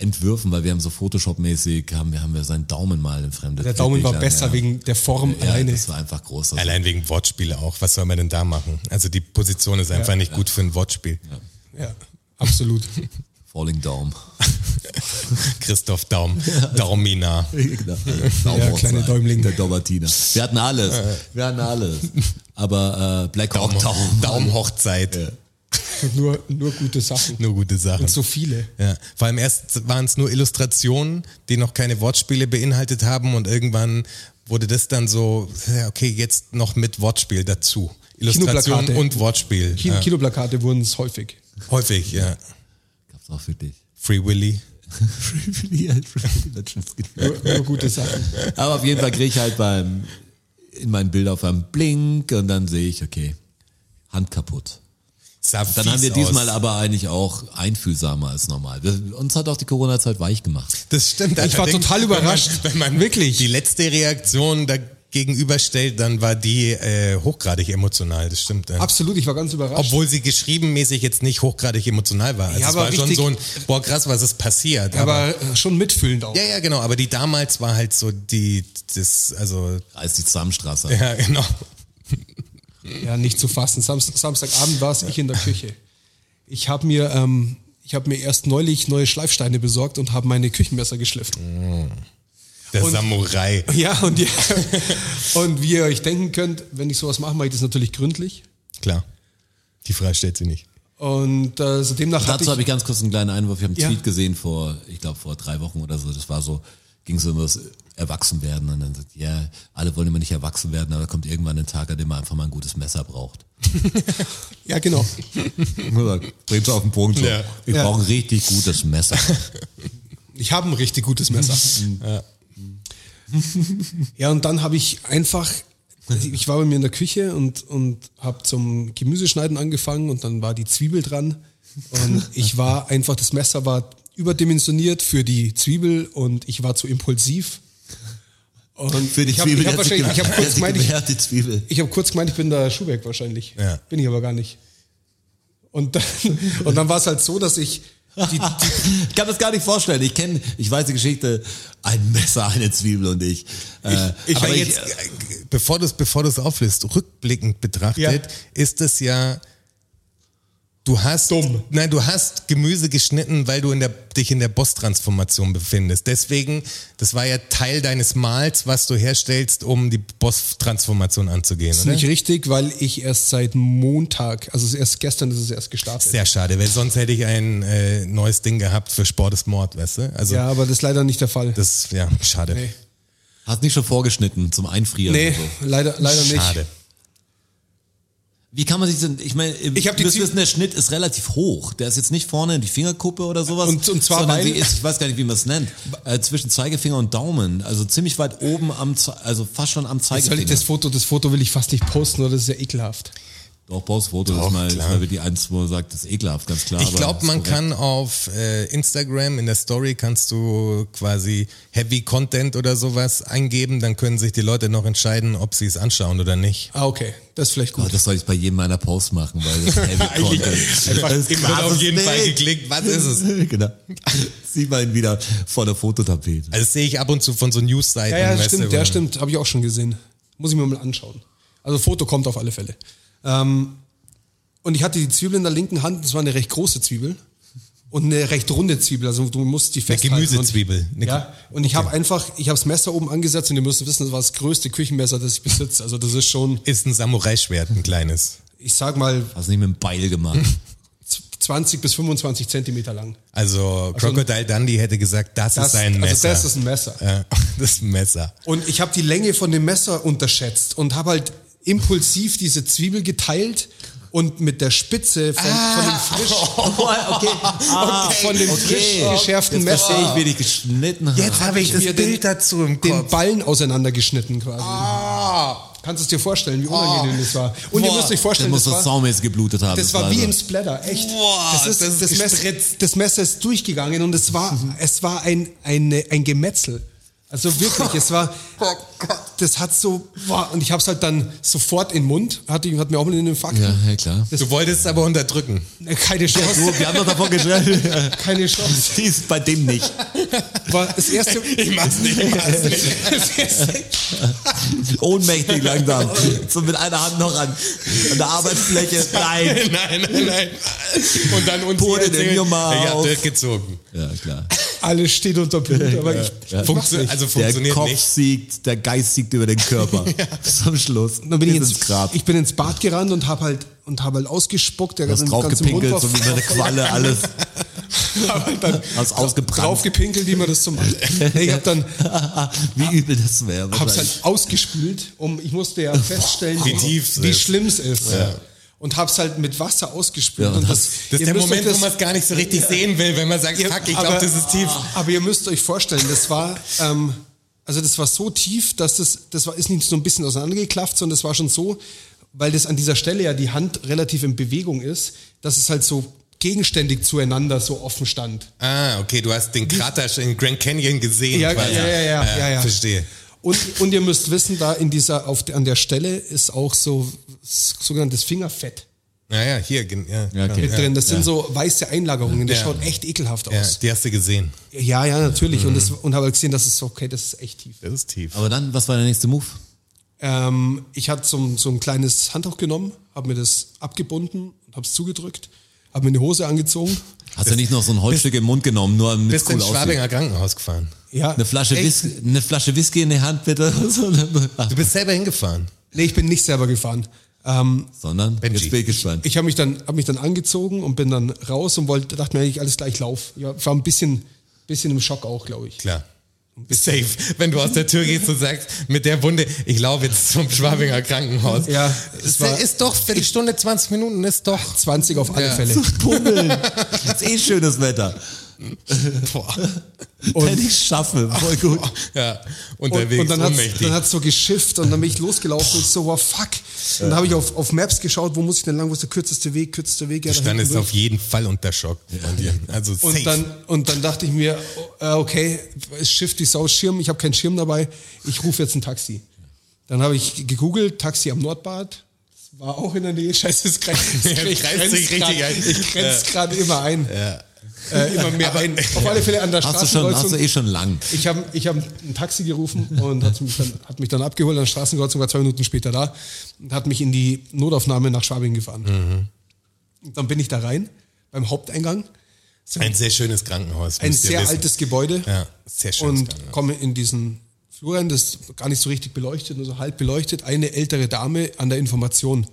C: Entwürfen, weil wir haben so Photoshop-mäßig, haben wir, haben wir seinen Daumen mal entfremdet.
B: Der Daumen war
C: Wirklich,
B: besser
C: ja.
B: wegen der Form
C: ja,
B: alleine.
C: Das war einfach groß. Also,
D: Allein wegen Wortspiele auch. Was soll man denn da machen? Also die Position ist einfach nicht gut für ein Wortspiel.
B: Ja, absolut.
C: Falling Daum.
D: Christoph Daum, Daumina.
C: genau.
B: Ja, kleine Däumling.
C: Der Daubertiner. Wir hatten alles. Wir hatten alles. Aber äh, Black Hawk Down.
D: Daumhochzeit.
B: nur, nur gute Sachen.
D: Nur gute Sachen.
B: Und so viele.
D: Ja. Vor allem erst waren es nur Illustrationen, die noch keine Wortspiele beinhaltet haben und irgendwann wurde das dann so, ja, okay, jetzt noch mit Wortspiel dazu. Illustration
B: Kinoplakate.
D: und Wortspiel.
B: Ki-
D: ja.
B: Kinoplakate wurden es häufig.
D: Häufig, ja.
C: Gab's auch für dich.
D: Free Willy.
B: Nur, nur gute Sachen.
C: Aber auf jeden Fall kriege ich halt beim in meinen Bild auf einem Blink und dann sehe ich, okay, Hand kaputt.
D: Sah
C: Dann haben wir
D: fies
C: diesmal
D: aus.
C: aber eigentlich auch einfühlsamer als normal. Wir, uns hat auch die Corona-Zeit weich gemacht.
D: Das stimmt.
B: Ich war
D: allerdings,
B: total überrascht.
D: Wenn man, wenn man wirklich die letzte Reaktion da gegenüberstellt, dann war die äh, hochgradig emotional. Das stimmt. Ja.
B: Absolut, ich war ganz überrascht.
D: Obwohl sie geschrieben mäßig jetzt nicht hochgradig emotional war. Also
B: Ja,
D: es
B: aber
D: war schon
B: richtig-
D: so ein, boah krass, was ist passiert.
B: aber äh, schon mitfühlend auch.
D: Ja, ja, genau, aber die damals war halt so die, das, also,
C: Als die Zusammenstraße.
D: ja, genau.
B: Ja, nicht zu fassen. Samst Samstagabend war es ich in der Küche. Ich habe mir, ähm, ich hab mir erst neulich neue Schleifsteine besorgt und habe meine Küchenmesser
D: Mhm.
B: geschliffen.
D: Der
B: Und-
D: Samurai.
B: Ja, und, ihr, und wie ihr euch denken könnt, wenn ich sowas mache, mache ich das natürlich gründlich.
D: Klar. Die Frage stellt sie nicht.
B: Und äh, so demnach hatte
C: Dazu
B: ich,
C: habe ich ganz kurz einen kleinen Einwurf. Ich habe einen
B: Ja.
C: Tweet gesehen vor, ich glaube, vor drei Wochen oder so. Das war so, ging so um das Erwachsenwerden. Und dann sagt, ja, alle wollen immer nicht erwachsen werden, aber da kommt irgendwann ein Tag, an dem man einfach mal ein gutes Messer braucht.
B: ja genau.
C: Bringt auf den Punkt.
D: so.
C: Ja. Wir
B: Ja.
C: brauchen ein richtig gutes Messer.
B: Ich habe ein richtig gutes Messer. ja. ja, und dann habe ich einfach, ich war bei mir in der Küche und, und habe zum Gemüseschneiden angefangen und dann war die Zwiebel dran. Und ich war einfach, das Messer war überdimensioniert für die Zwiebel und ich war zu impulsiv. Und ich habe hab wahrscheinlich, ich habe kurz gemeint, ich,
C: die Zwiebel.
B: ich habe kurz gemeint, ich bin der Schuhwerk wahrscheinlich.
D: Ja.
B: Bin ich aber gar nicht. Und dann, und dann war es halt so, dass ich die,
C: Ich kann das gar nicht vorstellen. Ich kenne, ich weiß die Geschichte, ein Messer, eine Zwiebel und ich. Äh,
D: Ich
C: aber
D: meine jetzt, äh, bevor du es bevor du's auflöst, rückblickend betrachtet,
B: Ja.
D: ist das ja, du hast,
B: Dumm.
D: nein, du hast Gemüse geschnitten, weil du in der, dich in der Boss-Transformation befindest. Deswegen, das war ja Teil deines Mahls, was du herstellst, um die Boss-Transformation anzugehen,
B: Das ist
D: oder?
B: nicht richtig, weil ich erst seit Montag, also es ist erst gestern ist es erst gestartet.
D: Sehr schade, weil sonst hätte ich ein äh, neues Ding gehabt für Sport ist Mord, weißt du? Also,
B: ja, aber das ist leider nicht der Fall.
D: das, ja, schade.
B: Nee.
C: hast nicht schon vorgeschnitten zum Einfrieren.
B: nee,
C: oder so.
B: leider, leider nicht.
D: Schade.
C: Wie kann man sich denn, ich meine, ich
B: hab die Zwie-
C: wissen, der Schnitt ist relativ hoch. Der ist jetzt nicht vorne in die Fingerkuppe oder sowas.
B: Und- und zwar
C: sondern
B: weil-
C: sie ist, ich weiß gar nicht, wie man es nennt, äh, zwischen Zeigefinger und Daumen. Also ziemlich weit oben am, Ze- also fast schon am
B: Jetzt soll ich
C: Zeigefinger.
B: das Foto, das Foto will ich fast nicht posten, oder das ist ja ekelhaft.
C: Doch, brauchst Foto,
D: Doch,
C: das mal,
D: klar.
C: weil die eins, wo man sagt, das ist ekelhaft, ganz klar.
D: Ich
C: aber
D: glaube,
C: ist
D: man
C: korrekt.
D: kann auf äh, Instagram in der Story kannst du quasi Heavy Content oder sowas eingeben, dann können sich die Leute noch entscheiden, ob sie es anschauen oder nicht.
B: Ah, okay. Das ist vielleicht
C: Oh,
B: gut.
C: das soll ich bei jedem meiner Posts machen, weil das ist heavy
D: Eigentlich-
C: Content.
D: einfach
C: Das
D: immer auf
C: krasseste
D: jeden Fall
C: Ding.
D: geklickt, was ist
C: es? genau. Sieht man ihn wieder vor der Fototapete.
D: Also das sehe ich ab und zu von so News-Seiten.
B: ja, ja,
D: weißt
B: stimmt,
D: du,
B: ja,
D: wo-
B: stimmt. Habe ich auch schon gesehen. Muss ich mir mal anschauen. Also Foto kommt auf alle Fälle. Ähm, und ich hatte die Zwiebel in der linken Hand, das war eine recht große Zwiebel. Und eine recht runde Zwiebel, also du musst die
D: Eine
B: festhalten.
D: Gemüsezwiebel.
B: Und, ja, und ich habe einfach, ich habe das Messer oben angesetzt und ihr müsst wissen, das war das größte Küchenmesser, das ich besitze. Also das ist schon,
D: Ist ein Samurai-Schwert, ein kleines.
B: ich sag mal,
C: Hast nicht mit dem Beil gemacht.
B: 20 bis 25 Zentimeter lang.
D: Also Crocodile Dundee hätte gesagt, das, ist ein
B: also
D: Messer.
B: das ist ein Messer.
D: Ja, das ist ein Messer.
B: Und ich habe die Länge von dem Messer unterschätzt und habe halt impulsiv diese Zwiebel geteilt und mit der Spitze von,
D: Ah.
B: von dem frisch,
D: Oh,
C: okay.
B: von dem frisch geschärften
C: Jetzt verstehe
B: Messer
C: ich, wie die geschnitten haben.
D: Jetzt habe ich das
B: mir
D: Bild dazu
B: den
D: im Kopf. Ah.
B: Ballen auseinandergeschnitten quasi. Kannst du es dir vorstellen, wie unangenehm das war? Und ihr müsst euch vorstellen,
C: Der muss
B: das
C: das
B: war,
C: saumäßig geblutet haben.
B: das war wie
C: also-
B: im Splatter, echt.
D: Boah,
B: das,
D: das ist
B: ist, das, Messer,
D: gespritzt.
B: das Messer ist durchgegangen und es war,
C: Mhm.
B: es war ein, ein, ein Gemetzel. Also wirklich, es war,
D: Oh
B: das hat so, boah, und ich habe es halt dann sofort in den Mund, hatte, hat mir auch mal in den Fakt. Äh,
C: Ja, ja, klar.
D: Du wolltest es aber unterdrücken.
B: Keine Chance,
C: Wir haben doch davon geschrieben.
B: keine Chance.
C: Die ist bei dem nicht.
B: War das erste,
D: Ich mach's nicht, ich mach's nicht.
B: das erste
C: Ohnmächtig langsam. So mit einer Hand noch an, an der Arbeitsfläche. Nein.
D: nein, nein, nein. Und dann uns
C: Put
D: hier
C: it in
D: erzählen,
C: your mouth.
D: Ich hab durchgezogen.
C: Ja, klar.
B: alles steht unter Blut, aber ich,
C: Ja.
B: ich mach's
D: Funktio
B: nicht.
D: also
C: Der
D: funktioniert
C: Kopf
D: nicht.
C: siegt, der Geist siegt über den Körper. Bis am Schluss.
B: dann bin ich,
C: Bis
B: ins,
C: ins Grab.
B: ich bin ins Bad gerannt und habe halt, und hab halt ausgespuckt, der
C: Du hast
B: ganze ganze Mund
C: draufgepinkelt,
B: war halt
C: so wie eine Qualle, alles. Hast ausgebrannt.
B: draufgepinkelt, wie man das so macht. Nee, ich habe dann
C: wie übel das wäre.
B: hab's halt ausgespült, um ich musste ja feststellen,
D: Wie tief es
B: wie
D: ist.
B: schlimm es ist. Und hab's halt mit Wasser ausgespült.
C: Ja,
B: und
C: das-
B: das,
D: Das
B: ihr
D: ist der
B: müsst euch
D: Moment,
B: das-
D: wo man es gar nicht so richtig sehen will, wenn man sagt,
B: ihr-
D: fuck, ich
B: aber-
D: glaube, das ist tief.
B: Aber ihr müsst euch vorstellen, das war, ähm, also das war so tief, dass das, das war, ist nicht so ein bisschen auseinandergeklafft, sondern das war schon so, weil das an dieser Stelle ja die Hand relativ in Bewegung ist, dass es halt so gegenständig zueinander so offen stand.
D: Ah, okay, du hast den Krater schon in Grand Canyon gesehen.
B: Ja,
D: quasi.
B: ja, ja, ja,
D: Ah,
B: ja, ja.
D: Verstehe.
B: Und, und ihr müsst wissen, da in dieser, auf, der- an der Stelle ist auch so s- sogenanntes Fingerfett
D: Naja, hier. gen- Ah, Ja,
C: Ja, okay.
D: ja,
B: drin. Das sind so weiße Einlagerungen. Das
D: Ja.
B: schaut echt ekelhaft
D: ja, Mhm.
B: aus.
D: die hast du gesehen.
B: Ja, ja, natürlich. Und, das, und habe halt gesehen, das ist okay, das ist echt tief.
D: Das ist tief.
C: Aber dann, was war der nächste Move?
B: Ähm, ich hatte so, ein- so ein kleines Handtuch genommen, habe mir das abgebunden und habe es zugedrückt, habe mir eine Hose angezogen.
C: Hast du nicht noch so ein Holzstück im Mund genommen, nur damit es
D: Bist du
C: cool
D: ins
C: aussieht?
D: Schwabinger Krankenhaus gefahren?
B: Ja,
C: Eine Flasche,
B: echt?
C: Whisky, eine Flasche Whisky in die Hand, bitte. So, dann-
D: Du bist selber hingefahren.
B: Nee, ich bin nicht selber gefahren.
C: Sondern,
D: Benji.
C: jetzt bin ich gespannt.
B: ich habe mich dann habe mich dann angezogen und bin dann raus und wollte dachte mir eigentlich alles gleich lauf. Ja, war ein bisschen bisschen im Schock auch, glaube ich.
D: Klar. Safe, wenn du aus der Tür gehst und sagst, mit der Wunde, ich laufe jetzt zum Schwabinger Krankenhaus.
B: Ja,
D: es
B: es war-
D: ist doch Viertelstunde, 20 Minuten ist doch.
B: 20 auf alle Fälle.
C: Pummeln. ist eh schönes Wetter.
D: Boah.
C: Wenn ich schaffe, voll gut.
D: Ja,
B: Und,
D: unterwegs
B: und dann hat's
D: ohnmächtig.
B: dann hat's so geschifft und dann bin ich losgelaufen und so, wow, fuck. Und dann habe ich auf, auf Maps geschaut, wo muss ich denn lang, wo ist der kürzeste Weg, kürzeste Weg. Ja, da
D: Dann
B: hinten
D: ist
B: durch.
D: auf jeden Fall unter Schock. von dir. Also safe.
B: Und dann, und dann dachte ich mir, äh, okay, es schifft die Sau Schirm, ich habe keinen Schirm dabei, ich rufe jetzt ein Taxi. Dann habe ich gegoogelt, Taxi am Nordbad, das war auch in der Nähe, scheiße, es grenzt,
D: Ja,
B: ich
D: grenzt
B: grenzt
D: sich richtig
B: grad-
D: ein.
B: Ich grenze gerade immer ein. Äh, immer mehr ein. Auf alle Fälle an der
C: Hast du, schon, hast du
B: Straßenkreuzung.
C: eh schon lang.
B: Ich habe ich hab ein Taxi gerufen und hat mich, dann, hat mich dann abgeholt an der Straßenkreuzung, war zwei Minuten später da und hat mich in die Notaufnahme nach Schwabing gefahren.
D: Mhm.
B: Und dann bin ich da rein, beim Haupteingang,
D: ein sehr schönes Krankenhaus.
B: ein
D: müsst ihr
B: sehr
D: wissen.
B: altes Gebäude
D: Ja, sehr schönes
B: und
D: Krankenhaus.
B: komme in diesen Flur rein, das ist gar nicht so richtig beleuchtet, nur so halb beleuchtet, eine ältere Dame an der Information.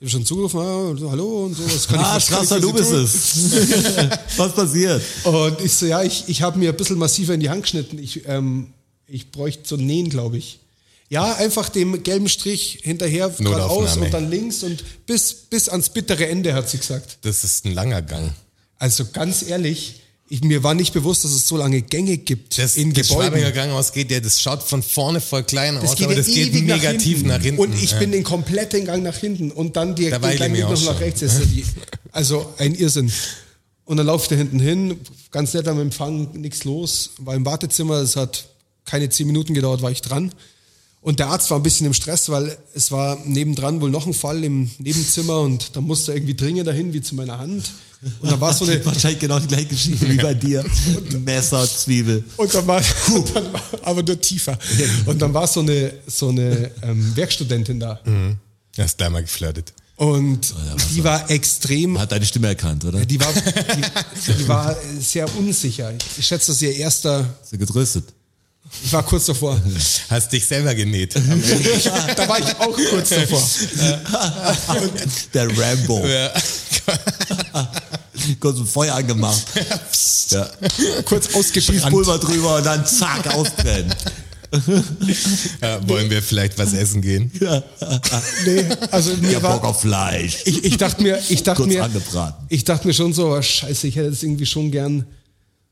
B: Ich habe schon zugerufen, ah, so, hallo und so, was kann
C: Ah,
B: ich was kann ich für
C: Strasser, du
B: Sie
C: bist
B: tun?
C: es. Was passiert?
B: Und ich so, ja, ich, ich habe mir ein bisschen massiver in die Hand geschnitten. Ich, ähm, ich bräuchte so Nähen, glaube ich. Ja, einfach dem gelben Strich hinterher
D: Notaufnahme.
B: geradeaus und dann links und bis, bis ans bittere Ende, hat sie gesagt.
D: Das ist ein langer Gang.
B: Also ganz ehrlich, ich, mir war nicht bewusst, dass es so lange Gänge gibt
D: Das,
B: in
D: das
B: Gebäuden.
D: Schwabinger Krankenhaus geht ja, das schaut von vorne voll klein aus,
B: Das geht,
D: aber
B: ja
D: das geht
B: ewig
D: negativ nach hinten.
B: Und ich
D: ja.
B: bin den kompletten Gang nach hinten und dann die,
D: Da war
B: den
D: ich
B: kleinen
D: mir
B: Weg
D: auch
B: noch nach
D: schon.
B: rechts. Ist ja die, also ein Irrsinn. Und dann laufe ich da hinten hin, ganz nett am Empfang, nichts los, war im Wartezimmer, es hat keine zehn Minuten gedauert, war ich dran. Und der Arzt war ein bisschen im Stress, weil es war nebendran wohl noch ein Fall im Nebenzimmer und da musste er irgendwie dringender hin, wie zu meiner Hand. Und da war so eine,
C: Wahrscheinlich genau die gleiche Geschichte wie bei dir. Messer, Zwiebel.
B: Und dann war, und dann war aber nur tiefer. Und dann war so eine, so eine ähm, Werkstudentin da.
D: Du hast gleich mal geflirtet.
B: Und
C: Ah
B: die war extrem,
C: Man hat deine Stimme erkannt, oder?
B: die war, die, die war sehr unsicher. Ich schätze, das ist ihr erster,
C: Hast du getröstet?
B: ich war kurz davor.
D: Hast dich selber genäht.
B: Mhm. Da war ich auch kurz davor.
C: Der Rambo.
D: Ja.
C: Kurz ein Feuer angemacht. Ja.
B: Kurz ausgebrannt.
C: Pulver drüber und dann zack, ausbrennen.
D: Ja, wollen wir vielleicht was essen gehen?
B: Nee, also
C: Der
B: mir
C: Bock
B: war,
C: auf Fleisch.
B: ich, ich dachte mir, ich dachte
C: Kurz
B: mir,
C: angebraten.
B: ich dachte mir schon so, oh, scheiße, ich hätte jetzt irgendwie schon gern,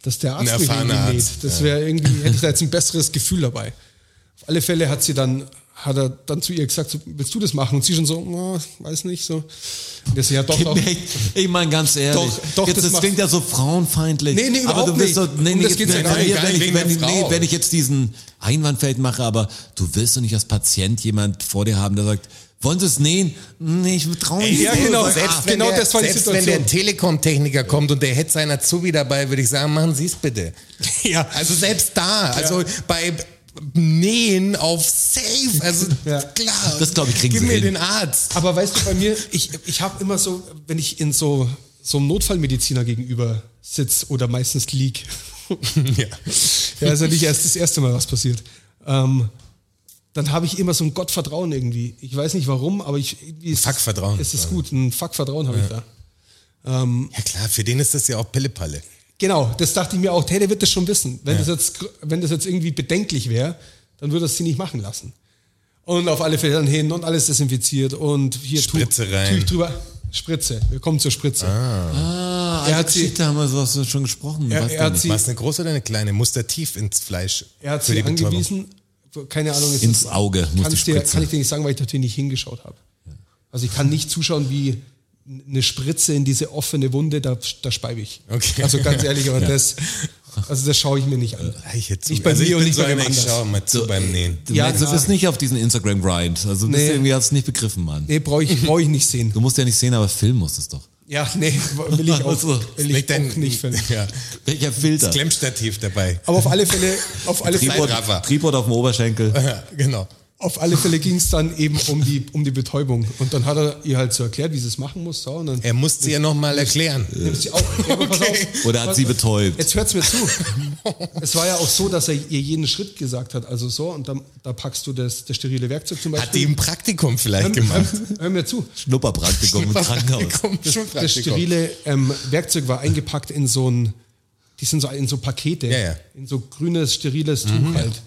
B: dass der
D: Ein
B: Arzt mich irgendwie
D: erfahrener
B: näht.
D: Arzt,
B: Das wäre irgendwie, hätte ich da jetzt ein besseres Gefühl dabei. Auf alle Fälle hat sie dann, hat er dann zu ihr gesagt, so, willst du das machen? Und sie schon so, oh, weiß nicht, so. Und das, ja, doch, doch.
C: Nee, ich meine ganz ehrlich,
B: Doch, doch,
C: jetzt,
B: das
C: das,
B: macht-
C: klingt ja so frauenfeindlich.
B: Nee, nee,
C: aber
B: überhaupt
C: du willst
B: nicht.
C: doch, nee,
B: Um
C: nee,
B: das
C: jetzt-
B: geht's ja
C: wenn,
B: gar
C: wenn,
B: nicht.
D: Gar
C: wenn,
D: nicht
C: ich,
D: wegen
C: wenn, ich,
D: der
C: nee,
D: Frau.
C: wenn ich jetzt diesen Einwand vielleicht mache, aber du willst doch nicht als Patient jemand vor dir haben, der sagt, wollen Sie es nähen? Nee, ich traue mich
D: Ey,
C: nicht. ah,
B: ja, genau.
C: Und sagt,
B: Selbst wenn der-
D: selbst wenn der Telekom-Techniker kommt und der hätte seinen Azubi dabei, würde ich sagen, machen Sie es bitte.
B: Ja.
D: Also selbst da, also bei Nähen auf Safe, also
B: Ja.
D: klar.
C: Das, glaub ich, kriegen
D: Gib
C: Sie
D: mir
C: hin.
D: den Arzt.
B: Aber weißt du, bei mir, ich, ich habe immer so, wenn ich in so, so einem Notfallmediziner gegenüber sitz oder meistens lieg.
D: Ja.
B: Ja, ist ja nicht erst das erste Mal, was passiert. Ähm, dann habe ich immer so ein Gottvertrauen irgendwie. Ich weiß nicht warum, aber ich. irgendwie Ist
D: Fuckvertrauen.
B: Es ist gut, ein Fuckvertrauen habe ich da.
D: ja klar, für den ist das ja auch Pillepalle.
B: Genau, das dachte ich mir auch, hey, der wird das schon wissen. Wenn, das, jetzt, gr- wenn das jetzt irgendwie bedenklich wäre, dann würde das sie nicht machen lassen. Und auf alle Fälle dann hin und alles desinfiziert und hier Tuch-
D: Spritze rein.
B: Tuch drüber. Spritze, wir kommen zur Spritze.
C: ah,
B: Er
C: er
B: hat
C: hat
B: sie-
C: Geschichte haben wir so- so schon gesprochen.
B: Er-
C: weißt
B: er
C: du
B: hat
C: nicht.
B: sie-
D: War es eine große oder eine kleine? Muss da tief ins Fleisch.
B: Er hat
D: für
B: sie
D: die Betäubung.
B: angewiesen, keine Ahnung, jetzt
C: Ins Auge muss
B: kann,
C: die
B: ich dir,
C: Spritze.
B: kann ich dir nicht sagen, weil ich natürlich nicht hingeschaut habe. Also ich kann nicht zuschauen, wie eine Spritze in diese offene Wunde, da, da speibe ich.
D: Okay.
B: Also ganz ehrlich, aber das, also das schaue ich mir nicht an.
D: Ja, Ich, hätte
B: Nicht
D: zu-
B: bei
D: also
B: mir
D: ich
B: und
D: bin
B: nicht
D: so
B: bei wem
D: einer, ich
B: anders.
D: schaue mal zu beim Nähen.
C: Du,
B: Ja,
C: merkst, du
B: klar.
C: bist nicht auf diesen Instagram-Grind. Also bist
B: Nee.
C: irgendwie hast es nicht begriffen, Mann.
B: Nee, brauche ich, brauche ich nicht sehen.
C: Du musst ja nicht sehen, aber filmen musst es doch.
B: Ja, nee, will ich auch,
C: Also,
B: will ich auch nicht finden.
D: ja,
C: Welcher Filter?
D: Klemmstativ dabei.
B: Aber auf alle Fälle, auf alle Fälle,
D: Zeitraffer.
B: Äh,
C: Tripod auf dem Oberschenkel.
D: Ja, genau.
B: Auf alle Fälle ging es dann eben um die, um die Betäubung. Und dann hat er ihr halt so erklärt, wie sie es machen muss. So, und dann
D: Er musste ihr nochmal erklären.
B: nimmt sie auf. Ja, aber pass
D: Okay.
B: auf.
C: Oder hat sie betäubt?
B: Jetzt hört's mir zu. es war ja auch so, dass er ihr jeden Schritt gesagt hat. Also so, und dann, da packst du das, das sterile Werkzeug zum Beispiel.
D: Hat die im Praktikum vielleicht gemacht?
B: Hör, hör mir zu.
C: Schnupperpraktikum im Krankenhaus.
D: Praktikum,
B: Das
D: Schulpraktikum.
B: sterile ähm, Werkzeug war eingepackt in so ein, die sind so in so Pakete,
D: Ja, Mhm. ja.
B: in so grünes, steriles Tuch halt.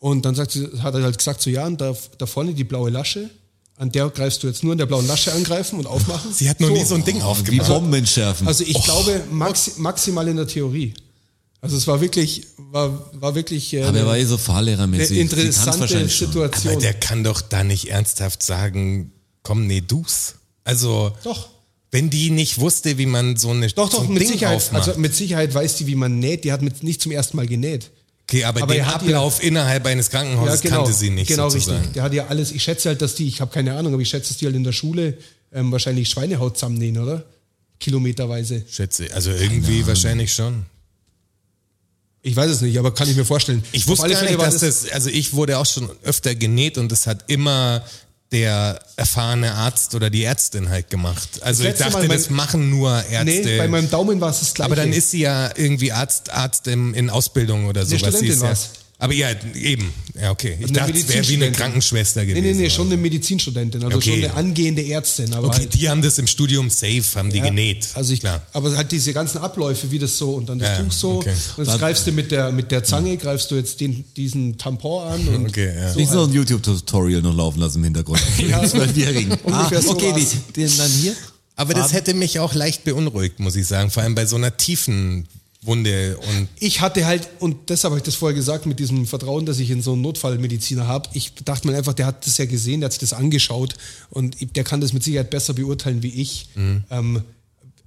B: Und dann sagt sie, hat er halt gesagt zu Jan, da, da vorne die blaue Lasche, an der greifst du jetzt nur in der blauen Lasche angreifen und aufmachen.
D: Sie hat noch nie so ein
B: Oh,
D: Ding Oh.
C: Wie
D: aufgemacht.
C: Bomben entschärfen.
B: Also ich glaube maxi maximal in der Theorie. Also es war wirklich, war, war wirklich äh,
C: aber er war
B: eine,
C: eh so
B: eine
C: Fahrlehrermäßig. Sie kann's
B: interessante
C: wahrscheinlich schon.
B: Situation.
D: Aber der kann doch da nicht ernsthaft sagen, komm, nee, du's. Also,
B: Doch.
D: wenn die nicht wusste, wie man so eine
B: Doch,
D: so
B: doch,
D: ein
B: mit
D: Ding
B: Sicherheit,
D: aufmacht.
B: also mit Sicherheit weiß die, wie man näht. Die hat mit, nicht zum ersten Mal genäht.
D: okay, aber,
B: aber
D: den
B: er hat ihr-
D: Ablauf innerhalb eines Krankenhauses kannte sie nicht
B: Genau,
D: sozusagen.
B: richtig. Der hat ja alles, ich schätze halt, dass die, ich habe keine Ahnung, aber ich schätze, dass die halt in der Schule ähm, wahrscheinlich Schweinehaut zusammennähen, oder? Kilometerweise.
D: Schätze, also irgendwie wahrscheinlich schon.
B: Ich weiß es nicht, aber kann ich mir vorstellen.
D: Ich
B: Auf
D: wusste
B: alle
D: gar
B: Fälle
D: nicht,
B: war
D: dass das, also ich wurde auch schon öfter genäht und das hat immer der erfahrene Arzt oder die Ärztin halt gemacht.
B: Das
D: Also ich
B: letzte
D: dachte,
B: Mal mein-
D: das machen nur
B: Nee,
D: Ärzte.
B: bei meinem Daumen war es das gleiche.
D: aber dann ist sie ja irgendwie Arzt, Arzt im, in Ausbildung oder sowas. Sie
B: Studentin
D: ist ja,
B: war's. Also
D: aber ja, eben. Ja, okay. Ich
B: Eine
D: dachte, es wäre wie eine
B: Medizinstudentin.
D: Krankenschwester
B: Nee,
D: gewesen.
B: nee, nee,
D: aber-
B: schon eine Medizinstudentin, also
D: Okay.
B: schon eine angehende Ärztin. Aber
D: Okay,
B: halt,
D: die haben das im Studium safe, haben die
B: ja,
D: genäht.
B: Also ich,
D: Klar.
B: Aber halt diese ganzen Abläufe, wie das so und dann das
D: Ja,
B: Tuch so.
D: okay. Hm.
B: Und jetzt greifst du mit der, mit der Zange, greifst du jetzt den, diesen Tampon an und
D: Okay, ja.
B: so
C: Nicht
B: halt.
C: so ein YouTube-Tutorial noch laufen lassen im Hintergrund. ja, Zwölfjährigen. Ah,
B: Ungefähr so
C: okay, die,
B: war's.
C: den dann hier.
D: Aber das hätte mich auch leicht beunruhigt, muss ich sagen. Vor allem bei so einer tiefen Wunde und
B: ich hatte halt, und deshalb habe ich das vorher gesagt, mit diesem Vertrauen, dass ich in so einen Notfallmediziner habe, ich dachte mir einfach, der hat das ja gesehen, der hat sich das angeschaut und ich- der kann das mit Sicherheit besser beurteilen wie ich.
D: Mhm.
B: Ähm,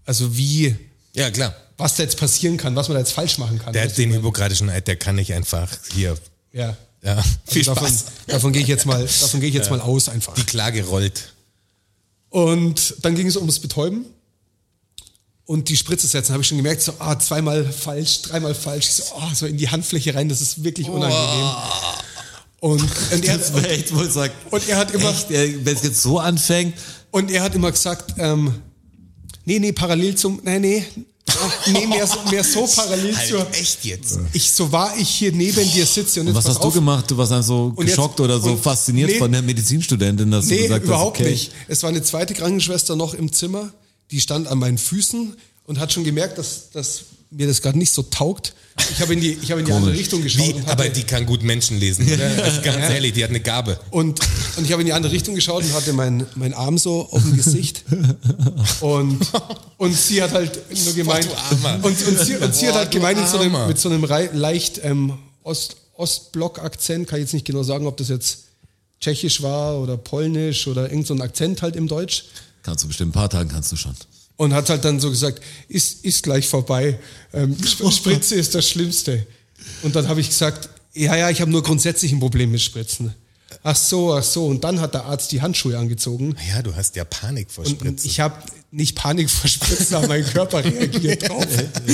B: also wie,
D: ja klar.
B: was da jetzt passieren kann, was man da jetzt falsch machen kann.
D: Der
B: Weißt
D: hat
B: du?
D: den hypokratischen Eid, der kann nicht einfach hier.
B: ja.
D: Ja, viel
B: Also davon
D: Spaß.
B: davon gehe ich jetzt mal, davon gehe ich jetzt mal aus einfach.
D: Die Klage rollt.
B: Und dann ging es ums Betäuben und die Spritze setzen. Habe ich schon gemerkt, so ah, zweimal falsch, dreimal falsch, Ich so, ah, so in die Handfläche rein, das ist wirklich unangenehm. Und, und, er,
C: Das wäre echt, wo ich sag,
B: und er hat immer
C: echt, äh, wenn es jetzt so anfängt,
B: und er hat immer gesagt, ähm, nee, nee, parallel zum, nee, nee, nee, mehr, so- mehr so parallel zur.
D: Halt, echt jetzt.
B: Ich so war ich hier neben dir sitze und jetzt
C: was
B: pass
C: hast du
B: auf,
C: gemacht? Du warst dann so
B: jetzt-
C: geschockt oder so
B: und-
C: fasziniert
B: nee.
C: von der Medizinstudentin, dass du
B: Nee,
C: gesagt
B: überhaupt
C: hast, okay,
B: nicht. Es war eine zweite Krankenschwester noch im Zimmer, die stand an meinen Füßen und hat schon gemerkt, dass, dass mir das gerade nicht so taugt. Ich habe in die, ich habe in die andere
C: Komisch.
B: Richtung geschaut.
D: Wie,
B: und hatte-
D: aber die kann gut Menschen lesen. Also ganz ehrlich, die hat eine Gabe.
B: und, und ich habe in die andere Richtung geschaut und hatte meinen meinen Arm so auf dem Gesicht. Und, und sie hat halt nur gemeint.
D: Boah, du Armer.
B: Und, und sie, und sie hat
D: Boah,
B: halt
D: du
B: gemeint mit so einem,
D: Armer.
B: mit so einem rei- leicht ähm, Ost, Ostblock-Akzent. Kann ich jetzt nicht genau sagen, ob das jetzt tschechisch war oder polnisch oder irgendein so ein Akzent halt im Deutsch.
C: kannst du bestimmt ein paar Tagen kannst du schon.
B: Und hat halt dann so gesagt, ist, ist gleich vorbei. Ähm, Sp- Spritze ist das Schlimmste. Und dann habe ich gesagt, ja, ja, ich habe nur grundsätzlich ein Problem mit Spritzen. Ach so, ach so. Und dann hat der Arzt die Handschuhe angezogen.
D: Ja, du hast ja Panik vor
B: Und
D: Spritzen.
B: ich habe nicht Panik vor Spritzen, aber mein Körper reagiert drauf.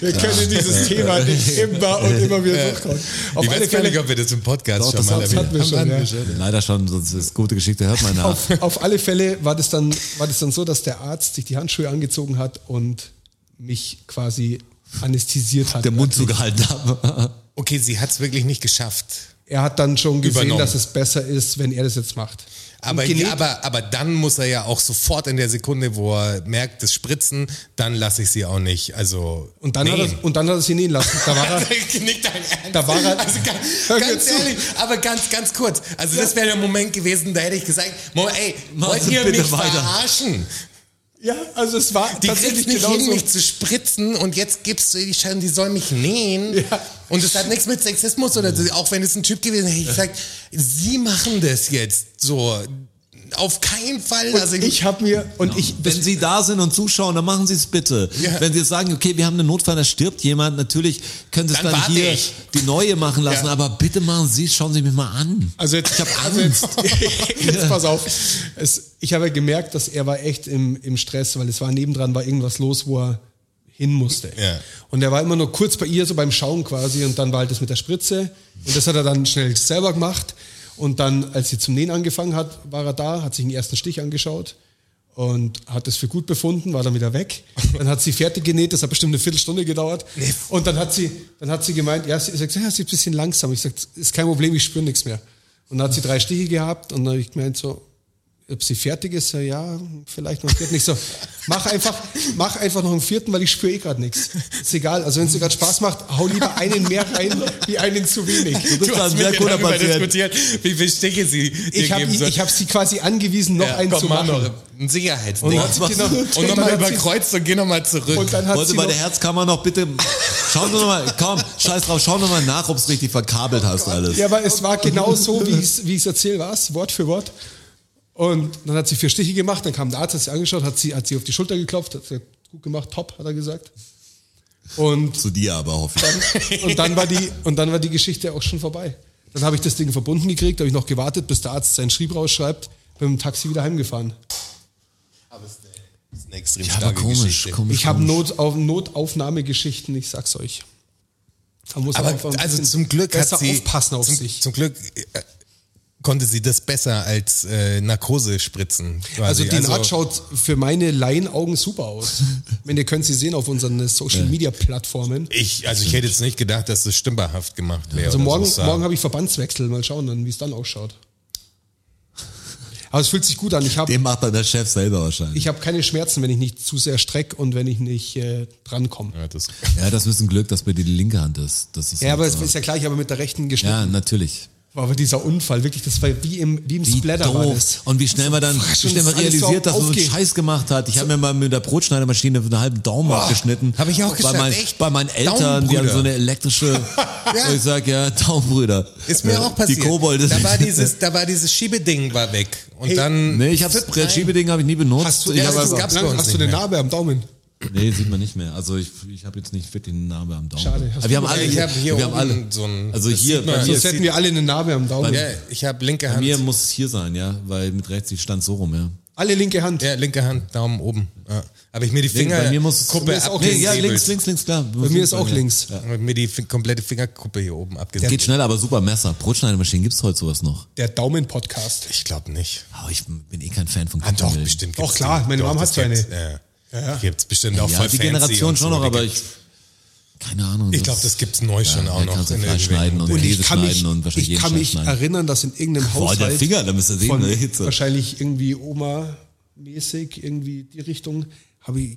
B: Wir können dieses Thema nicht immer und immer wieder durchkommen. Auf
D: ich
B: alle
D: weiß gar nicht,
B: Fälle,
D: ob wir das im Podcast
C: Doch,
D: schon
C: das
D: mal
C: hat's-
D: erwähnt
B: hatten wir schon, ja.
C: Leider schon, sonst ist gute Geschichte, hört man nach.
B: auf, auf alle Fälle war das, dann, war das dann so, dass der Arzt sich die Handschuhe angezogen hat und mich quasi anästhesiert hat.
C: Der Mund zugehalten haben.
D: Okay, sie hat es wirklich nicht geschafft.
B: er hat dann schon gesehen,
D: Übernommen.
B: dass es besser ist, wenn er das jetzt macht.
D: Aber,
B: Und genäht-
D: aber, aber dann muss er ja auch sofort in der Sekunde, wo er merkt, das Spritzen, dann lasse ich sie auch nicht. Also
B: und, dann hat
D: nähen.
B: er, und dann hat er sie nähen lassen. Da war er,
D: Nicht dein Ernst.
B: Da war er-
D: also ganz,
B: Hör mir
D: ganz
B: zu.
D: ehrlich, aber ganz, ganz kurz. Also das wäre der Moment gewesen, da hätte ich gesagt, Mo, ey,
C: Machen
D: wollt
C: Sie
D: ihr
C: bitte
D: mich
C: weiter.
D: verarschen?
B: ja, also es war
D: Die
B: tatsächlich
D: kriegt nicht hin,
B: genauso.
D: mich zu spritzen und jetzt gibst du ihr die Scheiße, die soll mich nähen.
B: Ja.
D: Und das hat nichts mit Sexismus oder so. Auch wenn es ein Typ gewesen wäre, hätte ich gesagt, sie machen das jetzt so. Auf keinen Fall.
B: Und
D: also
B: ich habe mir und ich
C: Wenn Sie da sind und zuschauen, dann machen Sie es bitte.
D: Ja.
C: Wenn Sie jetzt sagen, okay, wir haben einen Notfall, da stirbt jemand, natürlich können Sie es
D: Dann
C: dann,
D: warte
C: hier
D: ich.
C: die neue machen lassen,
D: Ja.
C: aber bitte machen Sie es, schauen Sie mich mal an.
B: also jetzt ich habe Angst. Jetzt, jetzt pass auf. Es, ich habe gemerkt, dass er war echt im, im Stress, weil es war nebendran war irgendwas los, wo er hin musste.
D: Ja.
B: Und er war immer nur kurz bei ihr, so beim Schauen quasi, und dann war halt das mit der Spritze. Und das hat er dann schnell selber gemacht. Und dann, als sie zum Nähen angefangen hat, war er da, hat sich den ersten Stich angeschaut und hat es für gut befunden, war dann wieder weg. Dann hat sie fertig genäht, das hat bestimmt eine Viertelstunde gedauert. Und dann hat sie, dann hat sie gemeint, ja, sie sagt, ja, sie ist ein bisschen langsam. Ich sage, ist kein Problem, ich spüre nichts mehr. Und dann hat sie drei Stiche gehabt und dann habe ich gemeint so, ob sie fertig ist, ja, ja vielleicht noch einen vierten. Ich so, mach einfach, mach einfach noch einen vierten, weil ich spüre eh gerade nichts. Ist egal, also wenn es dir gerade Spaß macht, hau lieber einen mehr rein, wie einen zu wenig.
C: bist da ein sehr cooler
D: darüber
C: Patient.
D: diskutiert, wie viel Stiche sie dir
B: Ich habe
D: geben soll.
B: hab sie quasi angewiesen, noch
D: Ja,
B: einen
D: komm,
B: zu
D: mach
B: machen.
D: noch Ein Sicherheitsding.
C: dann hat sie noch-
D: Und nochmal überkreuzt und geh nochmal zurück.
B: Und dann hat
C: Leute
B: sie
C: bei
B: noch,
C: der Herzkammer noch bitte. Schauen Sie nochmal, komm, scheiß drauf, schauen Sie mal nach, ob es richtig verkabelt hast alles.
B: Ja, aber es war genau so, wie ich es erzählt war, Wort für Wort. Und dann hat sie vier Stiche gemacht, dann kam der Arzt, hat sie angeschaut, hat sie, hat sie auf die Schulter geklopft, hat gesagt, gut gemacht, top, hat er gesagt. Und,
C: Zu dir aber hoffe ich.
B: und, dann war die, und dann war die Geschichte auch schon vorbei. Dann habe ich das Ding verbunden gekriegt, habe ich noch gewartet, bis der Arzt seinen Schrieb rausschreibt, bin mit dem Taxi wieder heimgefahren.
D: Das ist eine extrem
C: Ja, aber
D: starke
C: komisch,
D: Geschichte.
C: komisch.
B: Ich habe
C: komisch.
B: Not, auf, Notaufnahmegeschichten, ich sag's euch. Man muss
D: Aber
B: einfach ein
D: also
B: bisschen
D: zum Glück
B: besser
D: hat sie
B: aufpassen auf
D: zum,
B: sich.
D: Zum Glück äh, konnte sie das besser als äh, Narkose spritzen.
B: Also
D: quasi.
B: die Naht schaut für meine Laienaugen super aus. Wenn ihr könnt sie sehen auf unseren Social Media Plattformen.
D: ich, also ich hätte jetzt nicht gedacht, dass das stümperhaft gemacht wäre.
B: Also
D: oder
B: morgen,
D: so.
B: morgen habe ich Verbandswechsel. Mal schauen dann, wie es dann ausschaut. Aber es fühlt sich gut an. Ich habe
C: Den macht dann der Chef selber wahrscheinlich.
B: ich hab keine Schmerzen, wenn ich nicht zu sehr strecke und wenn ich nicht äh, drankomme.
D: Ja, das-
C: Ja, das ist ein Glück, dass bei dir die linke Hand ist. Das ist
B: Ja,
C: halt
B: aber es
C: so.
B: ist ja klar, ich habe mit der rechten geschnitten.
C: ja, natürlich.
B: War aber dieser Unfall, wirklich, das war wie im, wie im
C: Wie
B: Splatter war das.
C: doof. Und wie schnell man dann wie schnell man
B: das alles so
C: realisiert, dass man so einen
B: aufgeht.
C: Scheiß gemacht hat. Ich habe mir mal mit der Brotschneidermaschine einen halben Daumen abgeschnitten.
D: hab ich auch
C: bei,
D: geschafft,
C: mein,
D: echt?
C: bei meinen Eltern, die
D: Daumenbrüder.
C: haben so eine elektrische, wo ich sag ja, Daumenbrüder.
D: Ist mir
C: Ja,
D: auch passiert.
C: Die Kobolde.
D: da, war dieses, da war dieses Schiebeding war weg. Und dann.
C: Nee, ich hab's, das Schiebeding habe ich nie benutzt.
B: Hast du,
C: ich
B: ja,
C: hab
D: das
B: hast du,
C: aber-
D: gab's bei uns
B: hast du
D: nicht
B: eine
D: mehr.
B: Narbe am Daumen?
C: Nee, sieht man nicht mehr. Also ich, ich habe jetzt nicht wirklich eine Narbe am Daumen.
B: Schade, hast
C: Aber
B: du-
C: wir haben alle,
D: ich hab hier
C: wir haben alle.
D: oben so ein-
C: also
D: das
C: hier,
D: sieht man-
C: bei mir,
B: Sonst
D: das
B: hätten
D: sieht-
B: wir alle eine Narbe am Daumen.
D: Ja, ich habe linke
C: bei
D: Hand.
C: mir muss es hier sein, ja, weil mit rechts die stand so rum, ja.
B: Alle linke Hand.
D: ja, linke Hand, Daumen oben. Ja. Habe ich mir die Finger.
C: bei mir muss es-
D: Kuppe
B: bei mir ist auch
D: abgehebelt.
C: Nee, ja, links, links, links, klar.
B: Bei mir ist auch links.
D: Hab ich mir die fin- komplette Fingerkuppe hier oben abgegeben.
C: Geht schneller, aber super Messer. Brotschneidemaschinen gibt's heute sowas noch.
B: Der Daumen-Podcast.
D: Ich glaube nicht.
C: Aber ich bin eh kein Fan von
D: Ah, doch,
C: Kugeln.
D: bestimmt.
B: Doch, klar, meine Mom hat so eine.
D: Ja. Ja. Gibt's bestimmt auch
C: Ja,
D: voll
C: die
D: fancy
C: Generation
D: und
C: schon
D: so.
C: noch, aber
D: Die-
C: ich. Keine Ahnung.
D: Ich glaube, das gibt's neu schon auch noch.
C: Kannst du
D: in
C: Fleisch schneiden
D: irgendwelchen-
C: und,
B: Und
C: Käse
B: ich kann
C: schneiden
B: mich,
C: und wahrscheinlich
B: ich
C: jeden
B: kann
C: Scheiß
B: mich
C: schneiden.
B: erinnern, dass in irgendeinem
C: Boah,
B: Haushalt
C: der Finger, da müsst ihr sehen,
B: von
C: ne, Hitze.
B: wahrscheinlich irgendwie Oma-mäßig, irgendwie die Richtung,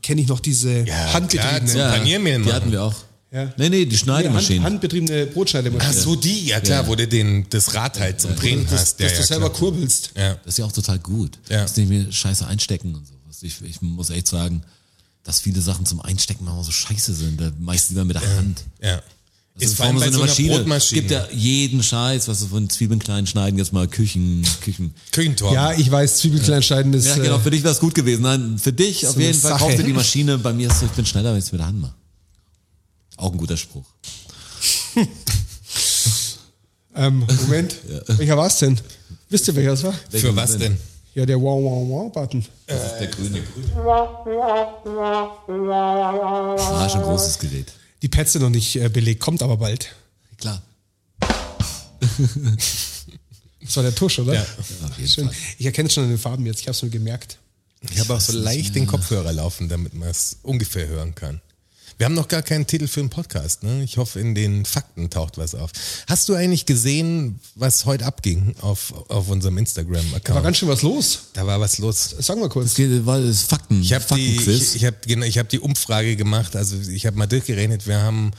B: kenne ich noch diese
D: Ja,
B: handgetriebene.
D: klar,
B: Ja,
D: ja. Paniermehl
C: die
D: machen.
C: hatten wir auch.
B: Ja.
C: Nee, nee, die
B: Hand,
C: Schneidemaschinen.
B: handbetriebene Brotschneidemaschine.
D: Ach so, die, ja klar, wo du den, das Rad halt zum Drehen hast. Ja,
B: dass
D: ja,
B: du selber
D: klar.
B: kurbelst.
D: Ja.
C: das ist ja auch total gut.
D: Ja.
C: Dass die mir Scheiße einstecken und sowas. Ich, ich muss echt sagen, dass viele Sachen zum Einstecken manchmal so scheiße sind. Da mach ich's lieber mit der Hand.
D: ja.
C: Das
D: Ist vor allem bei so einer Brotmaschine.
C: gibt ja jeden Scheiß, was du von Zwiebeln klein schneiden, jetzt mal Küchen, Küchen.
D: Küchentor.
B: Ja, ich weiß, Zwiebelkleinschneiden ist.
C: Ja, genau,
B: äh,
C: für dich wäre es gut gewesen. Nein, für dich auf
B: eine
C: jeden Fall
B: Sache.
C: kauf dir die Maschine. Bei mir ist so, ich bin schneller, wenn ich es mit der Hand mache. Auch ein guter Spruch.
B: ähm, Moment, welcher war es denn? Wisst ihr, welcher es war?
D: Für was denn?
B: Ja, der Wow-Wow-Wow-Button.
C: Das ist der grüne. Ah, schon ein großes Gerät.
B: Die Pads sind noch nicht äh, belegt, kommt aber bald.
C: Klar.
B: Das war der Tusch, oder?
D: Ja.
C: Auf jeden
B: Schön.
C: Fall.
B: Ich erkenne es schon an den Farben jetzt, ich habe es mir gemerkt.
D: Ich habe auch so leicht den Kopfhörer laufen, damit man es ungefähr hören kann. Wir haben noch gar keinen Titel für den Podcast. Ne? Ich hoffe, in den Fakten taucht was auf. Hast du eigentlich gesehen, was heute abging auf, auf unserem
B: War
D: Instagram-Account?
B: ganz schön was los.
D: Da war was los.
B: Sag mal kurz.
C: Es geht, weil es Fakten.
D: Ich habe die,
C: Faktenquiz.
D: ich, ich hab, genau, ich hab die Umfrage gemacht, also ich habe mal durchgerechnet, wir haben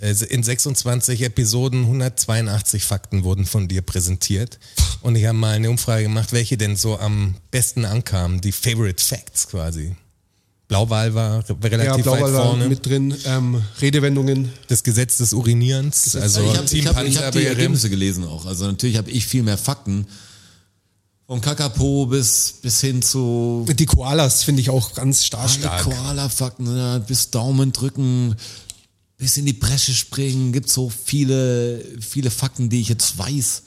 D: äh, in 26 Episoden 182 Fakten wurden von dir präsentiert und ich habe mal eine Umfrage gemacht, welche denn so am besten ankamen, die Favorite Facts quasi. Blauwal war re-
B: Ja,
D: relativ
B: Blauwal
D: weit
B: war
D: vorne.
B: mit drin, ähm, Redewendungen.
D: das Gesetz des Urinierens, also
C: ich habe
D: Team
C: ich hab, ich hab die
D: Panzerbeeren.
C: Ergebnisse gelesen auch. Also natürlich habe ich viel mehr Fakten. Vom Kakapo bis, bis hin zu
B: Die Koalas finde ich auch ganz stark.
C: Alle Koala-Fakten, ja, bis Daumen drücken, bis in die Bresche springen. Gibt so viele, viele Fakten, die ich jetzt weiß.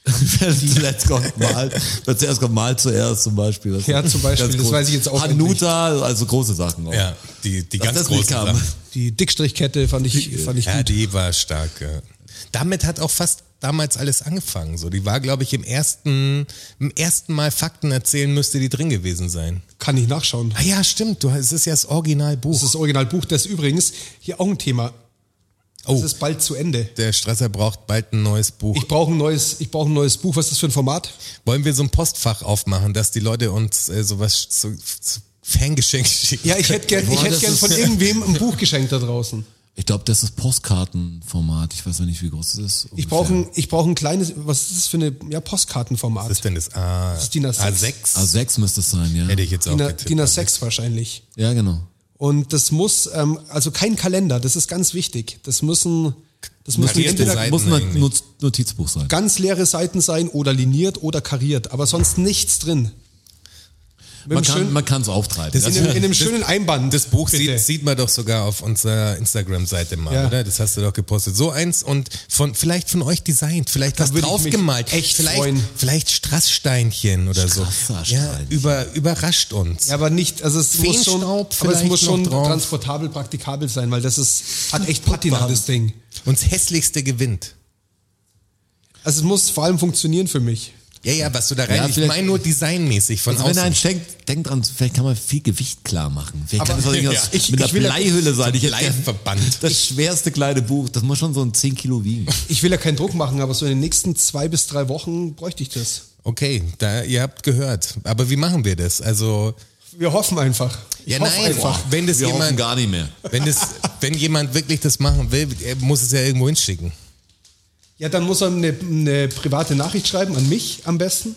C: Let's kommt mal. Wer zuerst kommt mal zuerst zum Beispiel. Das
B: Ja,
C: ist
B: zum Beispiel,
C: ganz
B: das
C: groß.
B: weiß ich jetzt auch
C: Hanuta, also große Sachen auch.
D: Ja, die, die
C: Dass
D: ganz
C: das nicht
D: großen
C: kam.
D: Sachen.
B: Die Dickstrichkette fand ich, fand ich
D: Ja,
B: gut.
D: die war stark. Ja. Damit hat auch fast damals alles angefangen. So, die war, glaube ich, im ersten, im ersten Mal Fakten erzählen müsste die drin gewesen sein.
B: Kann ich nachschauen.
D: Ah ja, stimmt. Du, es ist ja das Originalbuch.
B: Das ist das Originalbuch, das ist übrigens hier auch ein Thema.
D: Oh.
B: Das ist bald zu Ende.
D: Der Stresser braucht bald ein neues Buch.
B: Ich brauche ein neues, ich brauche ein neues Buch. Was ist das für ein Format?
D: Wollen wir so ein Postfach aufmachen, dass die Leute uns äh, sowas zu, zu Fangeschenk schicken?
B: Ja, ich hätte gern, ich
C: Boah,
B: hätte
C: das
B: gern
C: ist-
B: von irgendwem ein Buch geschenkt da draußen.
C: Ich glaube, das ist Postkartenformat. Ich weiß ja nicht, wie groß es ist.
B: Ich brauche ein, ich brauche ein kleines, was ist das für eine, ja, Postkartenformat.
D: Was ist denn das? A,
B: ist DIN A6.
D: A6?
C: A6 müsste es sein, ja.
D: Hätte ich jetzt auch
B: DIN A-
D: getippt.
B: DIN A6 wahrscheinlich.
C: Ja, genau.
B: Und das muss, ähm, also kein Kalender, das ist ganz wichtig. Das müssen, das müssen
D: Karierte
B: entweder
D: Seiten
C: Muss ein
D: eigentlich.
C: Not- Notizbuch sein.
B: ganz leere Seiten sein oder liniert oder kariert, aber sonst nichts drin. Mit
C: Man
B: einem schönen,
C: kann es auftreiben. Also
B: in, einem, in einem schönen Einband.
D: Das Buch
B: bitte.
D: sieht, sieht man doch sogar auf unserer Instagram-Seite mal,
B: Ja.
D: oder? Das hast du doch gepostet. So eins und von vielleicht von euch designt, vielleicht was
B: würde ich mich
D: draufgemalt,
B: echt
D: vielleicht,
B: freuen.
D: vielleicht Strasssteinchen oder so. Ja,
C: Strasssteinchen.
D: über, überrascht uns.
B: Ja, aber nicht, also es muss schon,
D: Feenstaub
B: aber es
D: vielleicht
B: muss
D: noch
B: schon
D: drauf.
B: transportabel, praktikabel sein, weil das ist, hat echt Patina, das Ding.
D: Uns hässlichste gewinnt.
B: Also es muss vor allem funktionieren für mich.
D: Ja, ja, was du da rein.
C: Ja,
D: ich
C: vielleicht-
D: meine nur designmäßig von
C: Also wenn er
D: außen.
C: einen schenkt, denkt dran, vielleicht kann man viel Gewicht klar machen. Vielleicht kann
B: Aber-
C: das auch irgendwas
D: Ja.
B: Ich-
C: mit
B: ich
C: einer
B: will ja-
C: Bleihülle sein. Ich hätte gern
D: Bleiverband.
C: das schwerste kleine Buch, das muss schon so ein 10 Kilo wiegen.
B: Ich will ja keinen Druck machen, aber so in den nächsten zwei bis drei Wochen bräuchte ich das.
D: Okay, da, ihr habt gehört. Aber wie machen wir das? Also,
B: Wir hoffen einfach. Ich
D: Ja,
B: hoffe
D: nein.
B: einfach.
D: Boah, wenn das
C: Wir
D: jemand-
C: hoffen gar nicht mehr.
D: wenn, das, wenn jemand wirklich das machen will, er muss es ja irgendwo hinschicken.
B: Ja, dann muss er eine, eine private Nachricht schreiben an mich am besten.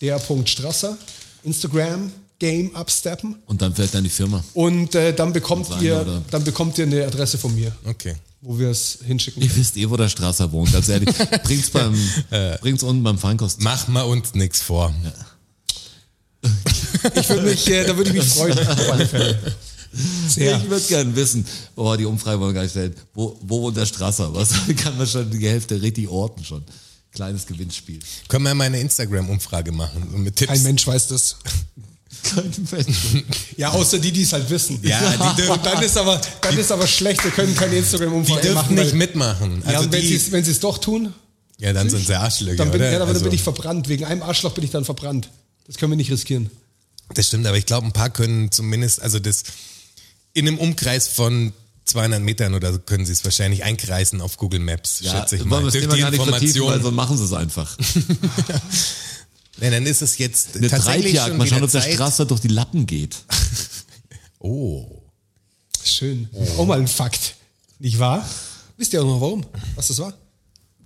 B: Der.strasser, Instagram, Game upsteppen.
C: Und dann fällt dann die Firma.
B: Und äh, dann, bekommt
C: Sein, oder?
B: ihr, dann bekommt ihr eine Adresse von mir,
D: Okay.
B: wo wir es hinschicken.
C: Ihr wisst eh, wo der Strasser wohnt, ganz ehrlich. Bringt's, beim, bringt's unten beim Feinkost.
D: Äh. Mach mal uns nichts vor.
B: Ich würde mich, äh, da würde ich mich freuen. auf alle Fälle. Sehr.
C: Ich würde gerne wissen, boah, die Umfrage wollen wir gar nicht stellen, wo, wo wohnt der Strasser? Was kann man schon die Hälfte richtig orten schon? Kleines Gewinnspiel.
D: Können wir mal eine Instagram-Umfrage machen mit Tipps?
B: Kein Mensch weiß das.
C: Kein Mensch.
B: Ja, außer die, die es halt wissen.
D: Ja, die dürfen-
B: Und dann ist aber, dann ist aber schlecht, wir können keine
D: die
B: Instagram-Umfrage
D: dürfen
B: machen.
D: nicht
B: weil-
D: mitmachen.
B: ja,
D: Also
B: und wenn sie
D: die,
B: es- wenn sie es doch tun,
D: ja, dann sind sie Arschlöcher,
B: dann bin,
D: oder?
B: ja, dann
D: also,
B: bin ich verbrannt. Wegen einem Arschloch bin ich dann verbrannt. Das können wir nicht riskieren.
D: das stimmt, aber ich glaube, ein paar können zumindest, also das in einem Umkreis von 200 Metern oder so können sie es wahrscheinlich einkreisen auf Google Maps,
C: Ja,
D: schätze ich
C: wollen
D: mal.
C: wir das
D: Durch
C: Thema
D: die
C: gar nicht vertiefen,
D: Information.
C: weil sonst machen sie es einfach.
D: Nein, dann ist es jetzt
C: Eine
D: tatsächlich
C: Treibjagd,
D: schon
C: mal schauen,
D: wieder
C: ob der
D: Zeit.
C: Strasser durch die Lappen geht.
D: Oh.
B: Schön. Auch mal ein Fakt. Nicht wahr? Wisst ihr auch noch warum? Was das war?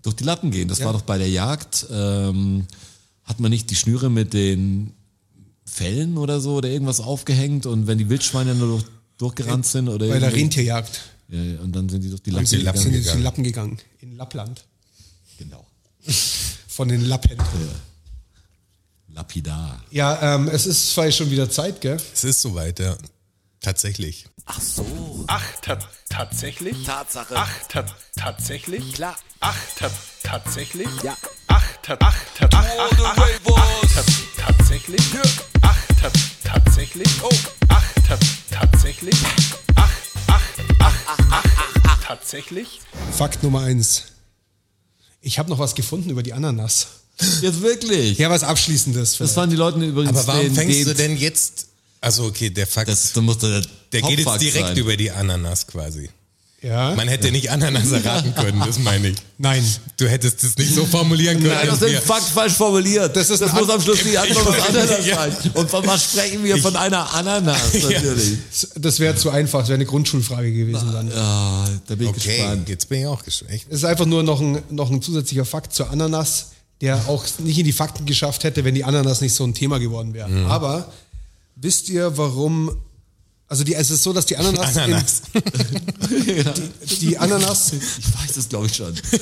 C: durch die Lappen gehen. Das war doch bei der Jagd. Ähm, hat man nicht die Schnüre mit den Fellen oder so oder irgendwas aufgehängt und wenn die Wildschweine nur durch, durchgerannt sind oder
B: Bei der
C: irgendwie-
B: Rentierjagd.
C: ja, ja, und dann sind die durch die Lappen
D: die Lappen
B: Sind
C: gegangen.
B: die zu den Lappen gegangen. In Lappland.
C: Genau.
B: Von den Lappen.
C: Lapidar.
B: Ja, ähm, es ist zwar schon wieder Zeit, gell?
D: Es ist soweit, ja. Tatsächlich.
E: Ach, ta tatsächlich? Tatsache. Ach, ta tatsächlich? Klar. Ach, ta tatsächlich? Ja. Ach, ta ach, ta ach, ach, ach, ach, ach, ta tatsächlich? Ach, ta tatsächlich? Oh. Ach, ta tatsächlich? Ach, ach, ach, ach, ach, ach, ach, tatsächlich?
B: Fakt Nummer eins. Ich habe noch was gefunden über die Ananas.
C: Jetzt wirklich.
B: Ja, was Abschließendes.
C: Das
B: vielleicht.
C: waren die Leute die übrigens.
D: Aber warum
C: den,
D: fängst
C: den,
D: du denn jetzt? Also okay, der Fakt,
C: Das, da muss der
D: der geht jetzt
C: Top-Fakt
D: direkt
C: sein.
D: über die Ananas quasi.
B: ja?
D: Man hätte nicht Ananas erraten können, das meine ich.
B: Nein.
D: Du hättest es nicht so formulieren können.
C: Nein, das
D: dass
C: ist
D: wir-
C: ein Fakt falsch formuliert.
B: Das ist
C: das
B: ein
C: muss
B: An-
C: am Schluss die Antwort was anderes
D: Ja.
C: sein. Und von was sprechen wir? Von einer Ananas natürlich.
B: Das wäre zu einfach. Das wäre eine Grundschulfrage gewesen dann.
C: Ah, da bin ich
D: okay,
C: gespannt.
D: jetzt bin ich auch gespannt.
B: Es ist einfach nur noch ein, noch ein zusätzlicher Fakt zur Ananas, der auch nicht in die Fakten geschafft hätte, wenn die Ananas nicht so ein Thema geworden wäre. Aber wisst ihr, warum? Also die, es ist so, dass die Ananas,
D: Ananas.
B: In, die Ananas
C: Ich weiß es, glaube ich, schon. Ist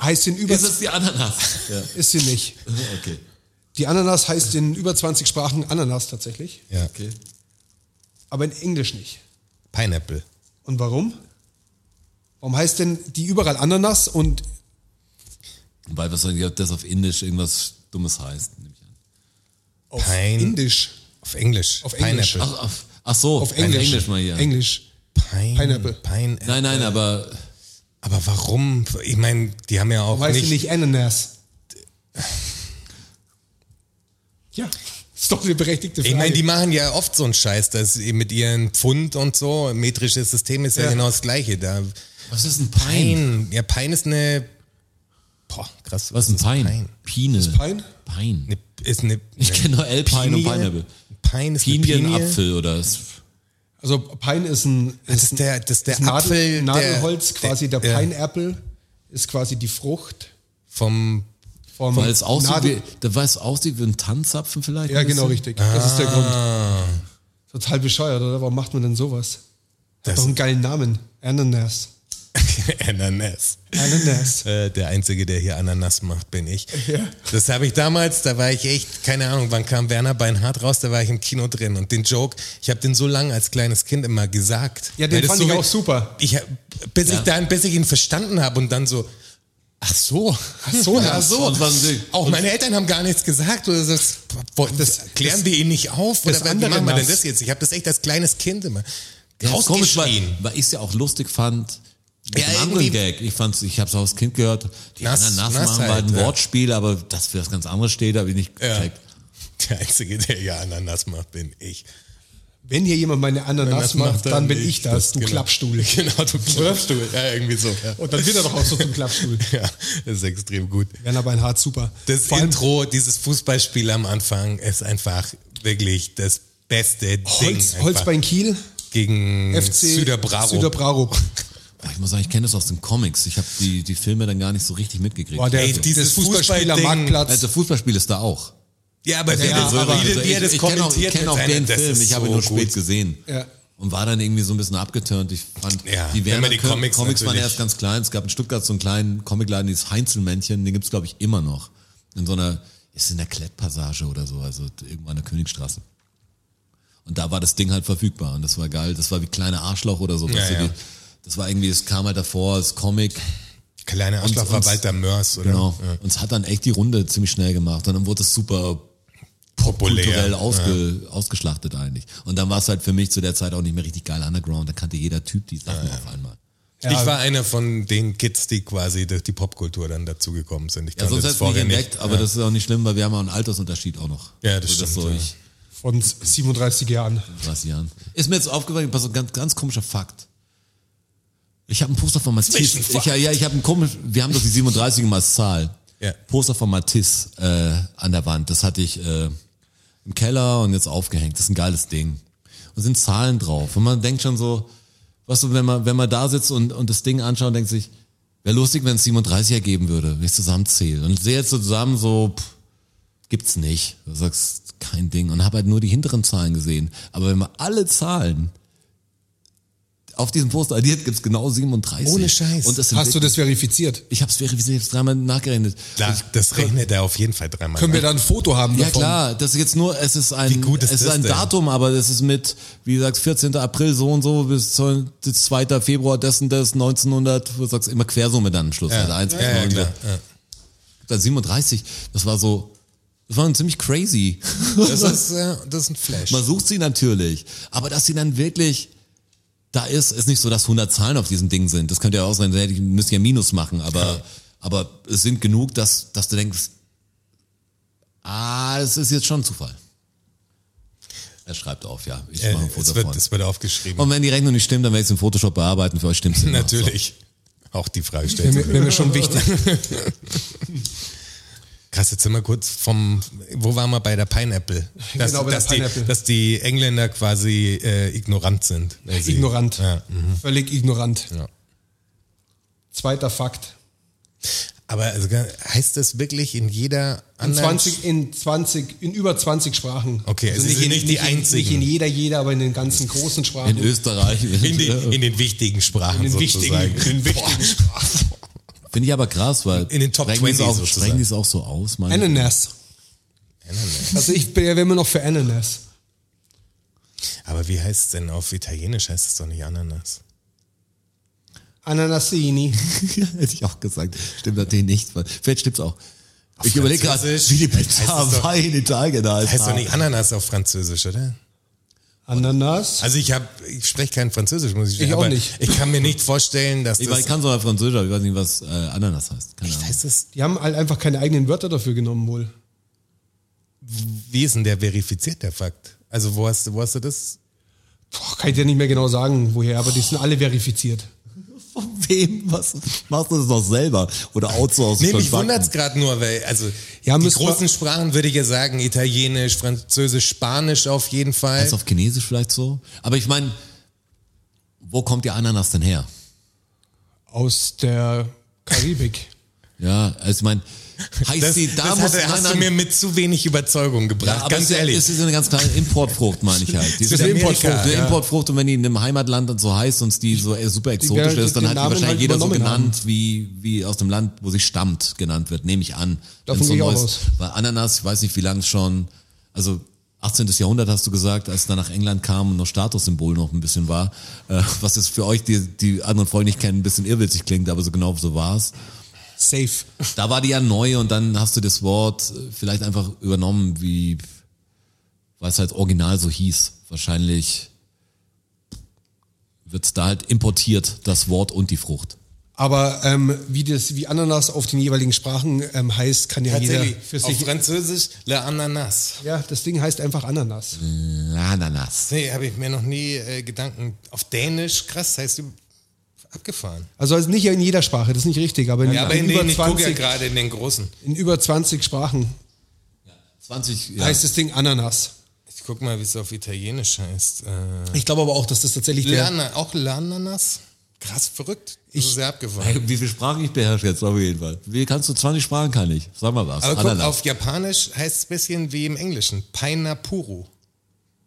B: heißt in über
C: es die Ananas? Ja.
B: ist sie nicht.
C: Okay.
B: Die Ananas heißt in über 20 Sprachen Ananas tatsächlich,
D: Ja.
C: okay.
B: aber in Englisch nicht.
D: Pineapple.
B: Und warum? Warum heißt denn die überall Ananas und
C: Weil was soll ich, ob das auf Indisch irgendwas Dummes heißt? Nehme ich an.
B: auf
D: Pine-
B: Indisch?
D: Auf Englisch.
B: Auf Englisch.
D: Pineapple.
C: Ach, auf, ach so,
B: Auf Englisch.
C: Englisch mal hier.
B: Englisch.
D: Pine,
B: Pineapple.
D: Pineapple.
C: Nein, nein, aber
D: Aber warum? Ich meine, die haben ja auch
B: Weißt
D: nicht,
B: du nicht, Ananas? Ja, ist doch eine berechtigte Frage.
D: Ich meine, die machen ja oft so einen Scheiß, dass sie mit ihren Pfund und so, metrisches System ist ja,
B: Ja.
D: genau das gleiche. Da
C: Was ist ein Pein?
D: Pein, ja, Pein ist eine. Boah, krass.
C: Was ist ein Pein?
D: Pein?
C: Pine. Ist
B: Pein?
C: Pein.
D: Eine, ist eine,
C: Ich kenne nur Alpine und
D: Pinie.
C: Pineapple.
D: Pein ist eine Pinie.
C: Pinienapfel oder s-
B: also Pine ist ein,
D: Das ist der, das ist der
B: ist ein Nadel,
D: Apfel. der-
B: Nadelholz, quasi der,
D: ja,
B: Pineapple ist quasi die Frucht
D: Vom.
B: vom
C: weil es aussieht
B: Nadel-
C: wie, da- weil es aussieht wie ein Tanzapfen vielleicht.
B: Ja,
C: ein
B: genau
C: bisschen.
B: richtig. Das ist der Grund.
D: Ah,
B: Total bescheuert, oder? Warum macht man denn sowas? Hat
D: Das-
B: doch einen geilen Namen. Ananas.
D: Ananas.
B: Ananas.
D: Äh, der Einzige, der hier Ananas macht, bin ich. Das habe ich damals, da war ich echt, keine Ahnung, wann kam Werner Beinhardt raus, da war ich im Kino drin. Und den Joke, ich habe den so lange als kleines Kind immer gesagt.
B: Ja, den
D: Weil das
B: fand
D: so
B: ich
D: wie-
B: auch super.
D: Ich, hab- bis,
C: Ja.
D: ich dann, bis ich ihn verstanden habe und dann so, ach so, ach so,
C: Ja,
D: ach so.
C: und was denn?
D: Auch meine Eltern haben gar nichts gesagt. Oder das, wollten- klären wir ihn nicht auf? Oder
B: das
D: wie
B: andere
D: machen wir denn
B: Nass.
D: das jetzt? Ich habe das echt als kleines Kind immer
C: Ja, ist komisch, weil,
D: rausgeschrien.
C: weil ich es ja auch lustig fand. Mit
D: Ja,
C: einem anderen
D: irgendwie-
C: Gag. Ich fand's, ich hab's auch als Kind gehört. Die
D: Nass-
C: anderen nass,
D: nass
C: machen war
D: halt,
C: ein
D: ja.
C: Wortspiel, aber dass für das ganz andere steht, habe ich nicht
D: Ja.
C: gecheckt.
D: Der Einzige, der hier Ananas macht, bin ich.
B: Wenn hier jemand meine
D: Wenn
B: Ananas
D: das
B: macht,
D: macht,
B: dann, bin ich das, du
D: genau.
B: Klappstuhl.
D: Genau, du Klappstuhl. Ja, irgendwie so. Ja.
B: Und dann wird er doch auch so zum Klappstuhl.
D: ja, das ist extrem gut.
B: Werner Beinhardt, super.
D: Das
B: Vor allem
D: Intro, dieses Fußballspiel am Anfang ist einfach wirklich das beste Ding.
B: Holz,
D: einfach. Mhm.
B: Holzbein Kiel,
D: gegen
B: FC
D: Süderbravo.
B: Süderbrarup.
C: Aber ich muss sagen, ich kenne das aus den Comics. Ich habe die, die Filme dann gar nicht so richtig mitgekriegt.
B: Boah, der,
D: Ey,
B: dieses
D: dieses
B: Fußballspiel am
D: Fußballding.
B: Marktplatz.
C: also Fußballspiel ist da auch.
D: Ja, aber wie
B: Ja,
D: das,
B: aber-
D: wie, das- wie er
C: ich,
D: das
C: ich kenne auch, ich
D: kommentiert
C: kenn auch
D: mit
C: den
D: seinem- das
C: Film,
D: ist
C: ich habe ihn
D: so
C: nur spät
D: gut.
C: gesehen.
B: Ja.
C: Und war dann irgendwie so ein bisschen abgeturnt. Ich fand,
D: Ja,
C: die,
D: wenn
C: Werner
D: man die
C: Comics,
D: Comics
C: Comics waren
D: natürlich-
C: erst ganz klein. Es gab in Stuttgart so einen kleinen Comicladen, dieses Heinzelmännchen, den gibt's glaub glaube ich, immer noch. In so einer, ist in der Klettpassage oder so, also irgendwo an der Königstraße. Und da war das Ding halt verfügbar und das war geil. Das war wie kleiner Arschloch oder so. weißt du,
D: ja.
C: die- Das war irgendwie, es kam halt davor, das Comic.
D: Kleiner Arschloch
C: Und-
D: war
C: und-
D: Walter Mörs, oder?
C: Genau. Und es hat dann echt die Runde ziemlich schnell gemacht. Und dann wurde es super kulturell
D: Populär.
C: ausge, ausgeschlachtet eigentlich. Und dann war es halt für mich zu der Zeit auch nicht mehr richtig geil Underground. Da kannte jeder Typ die Sachen auf einmal.
D: Ich war einer von den Kids, die quasi durch die Popkultur dann dazugekommen sind. Ich
C: Ja,
D: kannte
C: sonst
D: das
C: hätte ich
D: vorher
C: nicht
D: nicht.
C: entdeckt, aber das ist auch nicht schlimm, weil wir haben auch einen Altersunterschied auch noch. Also
D: Ja, das stimmt, ja.
C: ich,
B: von 37 Jahren.
C: 30 Jahren. Ist mir jetzt aufgefallen, pass auf, ganz, ganz komischer Fakt. Ich habe ein Poster von Matisse. Ich,
D: Zwischenfakt.
C: ja, ja, ich habe ein komisch, wir haben doch die 37 immer als Zahl.
D: Ja.
C: Poster von Matisse äh, an der Wand. Das hatte ich äh, im Keller und jetzt aufgehängt. Das ist ein geiles Ding. Und sind Zahlen drauf. Und man denkt schon so, weißt du, wenn man, wenn man da sitzt und, und das Ding anschaut und denkt sich, wäre lustig, wenn es 37 ergeben würde, wenn ich zusammenzähle. Und ich sehe jetzt so zusammen so, pff, gibt's nicht. Du sagst, kein Ding. Und habe halt nur die hinteren Zahlen gesehen. Aber wenn man alle Zahlen auf diesem Poster addiert, gibt's genau 37.
D: Ohne Scheiß.
C: Und das sind
B: Hast du das verifiziert?
C: ich hab's verifiziert, ich hab's dreimal nachgerechnet.
D: Klar, das rechnet er auf jeden Fall dreimal.
B: Können wir da ein Foto haben
C: Ja
B: davon?
C: klar, das ist jetzt nur, es ist ein,
D: Wie gut ist
C: es ist
D: das
C: ein
D: denn?
C: Datum, aber das ist mit, wie du sagst, 14. April so und so bis zu- bis 2. Februar dessen, das 1900, du sagst immer Quersumme dann am Schluss.
D: Ja,
C: Also eins,
D: ja,
C: eins,
D: ja,
C: neun, so.
D: klar. Ja.
C: Dann 37, das war so, das war ziemlich crazy.
D: Das ist, äh, das ist ein Flash.
C: Man sucht sie natürlich, aber dass sie dann wirklich da ist, ist nicht so, dass 100 Zahlen auf diesem Ding sind. Das könnte ja auch sein, dann hätte ich- müsst ihr ja Minus machen, aber, aber es sind genug, dass, dass du denkst, ah, das ist jetzt schon Zufall. Er schreibt auf, ja. Ich
D: Äh,
C: mache ein Foto
D: es, wird,
C: davon.
D: es wird aufgeschrieben.
C: Und wenn die Rechnung nicht stimmt, dann werde ich es im Photoshop bearbeiten, für euch stimmt es
D: Natürlich. Auch die Frage
B: Wäre
D: stellt
B: mir,
D: sich.
B: wär mir schon wichtig.
D: Krass, jetzt sind wir kurz vom, wo waren wir bei der Pineapple? Dass,
B: Genau, bei der
D: dass,
B: Pineapple.
D: Die, dass die Engländer quasi äh, ignorant sind. Weil sie-
B: Ignorant.
D: Ja.
B: Völlig ignorant.
D: Ja.
B: Zweiter Fakt.
D: Aber also, heißt das wirklich in jeder
B: In
D: anderen...
B: 20, in 20, in über 20 Sprachen.
D: Okay, also sie sind nicht die
B: in,
D: einzigen.
B: Nicht in jeder, jeder, aber in den ganzen großen
C: In
B: Sprachen.
C: Österreich.
D: In den, in den wichtigen Sprachen
B: In den wichtigen-
D: sozusagen.
B: in den wichtigen
D: Sprachen.
C: Finde ich aber krass, weil
D: In den Top
C: sprechen die es
D: 20
C: auch,
D: sozusagen.
C: sprechen die es auch so aus. meine ich.
B: Ananas. Also ich bin ja immer noch für Ananas.
D: Aber wie heißt es denn auf Italienisch? Heißt es doch nicht Ananas.
B: Ananasini.
C: Ja, Hätte ich auch gesagt. Stimmt natürlich nicht. weil- Vielleicht stimmt's auch. Ich
D: Französisch
C: überlege gerade, wie die Pizza
D: heißt es doch-
C: Hawaii in Italien heißt.
D: Heißt doch nicht Ananas auf Französisch, oder?
B: Ananas.
D: Also ich habe, ich spreche kein Französisch, muss ich sagen.
B: Ich auch
D: aber
B: nicht.
D: Ich kann mir nicht vorstellen, dass
C: Ich,
D: das.
C: weiß, ich kann sogar Französisch, aber ich weiß nicht, was äh, Ananas heißt. Keine Ahnung.
D: heißt das,
B: Die haben halt einfach keine eigenen Wörter dafür genommen wohl.
D: wie ist denn der verifiziert, der Fakt? Also wo hast, du- wo hast du das?
B: Boah, kann ich dir nicht mehr genau sagen, woher, aber die sind alle verifiziert.
C: Von wem? Was? Machst du das doch selber? Oder outsourcen?
D: Nee, mich
C: von
D: wundert's
C: Backen?
D: gerade nur, weil, also
B: Ja,
D: die
B: müssen wir-
D: großen Sprachen würde ich ja sagen, Italienisch, Französisch, Spanisch auf jeden Fall.
C: Ist auf Chinesisch vielleicht so? Aber ich meine, wo kommt die Ananas denn her?
B: Aus der Karibik.
C: Ja, also ich meine, heißt
D: das
C: sie, da
D: das
C: muss
D: hast, hast du mir mit zu wenig Überzeugung
C: Ja,
D: gebracht,
C: aber
D: ganz
C: es ist-
D: ehrlich.
C: Es ist eine ganz kleine Importfrucht, meine ich halt. Die
D: ist eine Importfrucht,
C: Eine
D: ja.
C: Importfrucht und wenn die in einem Heimatland dann so heißt und die so äh, super exotisch
B: werden
C: ist, dann
B: den
C: hat die
B: Namen
C: wahrscheinlich
B: halt
C: jeder so
B: übernommen
C: genannt, wie, wie aus dem Land, wo sie stammt, genannt wird, nehme ich an.
B: Davon
C: Wenn's so
B: gehe ich auch
C: neues-
B: aus.
C: Weil Ananas, ich weiß nicht, wie lange schon, also 18. Jahrhundert hast du gesagt, als es dann nach England kam und noch Statussymbol noch ein bisschen war, äh, was jetzt für euch, die, die anderen Freunde nicht kennen, ein bisschen irrwitzig klingt, aber so genau so war's.
B: Safe.
C: Da war die ja neu und dann hast du das Wort äh, vielleicht einfach übernommen, wie, weil es halt original so hieß. Wahrscheinlich wird's da halt importiert, das Wort und die Frucht.
B: Aber ähm, wie das, wie Ananas auf den jeweiligen Sprachen ähm, heißt, kann ja jeder
D: Tatsächlich,
B: für
D: auf
B: sich.
D: Französisch, La Ananas.
B: Ja, das Ding heißt einfach Ananas.
C: Ananas.
D: Nee, habe ich mir noch nie äh, Gedanken. Auf Dänisch, krass, heißt du abgefahren.
B: Also, also nicht in jeder Sprache, das ist nicht richtig, aber in,
D: Ja, aber in
B: über,
D: den, ich gucke ja
B: 20,
D: gerade in den großen.
B: in über 20 Sprachen
C: 20, ja.
B: heißt das Ding Ananas.
D: Ich guck mal, wie es auf Italienisch heißt. Äh,
B: Ich glaube aber auch, dass das tatsächlich der.
D: Lana, auch Lananas? Krass, verrückt. Das ist sehr abgefahren.
C: Wie viele Sprachen ich beherrsche jetzt auf jeden Fall? Wie kannst du 20 Sprachen kann ich? Sag mal was.
D: Aber guck,
C: Ananas.
D: auf Japanisch heißt es ein bisschen wie im Englischen. Paina Puru.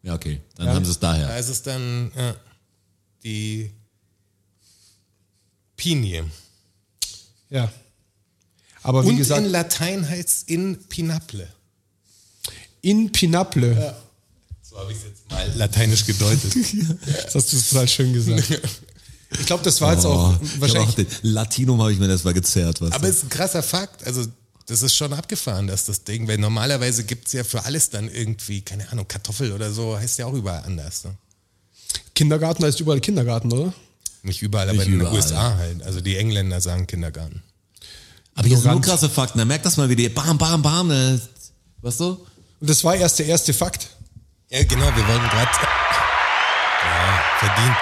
C: ja, Äh, okay. Dann haben sie es
D: Da
C: daher.
D: ist es dann ja, die Pinie.
B: Ja. Aber wie
D: Und
B: gesagt,
D: in Latein heißt es in Pinaple.
B: in Pinaple.
D: So habe ich es jetzt mal lateinisch gedeutet.
B: Das hast du total schön gesagt. Ich glaube, das war jetzt
D: Oh,
B: auch wahrscheinlich.
C: Ich hab auch den Oh, Latinum habe ich mir das mal gezerrt. Was
D: Aber es ist ein krasser Fakt. Also, das ist schon abgefahren, dass das Ding, weil normalerweise gibt es ja für alles dann irgendwie, keine Ahnung, Kartoffel oder so, heißt ja auch überall anders. Ne?
B: Kindergarten heißt überall Kindergarten, oder?
D: Nicht überall, aber
C: Nicht
D: in
C: überall.
D: den USA halt. Also die Engländer sagen Kindergarten.
C: aber hier sind nur
B: Ignorant.
C: krasse Fakten. Da merkt das mal wieder. Bam, bam, bam. äh, Weißt du?
B: Und das war erst der erste Fakt.
D: Ja, genau, wir wollten gerade. Ja, verdient,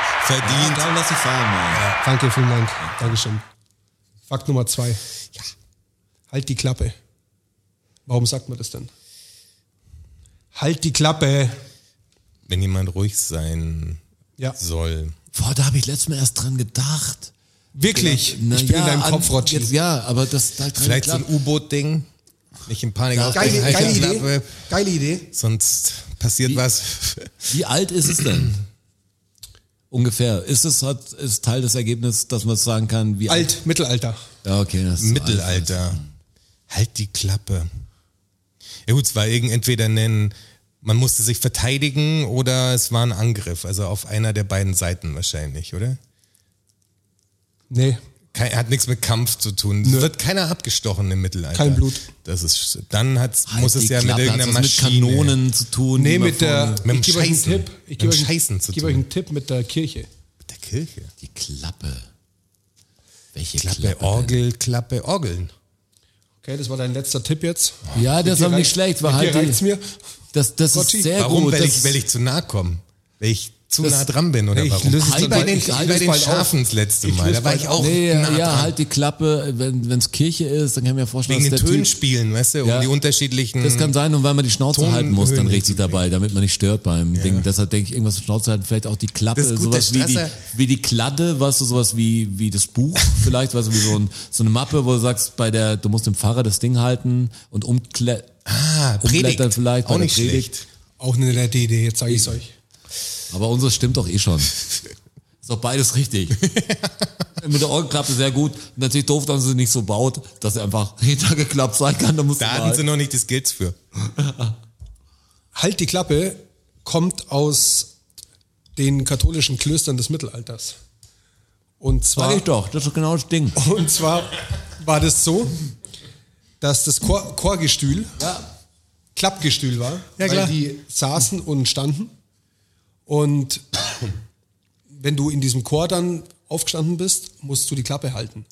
D: verdient.
C: Darum lass ich fahren, Mann.
B: Danke, vielen Dank. Dankeschön. Fakt Nummer zwei. Halt die Klappe. Warum sagt man das denn? Halt die Klappe.
D: Wenn jemand ruhig sein
B: Ja.
D: soll.
C: Boah, da habe ich letztes Mal erst dran gedacht.
B: Wirklich. ich bin in deinem
C: an-
B: Kopf, Rotschi.
C: jetzt, Ja, aber das da dran
D: Vielleicht so ein
C: geklappt.
D: U-Boot-Ding. Nicht in Panik
B: Geile,
D: ausbrechen,
B: geile
D: halt die
B: Idee.
D: Klappe,
B: Geile Idee.
D: Sonst passiert was.
C: Wie alt ist es denn? Ungefähr. Ist es hat, ist Teil des Ergebnisses, dass man sagen kann, wie alt?
B: Alt, Mittelalter.
C: Ja, okay. Das ist so alt.
D: Mittelalter. Halt die Klappe. Ja gut, es war irgend entweder nennen, man musste sich verteidigen oder es war ein Angriff, also auf einer der beiden Seiten wahrscheinlich, oder?
B: Nee.
D: Kein, hat nichts mit Kampf zu tun. Es wird keiner abgestochen im Mittelalter.
B: Kein Blut.
D: Das ist dann hat's,
C: Halt
D: muss es
C: die
D: ja
C: Klappe,
D: mit
C: hat
D: irgendeiner
C: das
D: Maschine.
C: mit Kanonen zu tun. die
B: Nee,
C: man
B: mit der.
C: von-
D: mit dem
B: ich gebe euch einen
D: Scheißen.
B: Tipp. Ich
D: Mit
B: gebe
D: dem
B: euch,
D: Scheißen
B: einen-
D: zu
B: ich gebe
D: tun.
B: euch einen Tipp mit der Kirche.
D: Mit der Kirche.
C: Die Klappe. Welche
D: Klappe, oh.
C: Klappe?
D: Orgel, Klappe, Orgeln.
B: Okay, das war dein letzter Tipp jetzt.
C: Ja, das Ah, ist
B: Dir
C: aber nicht
B: reicht-
C: schlecht. War
B: dir
C: halt
B: reicht's
C: die,
B: mir.
C: das, das ist
B: Rotschi,
C: sehr
D: Warum?
C: gut.
D: weil,
C: das
D: ich, weil ich zu nah komme. Weil ich zu
C: Das-
D: nah dran bin oder
B: Ich
D: warum?
B: löse es
D: Wie
C: dann
D: bei
C: bald-
D: den,
C: ich
D: wie
C: halte
D: bei
C: es
D: den
C: bald auf.
D: Schafen das letzte Mal.
B: löse
D: Da war
B: bald
D: ich auch
C: Nee,
D: nah dran.
C: ja, halt die Klappe. Wenn wenn's Kirche ist, dann kann ich mir vorstellen,
D: Wegen den
C: dass der
D: Tönen
C: Typ,
D: spielen, weißt du, um
C: Ja.
D: die unterschiedlichen.
C: Das kann sein, und weil man die Schnauze
D: Ton-
C: halten muss, dann
D: Höhen-
C: richtig dabei, damit man nicht stört beim Ding. Deshalb denke ich, irgendwas mit Schnauze halten, vielleicht auch die Klappe,
D: Das ist gut,
C: sowas
D: der äh,
C: wie die,
D: Stresser-
C: wie die Kladde, weißt du, sowas wie, wie das Buch vielleicht, weißt du, wie so, ein, so eine Mappe, wo du sagst, bei der, du musst dem Pfarrer das Ding halten und umkle ah, umblättern
D: Predigt.
C: vielleicht. bei
D: Auch
C: der
D: nicht
C: Predigt.
D: schlecht.
B: Auch eine nette Idee, jetzt zeige ich es euch.
C: Aber unseres stimmt doch eh schon. Ist doch beides richtig. Mit der Orgelklappe sehr gut. Natürlich doof, dass man sie nicht so baut, dass sie einfach hintergeklappt sein kann. Da muss
D: Da hatten sie noch nicht die Skills für.
B: Halt die Klappe kommt aus den katholischen Klöstern des Mittelalters. Und
C: Sag
B: zwar,
C: ich doch, das ist doch genau das Ding.
D: Oh.
B: und zwar war das so, dass das Chor, Chorgestühl
C: Ja.
B: Klappgestühl war,
D: klar.
B: weil die saßen und standen. Und wenn du in diesem Chor dann aufgestanden bist, musst du die Klappe halten.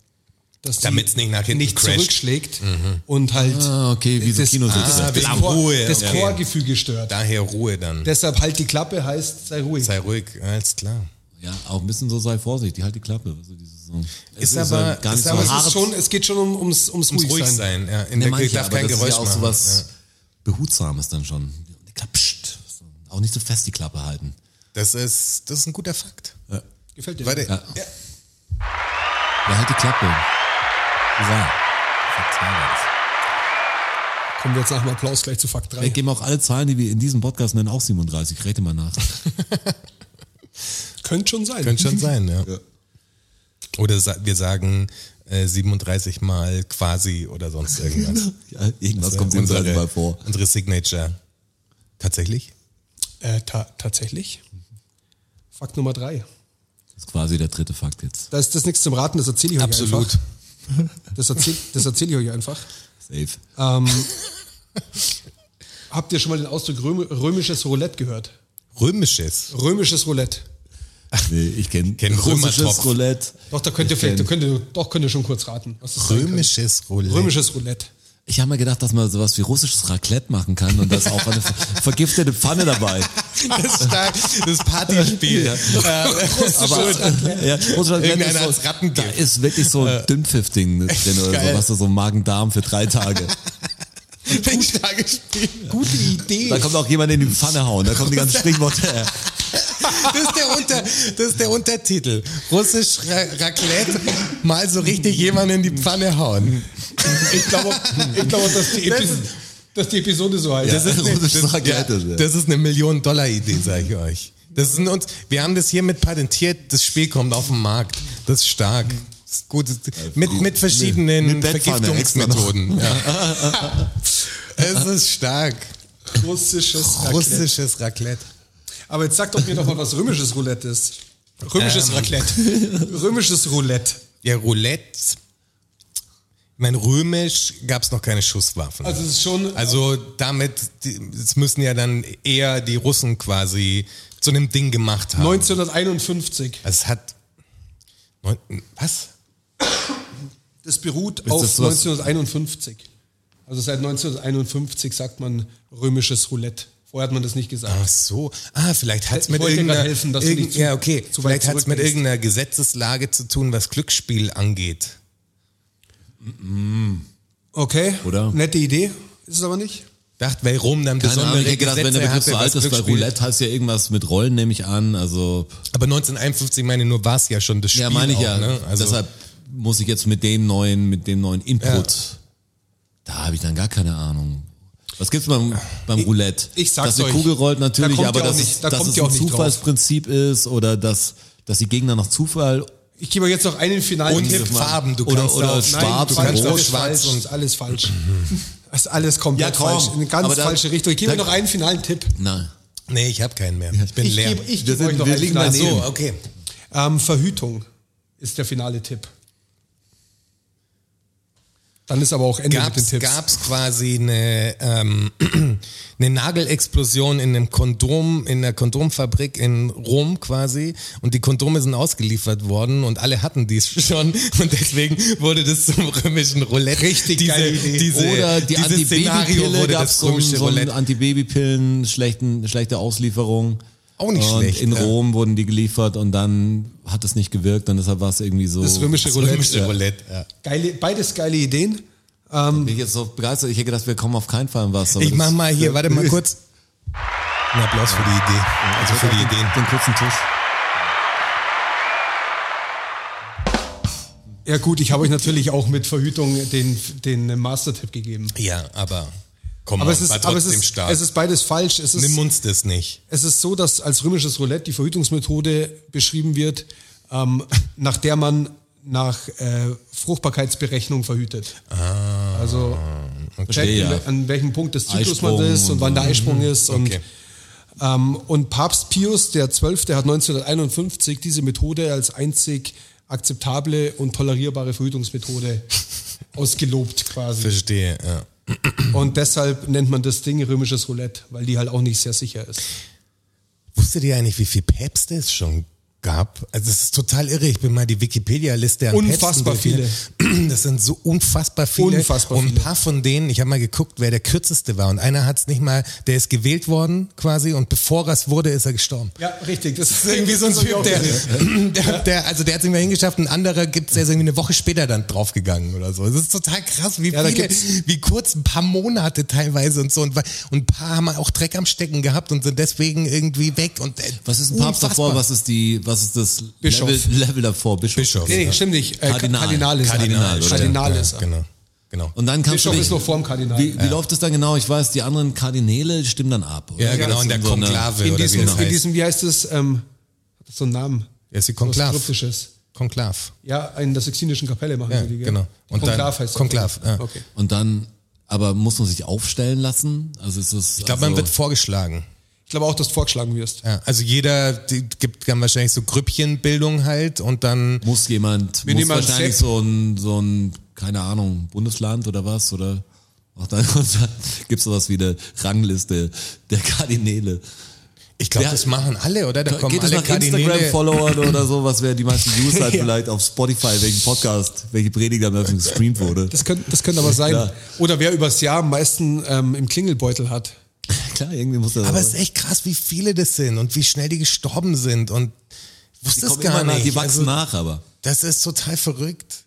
B: dass die
D: Damit's nicht nach hinten
B: nicht
D: crasht. Mhm.
B: zurückschlägt und halt
C: Ah, okay, wie so
B: das,
C: Kinositze.
D: Ah,
B: das,
D: wegen
B: Chor,
D: Ruhe,
B: das
D: okay.
B: Chorgefüge stört.
D: Daher Ruhe dann.
B: Deshalb halt die Klappe heißt, äh, sei ruhig.
D: Sei ruhig, alles klar.
C: Ja, auch ein bisschen so sei vorsichtig, halt die Klappe. Also dieses so,
D: Ist aber-
C: halt gar
D: ist
C: nicht
D: aber-
C: so
B: es,
C: hart.
B: ist schon, es geht schon um, ums, ums,
D: Muss
B: ruhig,
D: ruhig
B: sein.
D: sein. Ja, in
C: Ne,
D: der
C: manche,
D: Kirche darf
C: aber
D: kein
C: das
D: Geräusch
C: ist ja auch
D: machen.
C: sowas
D: Ja.
C: Behutsames dann schon. Die Klappe, pst, auch nicht so fest die Klappe halten.
D: Das ist, das ist ein guter Fakt.
B: Gefällt dir?
D: Warte,
C: Ja.
D: ja.
C: Ja, halt die Klappe. Ja. Fakt zwei war das.
B: Kommen wir jetzt nach dem Applaus gleich zu Fakt 3.
D: Äh,
C: Wir geben auch alle Zahlen, die wir in diesem Podcast nennen, auch 37. Rede mal nach.
B: Könnte schon sein.
D: Könnte schon sein, ja. Oder sa wir sagen äh, 37 Mal quasi oder sonst irgendwas.
C: Ja, irgendwas
D: Das
C: kommt
D: wär
C: uns halt mal vor.
D: Unsere Signature. Tatsächlich?
B: Äh, ta tatsächlich. Fakt Nummer 3.
C: Das ist quasi der dritte Fakt jetzt.
B: Da ist das nichts zum Raten, das erzähle ich euch einfach. Das erzähle das erzähl ich euch einfach.
C: Safe.
D: Ah.
B: Ähm, habt ihr schon mal den Ausdruck Röm römisches Roulette gehört?
D: Römisches.
B: Römisches Roulette.
C: Nee, ich kenne
D: Kenn
C: kenn russisches
D: Römertopf.
C: Roulette.
B: Doch, da könnt ihr vielleicht, da könnt ihr, doch könnt ihr schon kurz raten. Was das sein
D: Römisches
B: könnte.
D: Roulette.
B: Römisches Roulette.
C: Ich habe mal gedacht, dass man sowas wie russisches Raclette machen kann und da ist auch eine ver- vergiftete Pfanne dabei.
D: Das, ist stark. das Partyspiel.
C: Ja.
D: Aber,
C: Ja, russisches Raclette
D: Irgendeiner
C: ist,
D: hat's
C: so,
D: Rattengift.
C: da ist wirklich so ein Dünnpfiff-Ding mit drin oder
D: Geil.
C: so, was du so Magen-Darm für drei Tage.
D: Fünftagespiel. Gute Idee.
C: Da kommt auch jemand in die Pfanne hauen, da kommen die ganzen Sprichworte her.
D: Das ist, der Unter, das ist der Untertitel. Russisch Ra Raclette, mal so richtig jemanden in die Pfanne hauen.
B: Ich glaube, ich glaube dass, die
D: Das
B: Epi-
D: ist-
B: dass die Episode so heißt.
C: Also, Das ist russisches Raclette.
D: Ja, das ist eine Million-Dollar-Idee, sage ich euch. Das sind uns, wir haben das hiermit patentiert, das Spiel kommt auf den Markt. Das ist stark. Das ist gut. Mit, mit verschiedenen
C: Mit Bettpfanne
D: Vergiftungsmethoden. Ja. es ist stark.
B: russisches Roulette.
D: Russisches Raclette.
B: Aber jetzt sagt doch mir doch mal, was römisches Roulette ist. Römisches
D: Ähm.
B: Raclette. Römisches Roulette.
D: Ja, Roulette. Ich meine, römisch gab es noch keine Schusswaffen.
B: Also es ist schon
D: Also damit, die- es müssen ja dann eher die Russen quasi zu einem Ding gemacht haben.
B: 1951.
D: Es hat. Neun, was?
B: Das beruht auf
C: das was-
B: 1951. Also seit 1951 sagt man römisches Roulette. Vorher hat man das nicht gesagt.
D: Ach so. Ah, vielleicht hat's
B: Ich
D: mit
B: wollte dir
D: irgendeiner.
B: grad helfen, dass du nicht zu-
D: ja, okay.
B: zu weit
D: vielleicht hat's mit
B: zurückdenkst.
D: irgendeiner Gesetzeslage zu tun, was Glücksspiel angeht.
B: Okay.
C: Oder?
B: Nette Idee. Ist es aber nicht.
D: Dacht, weil Rom dann
C: Keine Ahnung,
D: besondere
C: ich hätte gedacht, wenn der
D: Gesetze
C: Begriff
D: hatte,
C: so alt
D: was
C: ist, bei
D: Glücksspiel-
C: Roulette heißt ja irgendwas mit Rollen, nehme ich an. Also,
D: Aber 1951 meine nur war's ja schon das Spiel.
C: ja, meine ich
D: auch,
C: ja.
D: Ne? Also,
C: Deshalb muss ich jetzt mit dem neuen, mit dem neuen Input,
D: Ja.
C: da habe ich dann gar keine Ahnung. Was gibt's beim, beim Roulette?
B: ich sag's
C: dass eine
B: euch.
C: Kugel rollt
B: Da
C: natürlich,
B: kommt
C: aber
B: ihr auch
C: dass,
B: nicht-
C: es,
B: da
C: dass
B: kommt
C: es
B: ihr auch
C: ein
B: nicht drauf.
C: Zufallsprinzip ist oder dass, dass die Gegner nach Zufall
B: Ich gebe euch jetzt noch einen finalen
D: Und
B: Tipp.
D: Tipp Farben, du
C: Oder-
D: kannst
C: oder
D: da auf-
C: Schwarz
D: Nein, du
C: und
D: kannst
C: Rot,
D: auf
B: alles
D: Schwarz
B: falsch,
D: und
B: ist alles falsch. Das ist alles komplett
C: Ja, komm.
B: falsch. In eine ganz
C: Aber da-
B: falsche Richtung. Ich gebe
C: da-
B: noch einen finalen Tipp.
C: Na,
D: Nee, ich habe keinen mehr. Ich bin
B: Ich
D: leer.
B: gebe ich
C: Wir
B: geb
C: sind-
B: euch noch
C: wir
B: einen
C: liegen
B: finalen
C: daneben.
B: Tipp.
D: so, okay.
B: Ähm, Verhütung ist der finale Tipp. Dann ist aber auch Ende mit den
D: Gab's,
B: Tipps.
D: gab's quasi eine, ähm, eine Nagelexplosion in einem Kondom, in einer Kondomfabrik in Rom quasi und die Kondome sind ausgeliefert worden und alle hatten dies schon und deswegen wurde das zum römischen Roulette. Richtig diese,
B: geile Idee.
D: Diese,
C: oder die
D: dieses Szenario
C: Antibabypille
D: wurde
C: gab's
D: das
C: so, ein-
D: römische
C: so einen
D: Roulette.
C: Antibabypillen, schlechten, schlechte Auslieferung.
D: Auch nicht
C: und
D: schlecht,
C: In
D: ja.
C: Rom wurden die geliefert und dann hat es nicht gewirkt und deshalb war es irgendwie so.
B: Das römische
D: Das
B: Roulette.
D: römische
B: Ja.
D: Roulette. Ja.
B: Geile, beides geile Ideen.
C: Bin ich jetzt so begeistert. Ich hätte gedacht, wir kommen auf keinen Fall in was. aber
D: Ich
C: das-
D: mach mal hier, warte mal kurz. Ein Applaus für die Idee. Also für die Ideen.
C: Den kurzen Tisch.
B: Ja gut, ich habe euch natürlich auch mit Verhütung den, den Master-Tipp gegeben.
D: Ja, aber komm
B: Aber
D: mal,
B: es ist,
D: war
B: aber es
D: trotzdem
B: ist,
D: stark.
B: es ist beides falsch. Es ist,
D: Nimm uns das nicht.
B: es ist so, dass als römisches Roulette die Verhütungsmethode beschrieben wird, ähm, nach der man nach äh, Fruchtbarkeitsberechnung verhütet.
D: Ah.
B: also
C: Verstehe,
B: checkt,
C: ja.
B: an welchem Punkt des Zyklus man
C: Eisprung
B: ist und
C: und-
B: wann der Eisprung ist. Und,
D: Okay.
B: ähm, und Papst Pius der Zwölfte hat 1951 diese Methode als einzig akzeptable und tolerierbare Verhütungsmethode ausgelobt quasi.
D: Verstehe, ja.
B: Und deshalb nennt man das Ding römisches Roulette, weil die halt auch nicht sehr sicher ist.
D: Wusstet ihr eigentlich, wie viel Päpste es schon gab? Also es ist total irre. Ich bin mal die Wikipedia-Liste an
B: Unfassbar
D: Päpsten viele. Das sind so unfassbar viele.
B: Unfassbar
D: und ein
B: viele.
D: paar von denen, ich habe mal geguckt, wer der kürzeste war. Und einer hat es nicht mal, der ist gewählt worden quasi und bevor er es wurde, ist er gestorben.
B: Ja, richtig. Das
D: Das ist irgendwie so ein Typ, der, der, der also der hat es irgendwie hingeschafft, ein anderer gibt's, der ist irgendwie eine Woche später dann draufgegangen oder so. Es ist total krass, wie
B: Ja, da
D: viele,
B: gibt's-
D: wie kurz, ein paar Monate teilweise und so. Und, wa- und ein paar haben auch Dreck am Stecken gehabt und sind deswegen irgendwie weg. Und äh,
C: Was ist ein Papst
D: unfassbar.
C: davor? Was ist die, was ist das
B: Bischof.
C: Level, Level davor? Bischof.
D: Bischof.
B: Nee, nee, stimmt nicht. Äh,
C: Kardinal.
B: Kardinal ist er.
C: Kardinal, oder?
B: Kardinal ist
D: ja,
B: er.
D: genau, genau.
C: Und dann kannst
B: Bischof
C: du dich,
B: ist noch vorm Kardinal.
C: Wie, wie läuft es dann genau? Ich weiß, die anderen Kardinäle stimmen dann ab. oder?
D: ja, genau, in der
C: so eine-
D: Konklave
B: in
D: oder wie
B: diesem,
D: das
B: in
D: heißt.
B: diesem, wie heißt es, ähm, hat das so einen Namen?
D: Ja, ist die
B: Was
D: Konklav.
B: Kryptisches.
D: Konklav.
B: Ja, in der Sixtinischen Kapelle machen
D: Ja,
B: sie die. gell?
D: genau. Und dann-
B: Konklav heißt das.
D: Konklav, ja.
B: Okay.
C: Und dann, aber muss man sich aufstellen lassen? Also ist es,
D: Ich glaube,
C: also,
D: man wird vorgeschlagen.
B: Ich glaube auch, dass du vorgeschlagen wirst.
D: Ja, also jeder die gibt dann wahrscheinlich so Grüppchenbildung halt und dann
C: muss jemand,
B: Wir
C: muss
B: nehmen als
C: wahrscheinlich
B: Chef-
C: so ein, so ein, keine Ahnung, Bundesland oder was, oder? Auch dann, und dann gibt's sowas wie eine Rangliste der Kardinäle.
D: Ich glaube,
C: Ja.
D: das machen alle, oder? Da kommen
C: Geht es
D: alle
C: nach
D: Kardinäle.
C: Instagram-Followern oder so? Was wären die meisten Views halt vielleicht auf Spotify, welchen Podcast, welche Predigt am öfter gestreamt wurde?
B: Das könnte das könnte aber sein.
C: Klar.
B: Oder wer übers Jahr am meisten ähm, im Klingelbeutel hat.
C: Klar, irgendwie muss das
D: Aber es ist echt krass, wie viele das sind und wie schnell die gestorben sind und ich wusste
C: die,
D: es
C: kommen
D: gar
C: immer nach,
D: nicht.
C: die wachsen
D: also,
C: nach, aber.
D: Das ist total verrückt.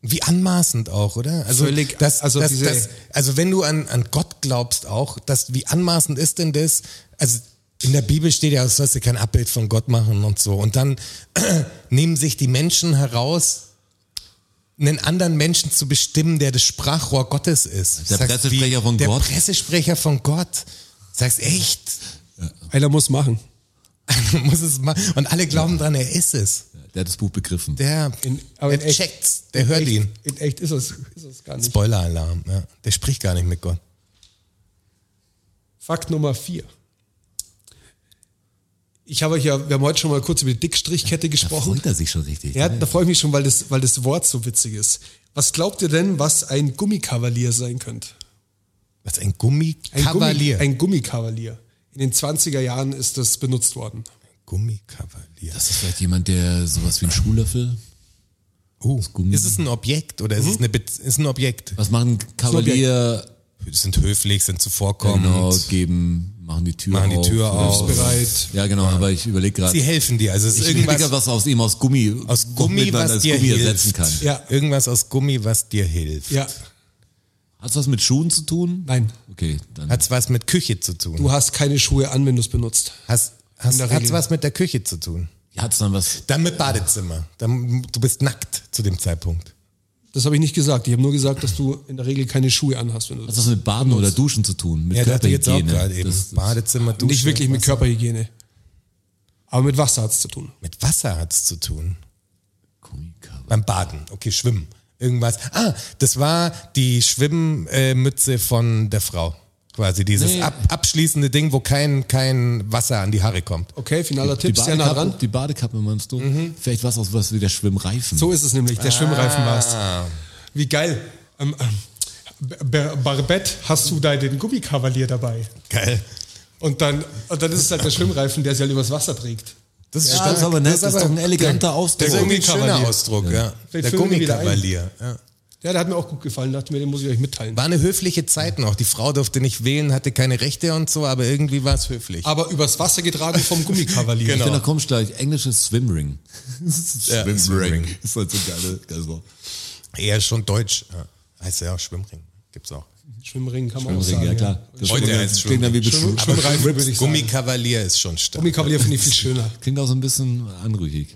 D: Wie anmaßend auch, oder? Also,
B: Völlig,
D: das,
B: also
D: das,
B: diese-
D: das, also wenn du an, an Gott glaubst auch, das, wie anmaßend ist denn das? Also in der Bibel steht ja, du sollst dir kein Abbild von Gott machen und so. Und dann nehmen sich die Menschen heraus, einen anderen Menschen zu bestimmen, der das Sprachrohr Gottes ist.
C: Der Pressesprecher von
D: der
C: Gott.
D: Der Pressesprecher von Gott. Sagst, echt?
B: Einer muss machen.
D: Muss es mal. Und alle glauben dran, er ist es.
C: Der hat das Buch begriffen.
D: Der,
B: In- aber in
D: der
B: echt-
D: checkt's, der hört
B: echt,
D: ihn.
B: In echt ist es, ist es gar nicht.
D: Spoiler-Alarm, ja. Der spricht gar nicht mit Gott.
B: Fakt Nummer vier. Ich habe euch ja, wir haben heute schon mal kurz über die Dickstrichkette
C: da
B: gesprochen.
C: freut er sich schon richtig. ne?
B: Ja, da freue ich mich schon, weil das, weil das Wort so witzig ist. Was glaubt ihr denn, was ein Gummikavalier sein könnte?
D: Was, ein Gummi?
B: Ein
D: Kavalier.
B: Gummi, ein Gummikavalier. In den 20er Jahren ist das benutzt worden.
D: Gummikavalier.
C: Das ist vielleicht jemand, der sowas wie ein Schuhlöffel.
D: oh.
C: Gummi.
D: Ist es ein Objekt oder ist es eine Be ist ein Objekt?
C: Was machen Kavalier?
D: Sind höflich, sind zuvorkommend,
C: Genau, geben, machen die Tür
D: machen die
C: auf.
D: Tür auf.
B: Bereit.
C: Ja, genau, aber ich überlege gerade.
D: Sie helfen dir. Also es ist
C: Ich überlege,
D: irgendwas,
C: was aus ihm aus Gummi,
D: Aus Gummi,
C: womit man
D: was
C: das
D: dir
C: Gummi
D: hilft.
C: ersetzen kann.
B: Ja.
D: irgendwas aus Gummi, was dir hilft.
B: Ja,
C: Hat's was mit Schuhen zu tun?
B: nein.
C: Okay, dann.
D: Hat's was mit Küche zu tun?
B: Du hast keine Schuhe an, wenn du es benutzt.
D: hast, hast,
B: der
D: hat's
B: Regel.
D: was mit der Küche zu tun?
C: Hat's dann was?
D: Dann mit Badezimmer. Dann, du bist nackt zu dem Zeitpunkt.
B: Das habe ich nicht gesagt. Ich habe nur gesagt, dass du in der Regel keine Schuhe anhast, wenn du
C: Hat's was mit Baden oder Duschen zu tun? Mit
D: Ja, der hatte jetzt auch
C: Körperhygiene.
D: gerade eben.
C: ne? Das-
D: Badezimmer, Dusche.
B: Nicht wirklich mit
D: Wasser.
B: Körperhygiene. Aber mit Wasser hat es zu tun.
D: Mit Wasser hat's zu tun.
C: Gummikavalier.
D: Beim Baden, okay, Schwimmen. Irgendwas. Ah, das war die Schwimmmütze von der Frau. Quasi dieses
C: Nee.
D: ab, abschließende Ding, wo kein, kein Wasser an die Haare kommt.
B: Okay, finaler
C: Die
B: Tipp, sehr nah
C: Badekappe,
B: dran.
C: die Badekappe meinst du?
D: Mhm.
C: Vielleicht was aus was wie der Schwimmreifen.
B: So ist es nämlich, der Schwimmreifen war es. Wie geil. Ähm, ähm, Bar- Barbett, hast du da den Gummikavalier dabei?
D: Geil.
B: Und dann, und dann ist es halt der Schwimmreifen, der sie halt übers Wasser trägt.
D: Das ist,
C: ja,
D: stark.
C: das ist aber nett, das ist doch ein eleganter
D: Das
C: Ausdruck.
D: ist irgendwie ein
B: Gummikavalier.
D: schöner Ausdruck, ja. Der
B: Vielleicht füllen wir wieder ein.
D: Gummikavalier. Ja.
B: Ja, der hat mir auch gut gefallen, dachte mir, den muss ich euch mitteilen.
D: War eine höfliche Zeit noch. Die Frau durfte nicht wählen, hatte keine Rechte und so, aber irgendwie war es höflich.
B: Aber übers Wasser getragen vom Gummikavalier.
C: Ich
D: Genau.
C: finde, da kommt gleich englisches Swimring. Swimring.
D: Swimring.
C: Ist halt so geile, geiles Wort.
D: Eher schon deutsch. Ja. Heißt ja auch Schwimmring. Gibt's auch.
B: Schwimmring kann man auch
C: Swimring,
B: sagen.
C: ja klar. Das
D: Heute
C: klingt-
D: heißt
C: klingt dann wie
B: Schwimmring.
C: Beschu-
B: Aber Schwimmreifen würde ich sagen.
D: Gummikavalier ist schon stark.
B: Gummikavalier finde ich viel schöner.
C: Klingt auch so ein bisschen anrüchig.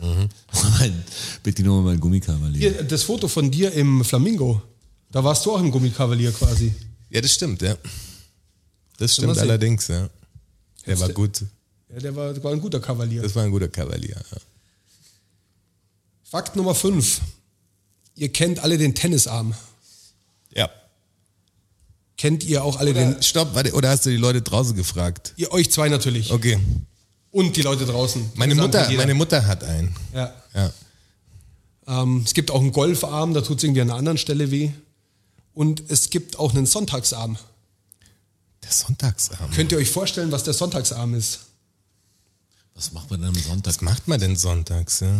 C: Mein- Bitte nur mal mein Gummikavalier.
B: Hier, das Foto von dir im Flamingo, da warst du auch im Gummikavalier quasi.
D: Ja, das stimmt, ja. Das
B: mal
D: stimmt
B: sehen.
D: allerdings, ja. Der war gut.
B: Ja, der war, war ein guter Kavalier.
D: Das war ein guter Kavalier. Ja.
B: Fakt Nummer 5. Ihr kennt alle den Tennisarm.
D: Ja.
B: Kennt ihr auch alle den...
D: Äh, Stopp, warte, oder hast du die Leute draußen gefragt?
B: Ihr, euch zwei natürlich.
D: Okay.
B: Und die Leute draußen.
D: Meine
B: Das
D: Mutter,
B: antwortet jeder.
D: meine Mutter hat einen.
B: Ja.
D: Ja.
B: Ähm, es gibt auch einen Golfarm, da tut es irgendwie an einer anderen Stelle weh. Und es gibt auch einen Sonntagsarm.
D: Der Sonntagsabend.
B: Könnt ihr euch vorstellen, was der Sonntagsarm ist?
C: Was macht man denn am Sonntag?
D: Was macht man denn sonntags, ja?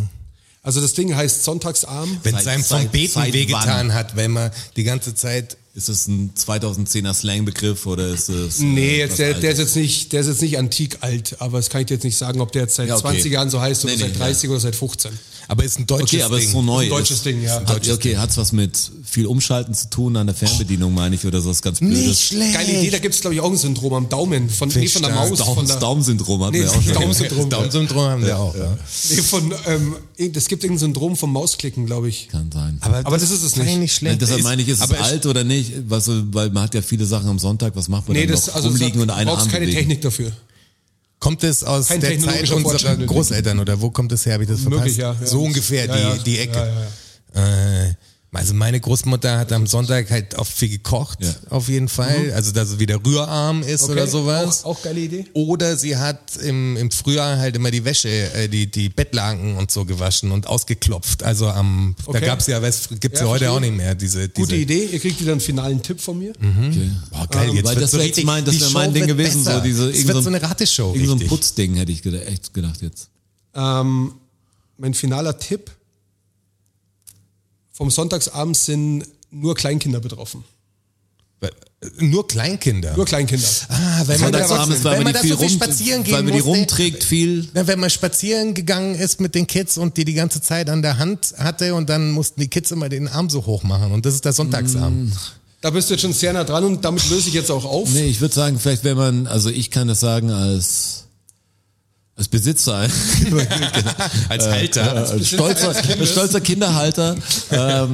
B: Also das Ding heißt Sonntagsarm.
D: Wenn es
C: Seit-
D: einem vom
C: seit-
D: Beten
C: seit
D: wehgetan
C: wann?
D: hat, wenn man die ganze Zeit.
C: Ist es ein 2010er Slangbegriff oder ist es. äh,
B: Nee, jetzt,
C: was
B: der, der, ist
C: Altes?
B: jetzt nicht, der ist jetzt nicht antik alt, aber das kann ich dir jetzt nicht sagen, ob der jetzt seit
C: Ja, okay.
B: 20 Jahren so heißt oder
C: Nee, nee,
B: seit 30 oder seit 15.
D: Aber ist ein deutsches
C: Okay, aber es
D: Ding.
C: ist so neu.
B: Ein deutsches
C: ist,
B: Ding, ja.
C: Hat, okay, hat's was mit viel Umschalten zu tun an der Fernbedienung, meine ich, oder so was ganz Blödes.
D: Nicht schlecht.
B: Geile Idee, da gibt es glaube ich auch ein Syndrom am Daumen. Von, nee, von der
D: stark.
B: Maus.
C: Daum-
B: Von
C: das
B: der,
C: Daumensyndrom hatten
B: Nee,
C: wir
B: das
C: auch schon.
B: Daumensyndrom.
D: Das Daumensyndrom haben wir auch. Ja.
B: nee, von, ähm, es gibt irgendein Syndrom vom Mausklicken, glaube ich.
C: Kann sein.
B: Aber das ist es nicht.
D: Eigentlich
C: Nein,
D: schlecht.
C: deshalb meine ich, ist es
D: aber
C: alt oder nicht? Weißt du, weil man hat ja viele Sachen am Sonntag, was macht man
B: Nee,
C: dann
B: das,
C: noch?
B: also das
C: Rumliegen und einen
B: brauchst
C: Arm
B: keine
C: bewegen.
B: Technik dafür.
D: Kommt es aus
B: Kein
D: der Zeit
B: technologischer
D: unserer
B: Fortschritt.
D: Großeltern oder wo kommt es her? Habe ich das verpasst?
B: Möglich, ja, ja.
D: So ungefähr
B: Ja,
D: die,
B: ja.
D: die
B: Ja,
D: Ecke.
B: ja,
D: Äh, also meine Großmutter hat am Sonntag halt oft viel gekocht,
C: Ja.
D: auf jeden Fall. Also dass es wieder Rührarm ist oder sowas.
B: Mhm. Auch, auch geile Idee.
D: Oder sie hat im, im Frühjahr halt immer die Wäsche, äh, die, die Bettlaken und so gewaschen und ausgeklopft. Also am,
B: Okay.
D: da gab's ja, weiß, gibt's ja,
B: Ja,
D: heute
B: verstehe.
D: auch nicht mehr, diese, diese
B: Gute Idee, ihr kriegt wieder einen finalen Tipp von mir.
C: Okay.
D: Boah, geil,
C: Hm?
D: jetzt
C: Ähm, weil
D: wird
C: das
D: so
C: wär jetzt
D: richtig,
C: mein- das
D: die
C: wär
D: Show
C: mein Ding
D: wird
C: gewesen,
D: besser.
C: so diese-
D: es
C: irgend so
D: wird so
C: ein-
D: eine Ratteshow.
C: Irgend so ein
D: richtig.
C: Putzding hätte ich geda- echt gedacht jetzt.
B: Ähm, mein finaler Tipp vom Sonntagsabend sind nur Kleinkinder betroffen.
D: Nur Kleinkinder.
B: Nur Kleinkinder.
D: Ah, wenn man da,
C: Sonntagsabend ist, weil
D: wenn
C: man
D: man
C: die viel
D: da so viel
C: rum-
D: spazieren gehen ne?
C: weil man die
D: musste,
C: rumträgt viel.
D: Na, wenn man spazieren gegangen ist mit den Kids und die die ganze Zeit an der Hand hatte und dann mussten die Kids immer den Arm so hoch machen und das ist der
C: Mm.
D: Sonntagsabend.
B: Da bist du jetzt schon sehr nah dran und damit löse ich jetzt auch auf.
C: Nee, ich würde sagen, vielleicht wenn man, also ich kann das sagen als als Besitzer,
D: Als Halter.
C: als stolzer, als stolzer Kinderhalter, ähm,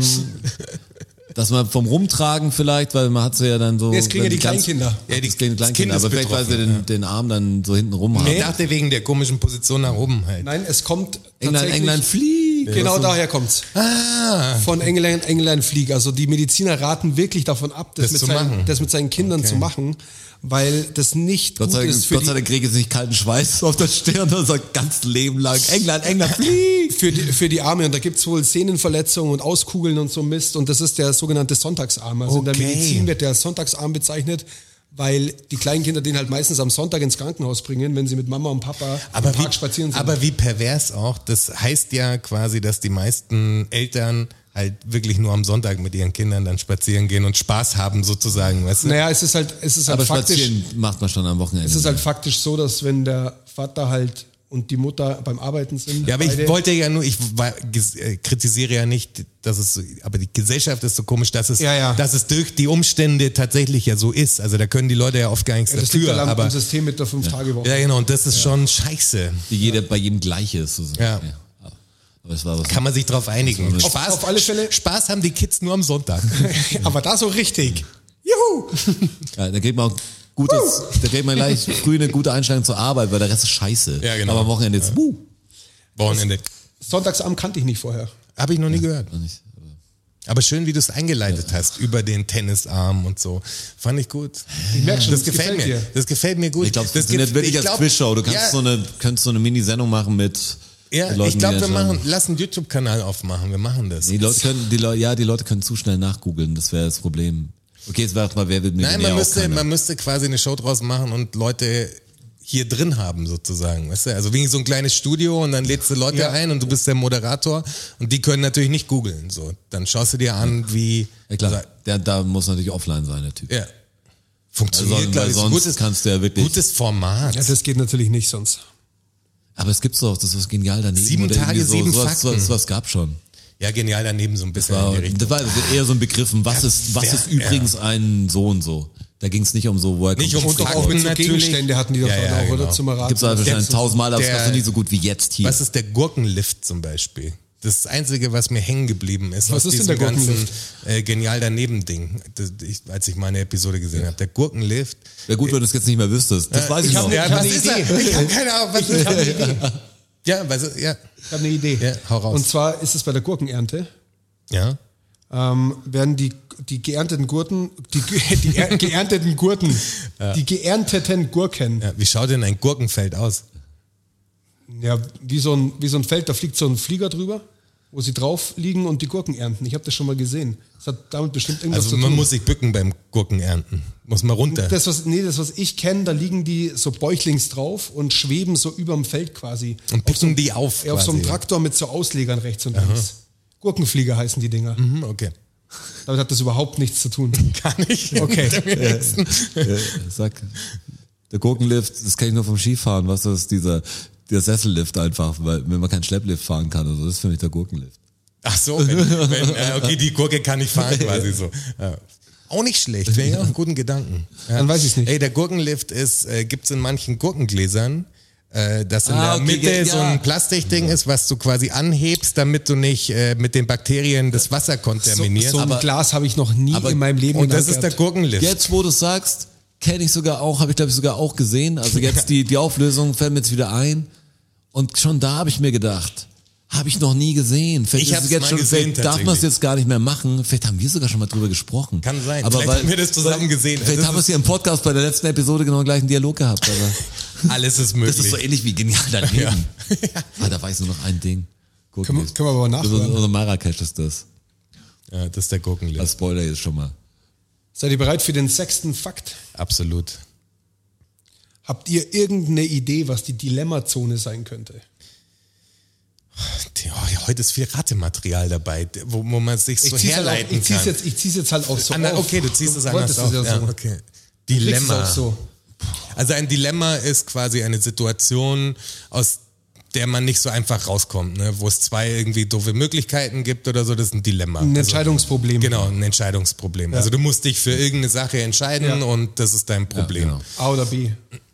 C: dass man vom Rumtragen vielleicht, weil man hat sie ja dann so.
B: Nee, es kriegen
C: wenn
B: ja die
C: ganz-
B: Kleinkinder.
C: Ja, die
D: Das
C: kriegen
D: Kind
C: Kleinkinder,
D: ist
C: aber vielleicht weil sie den,
D: betroffen,
C: den Arm dann so hinten rum
D: Ich
C: haben.
D: dachte wegen der komischen Position nach oben halt.
B: Nein, es kommt
C: England,
B: tatsächlich-
C: England fliegt.
B: Genau daher kommt's.
D: Ah,
B: Von England, England Flieg. Also die Mediziner raten wirklich davon ab, das,
D: Das
B: mit,
D: zu machen.
B: seinen, das mit seinen Kindern
D: Okay.
B: zu machen, weil das nicht
C: Gott
B: gut
C: sei,
B: ist
C: Dank,
B: für
C: Gott
B: die
C: sei Dank kriege ich jetzt nicht kalten Schweiß auf der Stirn und sagt ganz Leben lang England, England fliegt.
B: für die, für die Arme. Und da gibt's wohl Sehnenverletzungen und Auskugeln und so Mist. Und das ist der sogenannte Sonntagsarm. Also in der
D: Okay.
B: Medizin wird der Sonntagsarm bezeichnet, weil die kleinen Kinder den halt meistens am Sonntag ins Krankenhaus bringen, wenn sie mit Mama und Papa
D: aber
B: im Park
D: wie,
B: spazieren sind.
D: aber wie pervers auch. Das heißt ja quasi, dass die meisten Eltern halt wirklich nur am Sonntag mit ihren Kindern dann spazieren gehen und Spaß haben sozusagen, weißt du?
B: naja, es ist halt, es ist halt
C: Aber
B: faktisch,
C: spazieren macht man schon am Wochenende.
B: es ist halt faktisch so, dass wenn der Vater halt und die Mutter beim Arbeiten sind.
D: Ja, aber ich
B: beide-
D: wollte ja nur, ich war, ges- äh, kritisiere ja nicht, dass es, so- aber die Gesellschaft ist so komisch, dass es,
B: Ja, ja.
D: dass es durch die Umstände tatsächlich ja so ist. Also da können die Leute ja oft gar nichts
B: das liegt
D: dafür,
B: halt am-
D: aber.
B: am System mit der Fünf-Tage-Woche.
D: Ja, genau, und das ist schon scheiße.
C: die jeder bei jedem gleich ist. sozusagen.
D: Ja.
C: Aber es war was.
D: Kann man sich drauf einigen.
C: Auf-
D: Spaß,
B: auf alle Fälle-
D: Spaß haben die Kids nur am Sonntag.
B: aber da so richtig. Juhu!
C: Ja, da kriegt man auch gutes, da kriegt man gleich früh eine gute Einstellung zur Arbeit, weil der Rest ist scheiße.
D: Ja, genau.
C: Aber am Wochenende jetzt, wuh.
D: Wochenende.
B: Sonntagsabend kannte ich nicht vorher.
D: Habe ich noch nie gehört.
C: Weiß nicht.
D: Aber schön, wie du es eingeleitet hast über den Tennisarm und so. Fand ich gut.
B: Ich merk schon,
D: das
B: es
D: gefällt,
B: gefällt
D: mir.
B: dir.
D: Das gefällt mir gut.
C: Ich glaube,
D: das
C: das sind jetzt
D: gef-
C: wirklich
D: ich
C: als
D: glaub-
C: Quizshow. Du kannst
D: Ja.
C: so eine, könntest so eine Mini-Sendung machen mit
D: Ja,
C: den Leuten,
D: ich glaube,
C: die
D: wir
C: das
D: machen, lass einen YouTube-Kanal aufmachen. Wir machen das.
C: Die Leute können, die Leute, ja, die Leute können zu schnell nachgoogeln. Das wäre das Problem. Okay, jetzt warte mal, wer wird Millionär?
D: Nein, man
C: auch
D: müsste,
C: keiner.
D: man müsste quasi eine Show draus machen und Leute hier drin haben sozusagen, weißt du? Also wie so ein kleines Studio und dann lädst du Leute ein und du bist der Moderator und die können natürlich nicht googeln. So, dann schaust du dir an, wie
C: ja, klar. Also, Der, da muss natürlich offline sein, der Typ.
D: ja.
C: Weil
D: funktioniert,
C: sonst-
D: glaube
C: weil
D: ich. Ist ein
C: sonst
D: Gutes,
C: kannst du ja wirklich-
D: gutes Format.
B: Ja, das geht natürlich nicht sonst.
C: Aber es gibt's doch, das ist was genial daneben.
D: Sieben
C: oder irgendwie
D: Tage,
C: so,
D: sieben
C: sowas,
D: Fakten.
C: Sowas, sowas gab schon.
D: Ja, genial daneben so ein bisschen in die
C: War,
D: Richtung.
C: das war eher so ein Begriff. und Was ist, was
D: wer-
C: ist übrigens ein so und so? Da ging's nicht um so, woher
D: Nicht
C: kommt das
D: um
B: Und doch
D: Fakten
B: auch mit so
D: natürlich.
B: Gegenstände hatten die doch
D: Ja,
B: dann
D: ja,
B: auch,
D: genau.
B: oder? Zum Erraten.
C: Gibt's halt wahrscheinlich tausendmal, aber es
D: der-
C: gab noch nie so gut wie jetzt hier.
D: Was ist der Gurkenlift zum Beispiel? Das ist das Einzige, was mir hängen geblieben ist.
B: Was ist
D: aus
B: denn
D: diesem
B: der
D: ganzen,
B: Gurkenlift?
D: Äh, genial daneben Ding, das, ich, als ich meine Episode gesehen habe. Der Gurkenlift.
C: Wäre gut, wenn du es jetzt nicht mehr wüsstest.
D: Äh,
C: Das weiß ich, noch.
B: Also hab eine
D: er?
B: Idee.
D: Ich habe keine Ahnung. Was ist das? Ja, was ist, ja.
B: Ich habe eine Idee.
D: Ja, hau raus.
B: Und zwar ist es bei der Gurkenernte,
D: ja.
B: ähm, werden die, die geernteten Gurten, die, ge- die er, geernteten Gurten, die geernteten Gurken,
D: Ja, wie schaut denn ein Gurkenfeld aus?
B: ja, wie, so ein, wie so ein Feld, da fliegt so ein Flieger drüber wo sie drauf liegen und die Gurken ernten. Ich habe das schon mal gesehen. Das hat damit bestimmt irgendwas
D: Also
B: zu
D: man
B: tun.
D: muss sich bücken beim Gurkenernten. Muss man runter.
B: das, was, nee, das, was ich kenne, da liegen die so bäuchlings drauf und schweben so überm Feld quasi.
D: und picken die auf.
B: Ja, auf so einem
D: quasi.
B: Traktor mit so Auslegern rechts und links. Gurkenflieger heißen die Dinger.
D: Hm, Okay.
B: Damit hat das überhaupt nichts zu tun.
D: Kann ich.
B: Okay.
C: Sag, der Gurkenlift, das kenne ich nur vom Skifahren, was das ist dieser, der Sessellift einfach, weil wenn man keinen Schlepplift fahren kann, also das ist für mich der Gurkenlift.
D: Ach so, wenn, wenn, äh, okay, die Gurke kann ich fahren quasi so. Ja. Auch nicht schlecht, wäre ja auch einen guten Gedanken. Ja.
B: Dann weiß ich's nicht.
D: Ey, der Gurkenlift ist, äh, gibt's in manchen Gurkengläsern, äh, dass in
C: Ah,
D: der
C: okay,
D: Mitte
C: ja.
D: so ein Plastikding ist, was du quasi anhebst, damit du nicht äh, mit den Bakterien das Wasser
B: So,
D: kontaminierst.
B: so ein
D: Aber-
B: Glas habe ich noch nie
C: aber-
B: in meinem Leben in
D: und
B: der
D: das
B: Hand
D: ist der
B: gehabt.
D: Gurkenlift.
C: Jetzt, wo du sagst, kenne ich sogar auch, habe ich glaube ich sogar auch gesehen. Also jetzt die, die Auflösung fällt mir jetzt wieder ein. Und schon da habe ich mir gedacht, habe ich noch nie gesehen. Vielleicht
D: Ich
C: ist
D: hab's
C: es jetzt
D: mal
C: schon,
D: gesehen,
C: vielleicht darf man es
D: tatsächlich.
C: jetzt gar nicht mehr machen. Vielleicht haben wir sogar schon mal drüber gesprochen.
D: Kann sein.
C: Aber
D: Vielleicht
C: weil,
D: haben wir das zusammen gesehen.
C: Vielleicht
D: Das
C: haben wir
D: ist-
C: es hier im Podcast bei der letzten Episode genau den gleichen Dialog gehabt. Aber
D: Alles ist möglich.
C: das ist so
B: e-
C: ähnlich wie genial daneben.
D: Ja.
C: Ah, da weiß nur noch ein Ding. Guck
B: Können wir-
C: jetzt.
B: können wir aber
C: Also,
B: nachhören.
C: also Marrakesch ist das.
D: ja, das ist der Gurkenlift.
C: Als Spoiler jetzt schon mal.
B: Seid ihr bereit für den sechsten Fakt?
D: Absolut.
B: Habt ihr irgendeine Idee, was die Dilemmazone sein könnte?
D: Die- Oh, ja, heute ist viel Rattematerial dabei, wo, wo man sich so
B: zieh's
D: herleiten
B: halt auch, ich
D: kann.
B: zieh's jetzt, ich zieh's jetzt halt auch so
D: Anna-
B: auf.
D: okay, du ziehst es anders
B: wolltest
D: auf.
B: es ja so.
D: okay.
B: Du kriegst es
D: Dilemma.
B: auch so.
D: Also ein Dilemma ist quasi eine Situation, aus der man nicht so einfach rauskommt, ne? wo es zwei irgendwie doofe Möglichkeiten gibt oder so, das ist ein Dilemma.
B: Ein
D: also,
B: Entscheidungsproblem.
D: genau, ein Entscheidungsproblem. Also du musst dich für irgendeine Sache entscheiden
B: Ja.
D: und das ist dein Problem.
C: genau.
B: A oder B.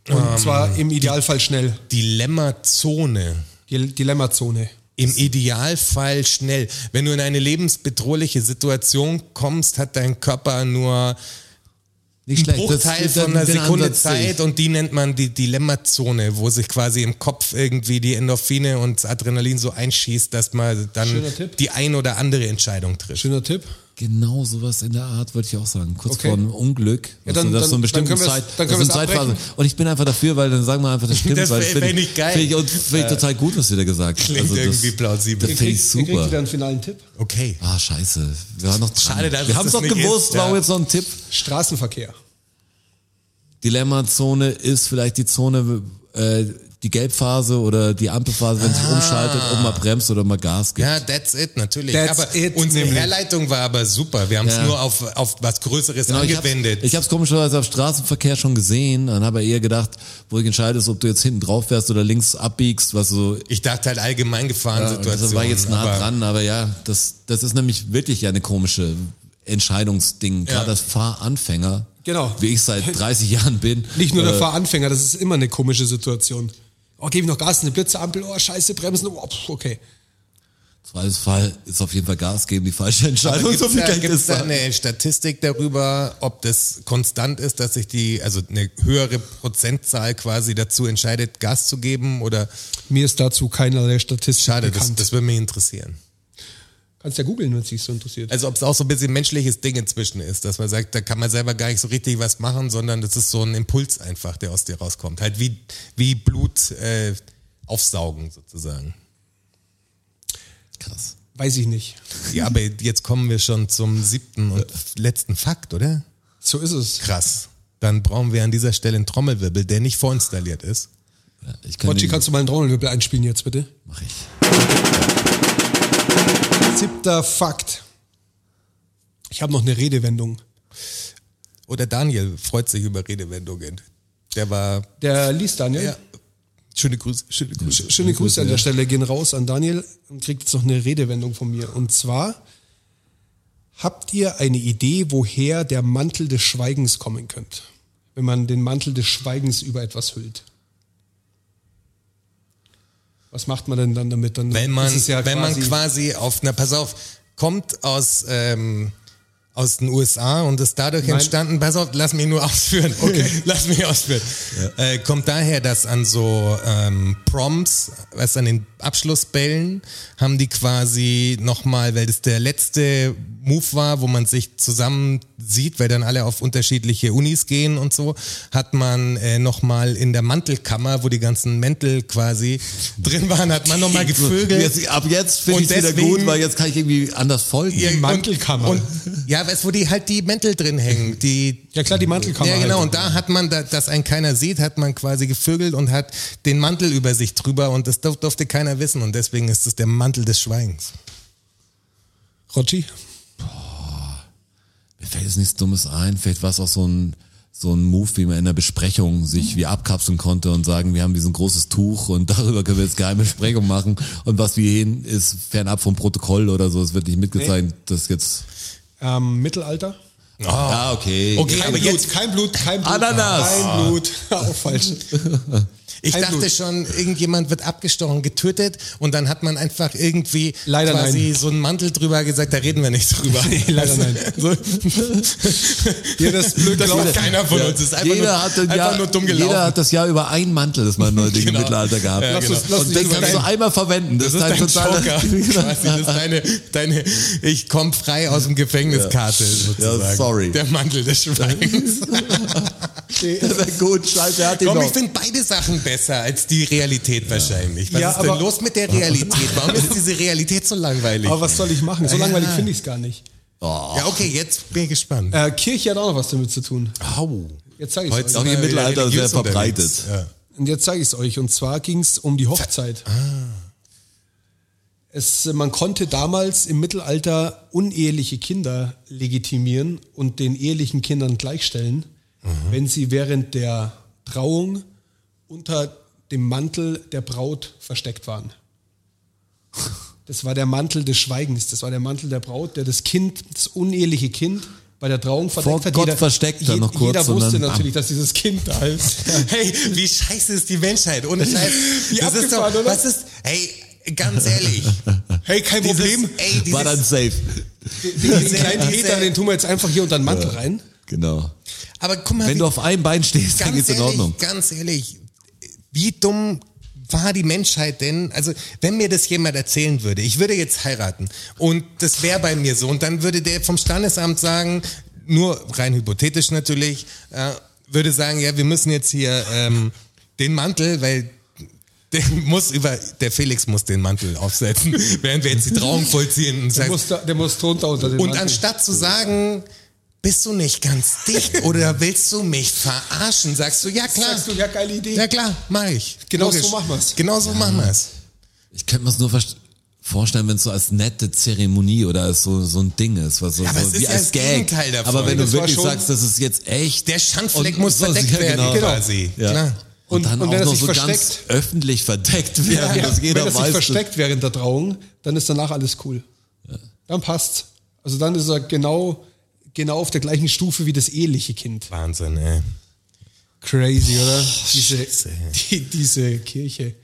B: Und
D: Ähm,
B: zwar im Idealfall schnell.
D: Dilemmazone.
B: Die Dilemmazone.
D: Im Idealfall schnell. Wenn du in eine lebensbedrohliche Situation kommst, hat dein Körper nur
C: Nicht
D: ein Bruchteil
C: das-
D: von
C: den-
D: einer
C: den
D: Sekunde
C: Ansatz sehe ich.
D: Zeit und die nennt man die Dilemmazone, wo sich quasi im Kopf irgendwie die Endorphine und das Adrenalin so einschießt, dass man dann
B: Schöner Tipp.
D: die ein oder andere Entscheidung trifft.
B: Schöner Tipp.
C: Genau sowas in der Art, würde ich auch sagen. Kurz
B: Okay.
C: vor einem Unglück.
B: Ja,
C: Ja,
B: dann-
C: dann, das so
B: dann- dann
C: eine bestimmte
B: können wir's-
C: Zeit.
B: dann
C: das
B: können
C: sind
B: wir's
C: Zeitphasen.
B: abbrechen.
C: Und ich bin einfach dafür, weil dann sagen wir einfach, das stimmt.
D: Das
C: weil
D: wär-
C: find
D: wär
C: ich-
D: nicht geil. Äh.
C: Finde ich, und find ich total gut, was ihr da gesagt habt.
D: Klingt irgendwie plausibel.
C: Das
D: Ihr
C: finde ich
B: Kriegt- ihr kriegt wieder
C: super.
B: einen finalen Tipp.
D: Okay.
C: Ah, scheiße. Wir waren noch dran.
D: Schade,
C: Wir
D: dass es
C: haben es
D: das
C: doch
D: nicht
C: gewusst.
D: ist, ja.
C: Warum jetzt noch ein Tipp?
B: Straßenverkehr.
C: Dilemmazone ist vielleicht die Zone, äh, die Gelbphase oder die Ampelphase, wenn es sich
D: Ah.
C: umschaltet, ob man bremst oder ob man Gas gibt.
D: Ja, that's it, natürlich.
B: That's
D: aber
B: it,
D: unsere
B: nämlich.
D: Herleitung war aber super. Wir haben es
C: Ja. Genau,
D: nur auf, auf was Größeres angewendet.
C: Ich habe es komischerweise auf Straßenverkehr schon gesehen, dann habe ich eher gedacht, wo ich entscheide, ist, ob du jetzt hinten drauf fährst oder links abbiegst, was so.
D: ich dachte halt allgemein
C: Ja,
D: Gefahrensituation.
C: das war jetzt nah
D: aber-
C: dran, aber ja, das, das ist nämlich wirklich ja eine komische Entscheidungsding. Gerade
D: Ja.
C: als Fahranfänger,
B: Genau.
C: wie ich seit 30 Jahren bin.
B: Nicht nur der
C: äh,
B: Fahranfänger, das ist immer eine komische Situation. Oh, gebe ich noch Gas, eine Blitzampel, oh, scheiße, bremsen, oh, pf, okay.
C: Zweifelsfall ist auf jeden Fall Gas geben, die falsche Entscheidung.
D: Gibt's
C: So viel
D: da,
C: Geld
D: gibt's
C: ist
D: da
C: da.
D: eine Statistik darüber, ob das konstant ist, dass sich die, also eine höhere Prozentzahl quasi dazu entscheidet, Gas zu geben oder
B: Mir ist dazu keinerlei Statistik
D: schade, das,
B: bekannt.
D: das würde mich interessieren.
B: Kannst ja googeln, wenn es dich so interessiert.
D: Also ob es auch so ein bisschen menschliches Ding inzwischen ist, dass man sagt, da kann man selber gar nicht so richtig was machen, sondern das ist so ein Impuls einfach, der aus dir rauskommt. Halt wie, wie Blut äh, aufsaugen sozusagen.
C: Krass.
B: Weiß ich nicht.
D: Ja, aber jetzt kommen wir schon zum siebten und letzten Fakt, oder?
B: So ist es.
D: Krass. Dann brauchen wir an dieser Stelle einen Trommelwirbel, der nicht vorinstalliert ist.
C: Ja, ich kann
B: Bocci,
C: den-
B: kannst du mal einen Trommelwirbel einspielen jetzt bitte?
C: mach ich.
B: Siebter Fakt. Ich habe noch eine Redewendung.
D: Oder Daniel freut sich über Redewendungen. Der war.
B: Der liest Daniel.
D: Ja. Schöne Grüße, schöne Grüße.
B: Schöne Grüße an der Stelle gehen raus an Daniel und kriegt jetzt noch eine Redewendung von mir. Und zwar, habt ihr eine Idee, woher der Mantel des Schweigens kommen könnte? Wenn man den Mantel des Schweigens über etwas hüllt. Was macht man denn dann damit? Dann
D: Wenn man,
B: ist es ja
D: wenn
B: quasi,
D: man quasi auf, na pass auf, kommt aus, ähm, aus den USA und ist dadurch entstanden, pass auf, lass mich nur ausführen. Okay. lass mich ausführen. Äh, kommt daher, dass an so ähm, Proms, was an den Abschlussbällen, haben die quasi nochmal, weil das der letzte Move war, wo man sich zusammen sieht, weil dann alle auf unterschiedliche Unis gehen und so, hat man äh, nochmal in der Mantelkammer, wo die ganzen Mäntel quasi drin waren, hat man nochmal gevögelt.
C: Jetzt, ab jetzt finde
D: Und
C: ich es wieder
D: deswegen-
C: gut, weil jetzt kann ich irgendwie anders folgen.
D: Ja, und-
B: Mantelkammer.
D: Und, ja, weißt du, wo die halt die Mäntel drin hängen, die
B: Ja klar, die Mantelkammer.
D: ja, genau.
B: halt.
D: Und da hat man, da, dass einen keiner sieht, hat man quasi gevögelt und hat den Mantel über sich drüber und das durf- durfte keiner wissen. Und deswegen ist es der Mantel des Schweigens.
B: Rotschi?
C: Mir fällt jetzt nichts Dummes ein, vielleicht war es auch so ein, so ein Move, wie man in der Besprechung sich wie abkapseln konnte und sagen, wir haben dieses großes Tuch und darüber können wir jetzt geheime Besprechung machen und was wir hin ist fernab vom Protokoll oder so, es wird nicht mitgezeichnet, das jetzt...
B: Ähm, Mittelalter?
C: Ah, okay.
D: Okay, aber jetzt,
B: kein Blut, kein Blut.
C: Ananas.
B: Kein Blut. Auch falsch.
D: ich
B: kein
D: dachte
B: Blut.
D: schon, irgendjemand wird abgestochen, getötet und dann hat man einfach irgendwie
B: Leider
D: quasi
B: nein.
D: so einen Mantel drüber gesagt, da reden wir nicht drüber. Also
B: leider nein.
D: So.
B: Ja, das Glück
D: Das
B: glaubt
D: glaubt keiner von uns. Das ist einfach, nur,
C: jeder, hat ein
D: einfach
C: Jahr,
D: nur dumm gelaufen.
C: jeder hat das Jahr über einen Mantel, das mal neulich
D: Genau.
C: im Mittelalter gehabt.
D: Ja, Lass uns- genau. lass
C: und
D: uns
C: den
D: über
C: kannst du
D: dein-
C: einmal verwenden. Das,
D: Das ist dein
C: ist dein
D: Joker.
C: totaler...
D: Quasi, das ist deine, deine Ich komm frei aus dem Gefängniskarte sozusagen.
C: Ja, sorry.
D: Der Mantel des Schweigens.
C: Das ist gut, scheiße, er hat ihn
D: Komm,
C: noch.
D: ich finde beide Sachen besser als die Realität wahrscheinlich. Was
B: Ja,
D: ist denn
B: aber-
D: los mit der Realität? Warum ist diese Realität so langweilig?
B: Aber was soll ich machen? So
D: Ja.
B: langweilig finde ich es gar nicht.
D: ja, okay, jetzt bin ich gespannt.
B: Äh, Kirche hat auch noch was damit zu tun. Jetzt zeige ich es euch.
C: auch
D: sind
C: im
D: wir wieder
C: Mittelalter
D: religiös
C: sehr verbreitet.
D: unterwegs. Ja.
B: Und jetzt zeige ich es euch. Und zwar ging es um die Hochzeit.
C: Ah.
B: Es, äh, man konnte damals im Mittelalter uneheliche Kinder legitimieren und den ehelichen Kindern gleichstellen,
C: Mhm.
B: wenn sie während der Trauung unter dem Mantel der Braut versteckt waren. Das war der Mantel des Schweigens, das war der Mantel der Braut, der das Kind, das uneheliche Kind bei der Trauung verdeckt
C: Vor
B: hat.
C: Gott versteckt dann noch kurz
B: Jeder
C: und
B: wusste
C: dann Ah. bam.
B: natürlich, dass dieses Kind da ist.
D: Hey, wie scheiße ist die Menschheit? Ohne Scheiß.
B: Wie
D: das ist
B: abgefahren, oder?
D: Was ist, hey, ganz ehrlich.
B: Hey, kein
D: Dieses-
B: Problem.
D: Ey, dieses,
C: War dann safe.
B: Den
D: diese-
B: kleinen
D: diese-
B: Peter, den tun wir jetzt einfach hier unter den Mantel rein.
C: Genau.
D: aber guck mal,
C: Wenn
D: wie
C: du auf einem Bein stehst, dann geht's in
D: ehrlich,
C: Ordnung.
D: Ganz ehrlich, wie dumm war die Menschheit denn? Also, wenn mir das jemand erzählen würde, ich würde jetzt heiraten und das wäre bei mir so und dann würde der vom Standesamt sagen, nur rein hypothetisch natürlich, äh, würde sagen, ja, wir müssen jetzt hier ähm, den Mantel, weil der muss über, der Felix muss den Mantel aufsetzen, während wir jetzt die Trauung vollziehen und
B: Der
D: sagst,
B: muss, da, der muss drunter unter den
D: und
B: Mantel.
D: anstatt zu sagen, bist du nicht ganz dicht oder willst du mich verarschen, sagst du, ja klar.
B: Sagst du, ja, geile Idee.
D: Ja klar, mach ich.
B: Genau
D: Logisch.
B: so machen wir's.
D: Genau so machen wir's.
C: Ich könnte mir es nur verst- vorstellen, wenn es so als nette Zeremonie oder als so, so ein Ding ist, was so,
D: aber es
C: so
D: ist
C: wie
D: ja
C: als
D: das
C: Gag.
D: Gegenteil davon.
C: aber wenn
B: Das
C: du
B: war
C: wirklich
B: schon-
C: sagst, das ist jetzt echt.
D: Der Schandfleck
C: und
D: muss
C: so-
D: verdeckt
C: ja,
D: werden
C: genau.
D: quasi.
C: Ja.
D: Klar.
C: Und,
B: Und-
C: dann
B: und wenn
C: auch
B: er
C: noch
B: sich
C: so ganz
B: versteckt-
C: öffentlich verdeckt werden,
B: ja,
C: dass jeder
B: Wenn er sich
C: weiß.
B: versteckt während der Trauung, dann ist danach alles cool. Dann passt's. Also dann ist er genau, genau auf der gleichen Stufe wie das eheliche Kind.
D: Wahnsinn, ey.
B: Crazy, oder? Diese,
D: Scheiße, ey.
B: die, diese Kirche.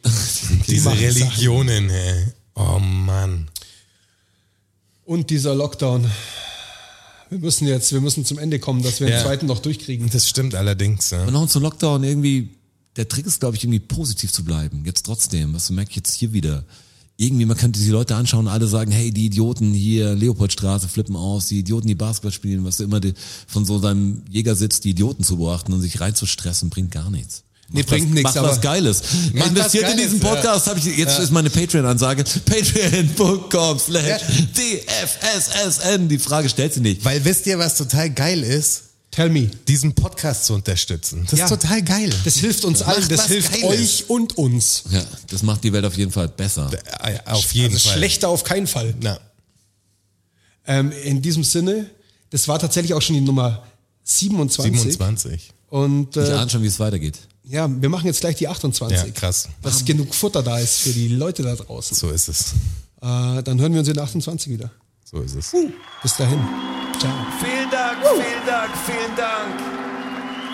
D: Diese
B: machen Sachen.
D: Religionen, ey. Oh Mann.
B: Und dieser Lockdown. Wir müssen jetzt, wir müssen zum Ende kommen, dass wir
D: Ja.
B: den zweiten noch durchkriegen.
D: Das stimmt allerdings. Ja.
C: Und noch zum Lockdown irgendwie, der Trick ist, glaube ich, irgendwie positiv zu bleiben. Jetzt trotzdem, was merke ich jetzt hier wieder? Irgendwie, man könnte die Leute anschauen und alle sagen, hey, die Idioten hier, Leopoldstraße flippen aus, die Idioten, die Basketball spielen, was du immer die, von so seinem Jägersitz die Idioten zu beobachten und sich reinzustressen, bringt gar nichts.
B: Nee,
C: Macht
B: bringt
C: was,
B: nichts,
C: Macht
B: aber-
C: was Geiles.
D: was
C: Investiert in
D: Geiles,
C: diesen Podcast, hab ich, jetzt ist meine Patreon-Ansage, patreon.com slash dfssn. Die Frage stellt sie nicht.
D: Weil wisst ihr, was total geil ist?
B: Tell me.
D: Diesen Podcast zu unterstützen. Das
B: Ja.
D: ist total geil.
B: Das hilft uns allen,
D: Macht
B: das
D: was
B: hilft
D: Geiles.
B: euch und uns.
C: Ja, das macht die Welt auf jeden Fall besser.
D: Äh, Auf jeden
B: also
D: Fall.
B: Schlechter auf keinen Fall.
D: Na.
B: Ähm, in diesem Sinne, das war tatsächlich auch schon die Nummer 27.
D: 27.
B: Und
C: Ich
B: äh,
C: ahne schon, wie es weitergeht.
B: ja, wir machen jetzt gleich die 28.
D: Ja, krass.
B: Dass genug Futter da ist für die Leute da draußen.
D: So ist es.
B: Äh, dann hören wir uns in der 28 wieder.
D: So ist es.
B: Bis dahin. Ciao.
E: Vielen Dank, vielen Dank, vielen Dank.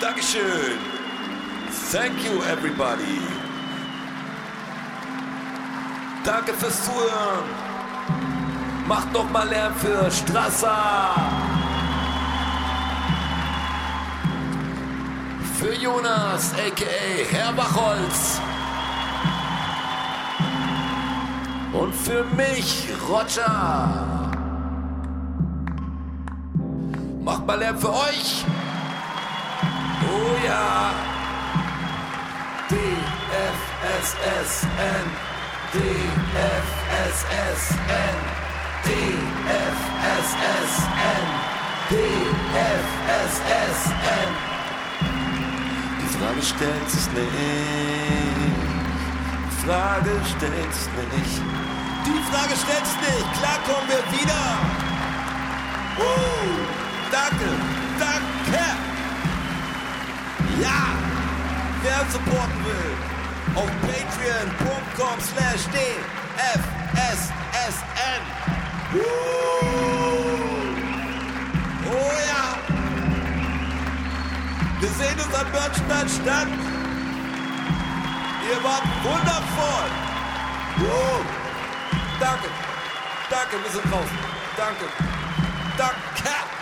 E: Dankeschön. Thank you, everybody. Danke fürs Zuhören. Macht noch mal Lärm für Strasser.
A: für Jonas, a.k.a. Herr Bachholz. Und für mich, Roger. Macht mal Lärm für euch. Oh ja. DFSSN. DFSSN. DFSSN. DFSSN. Die Frage stellt sich nicht. Die Frage stellt sich nicht. Die Frage stellt sich nicht. Klar kommen wir wieder. Uh, danke, danke. Ja, wer uns supporten will, auf patreon.com slash dfssn. Uh, oh ja. Wir sehen uns am Börnstein statt. Ihr wart wundervoll. Uh, danke, danke, wir sind draußen. Danke, danke.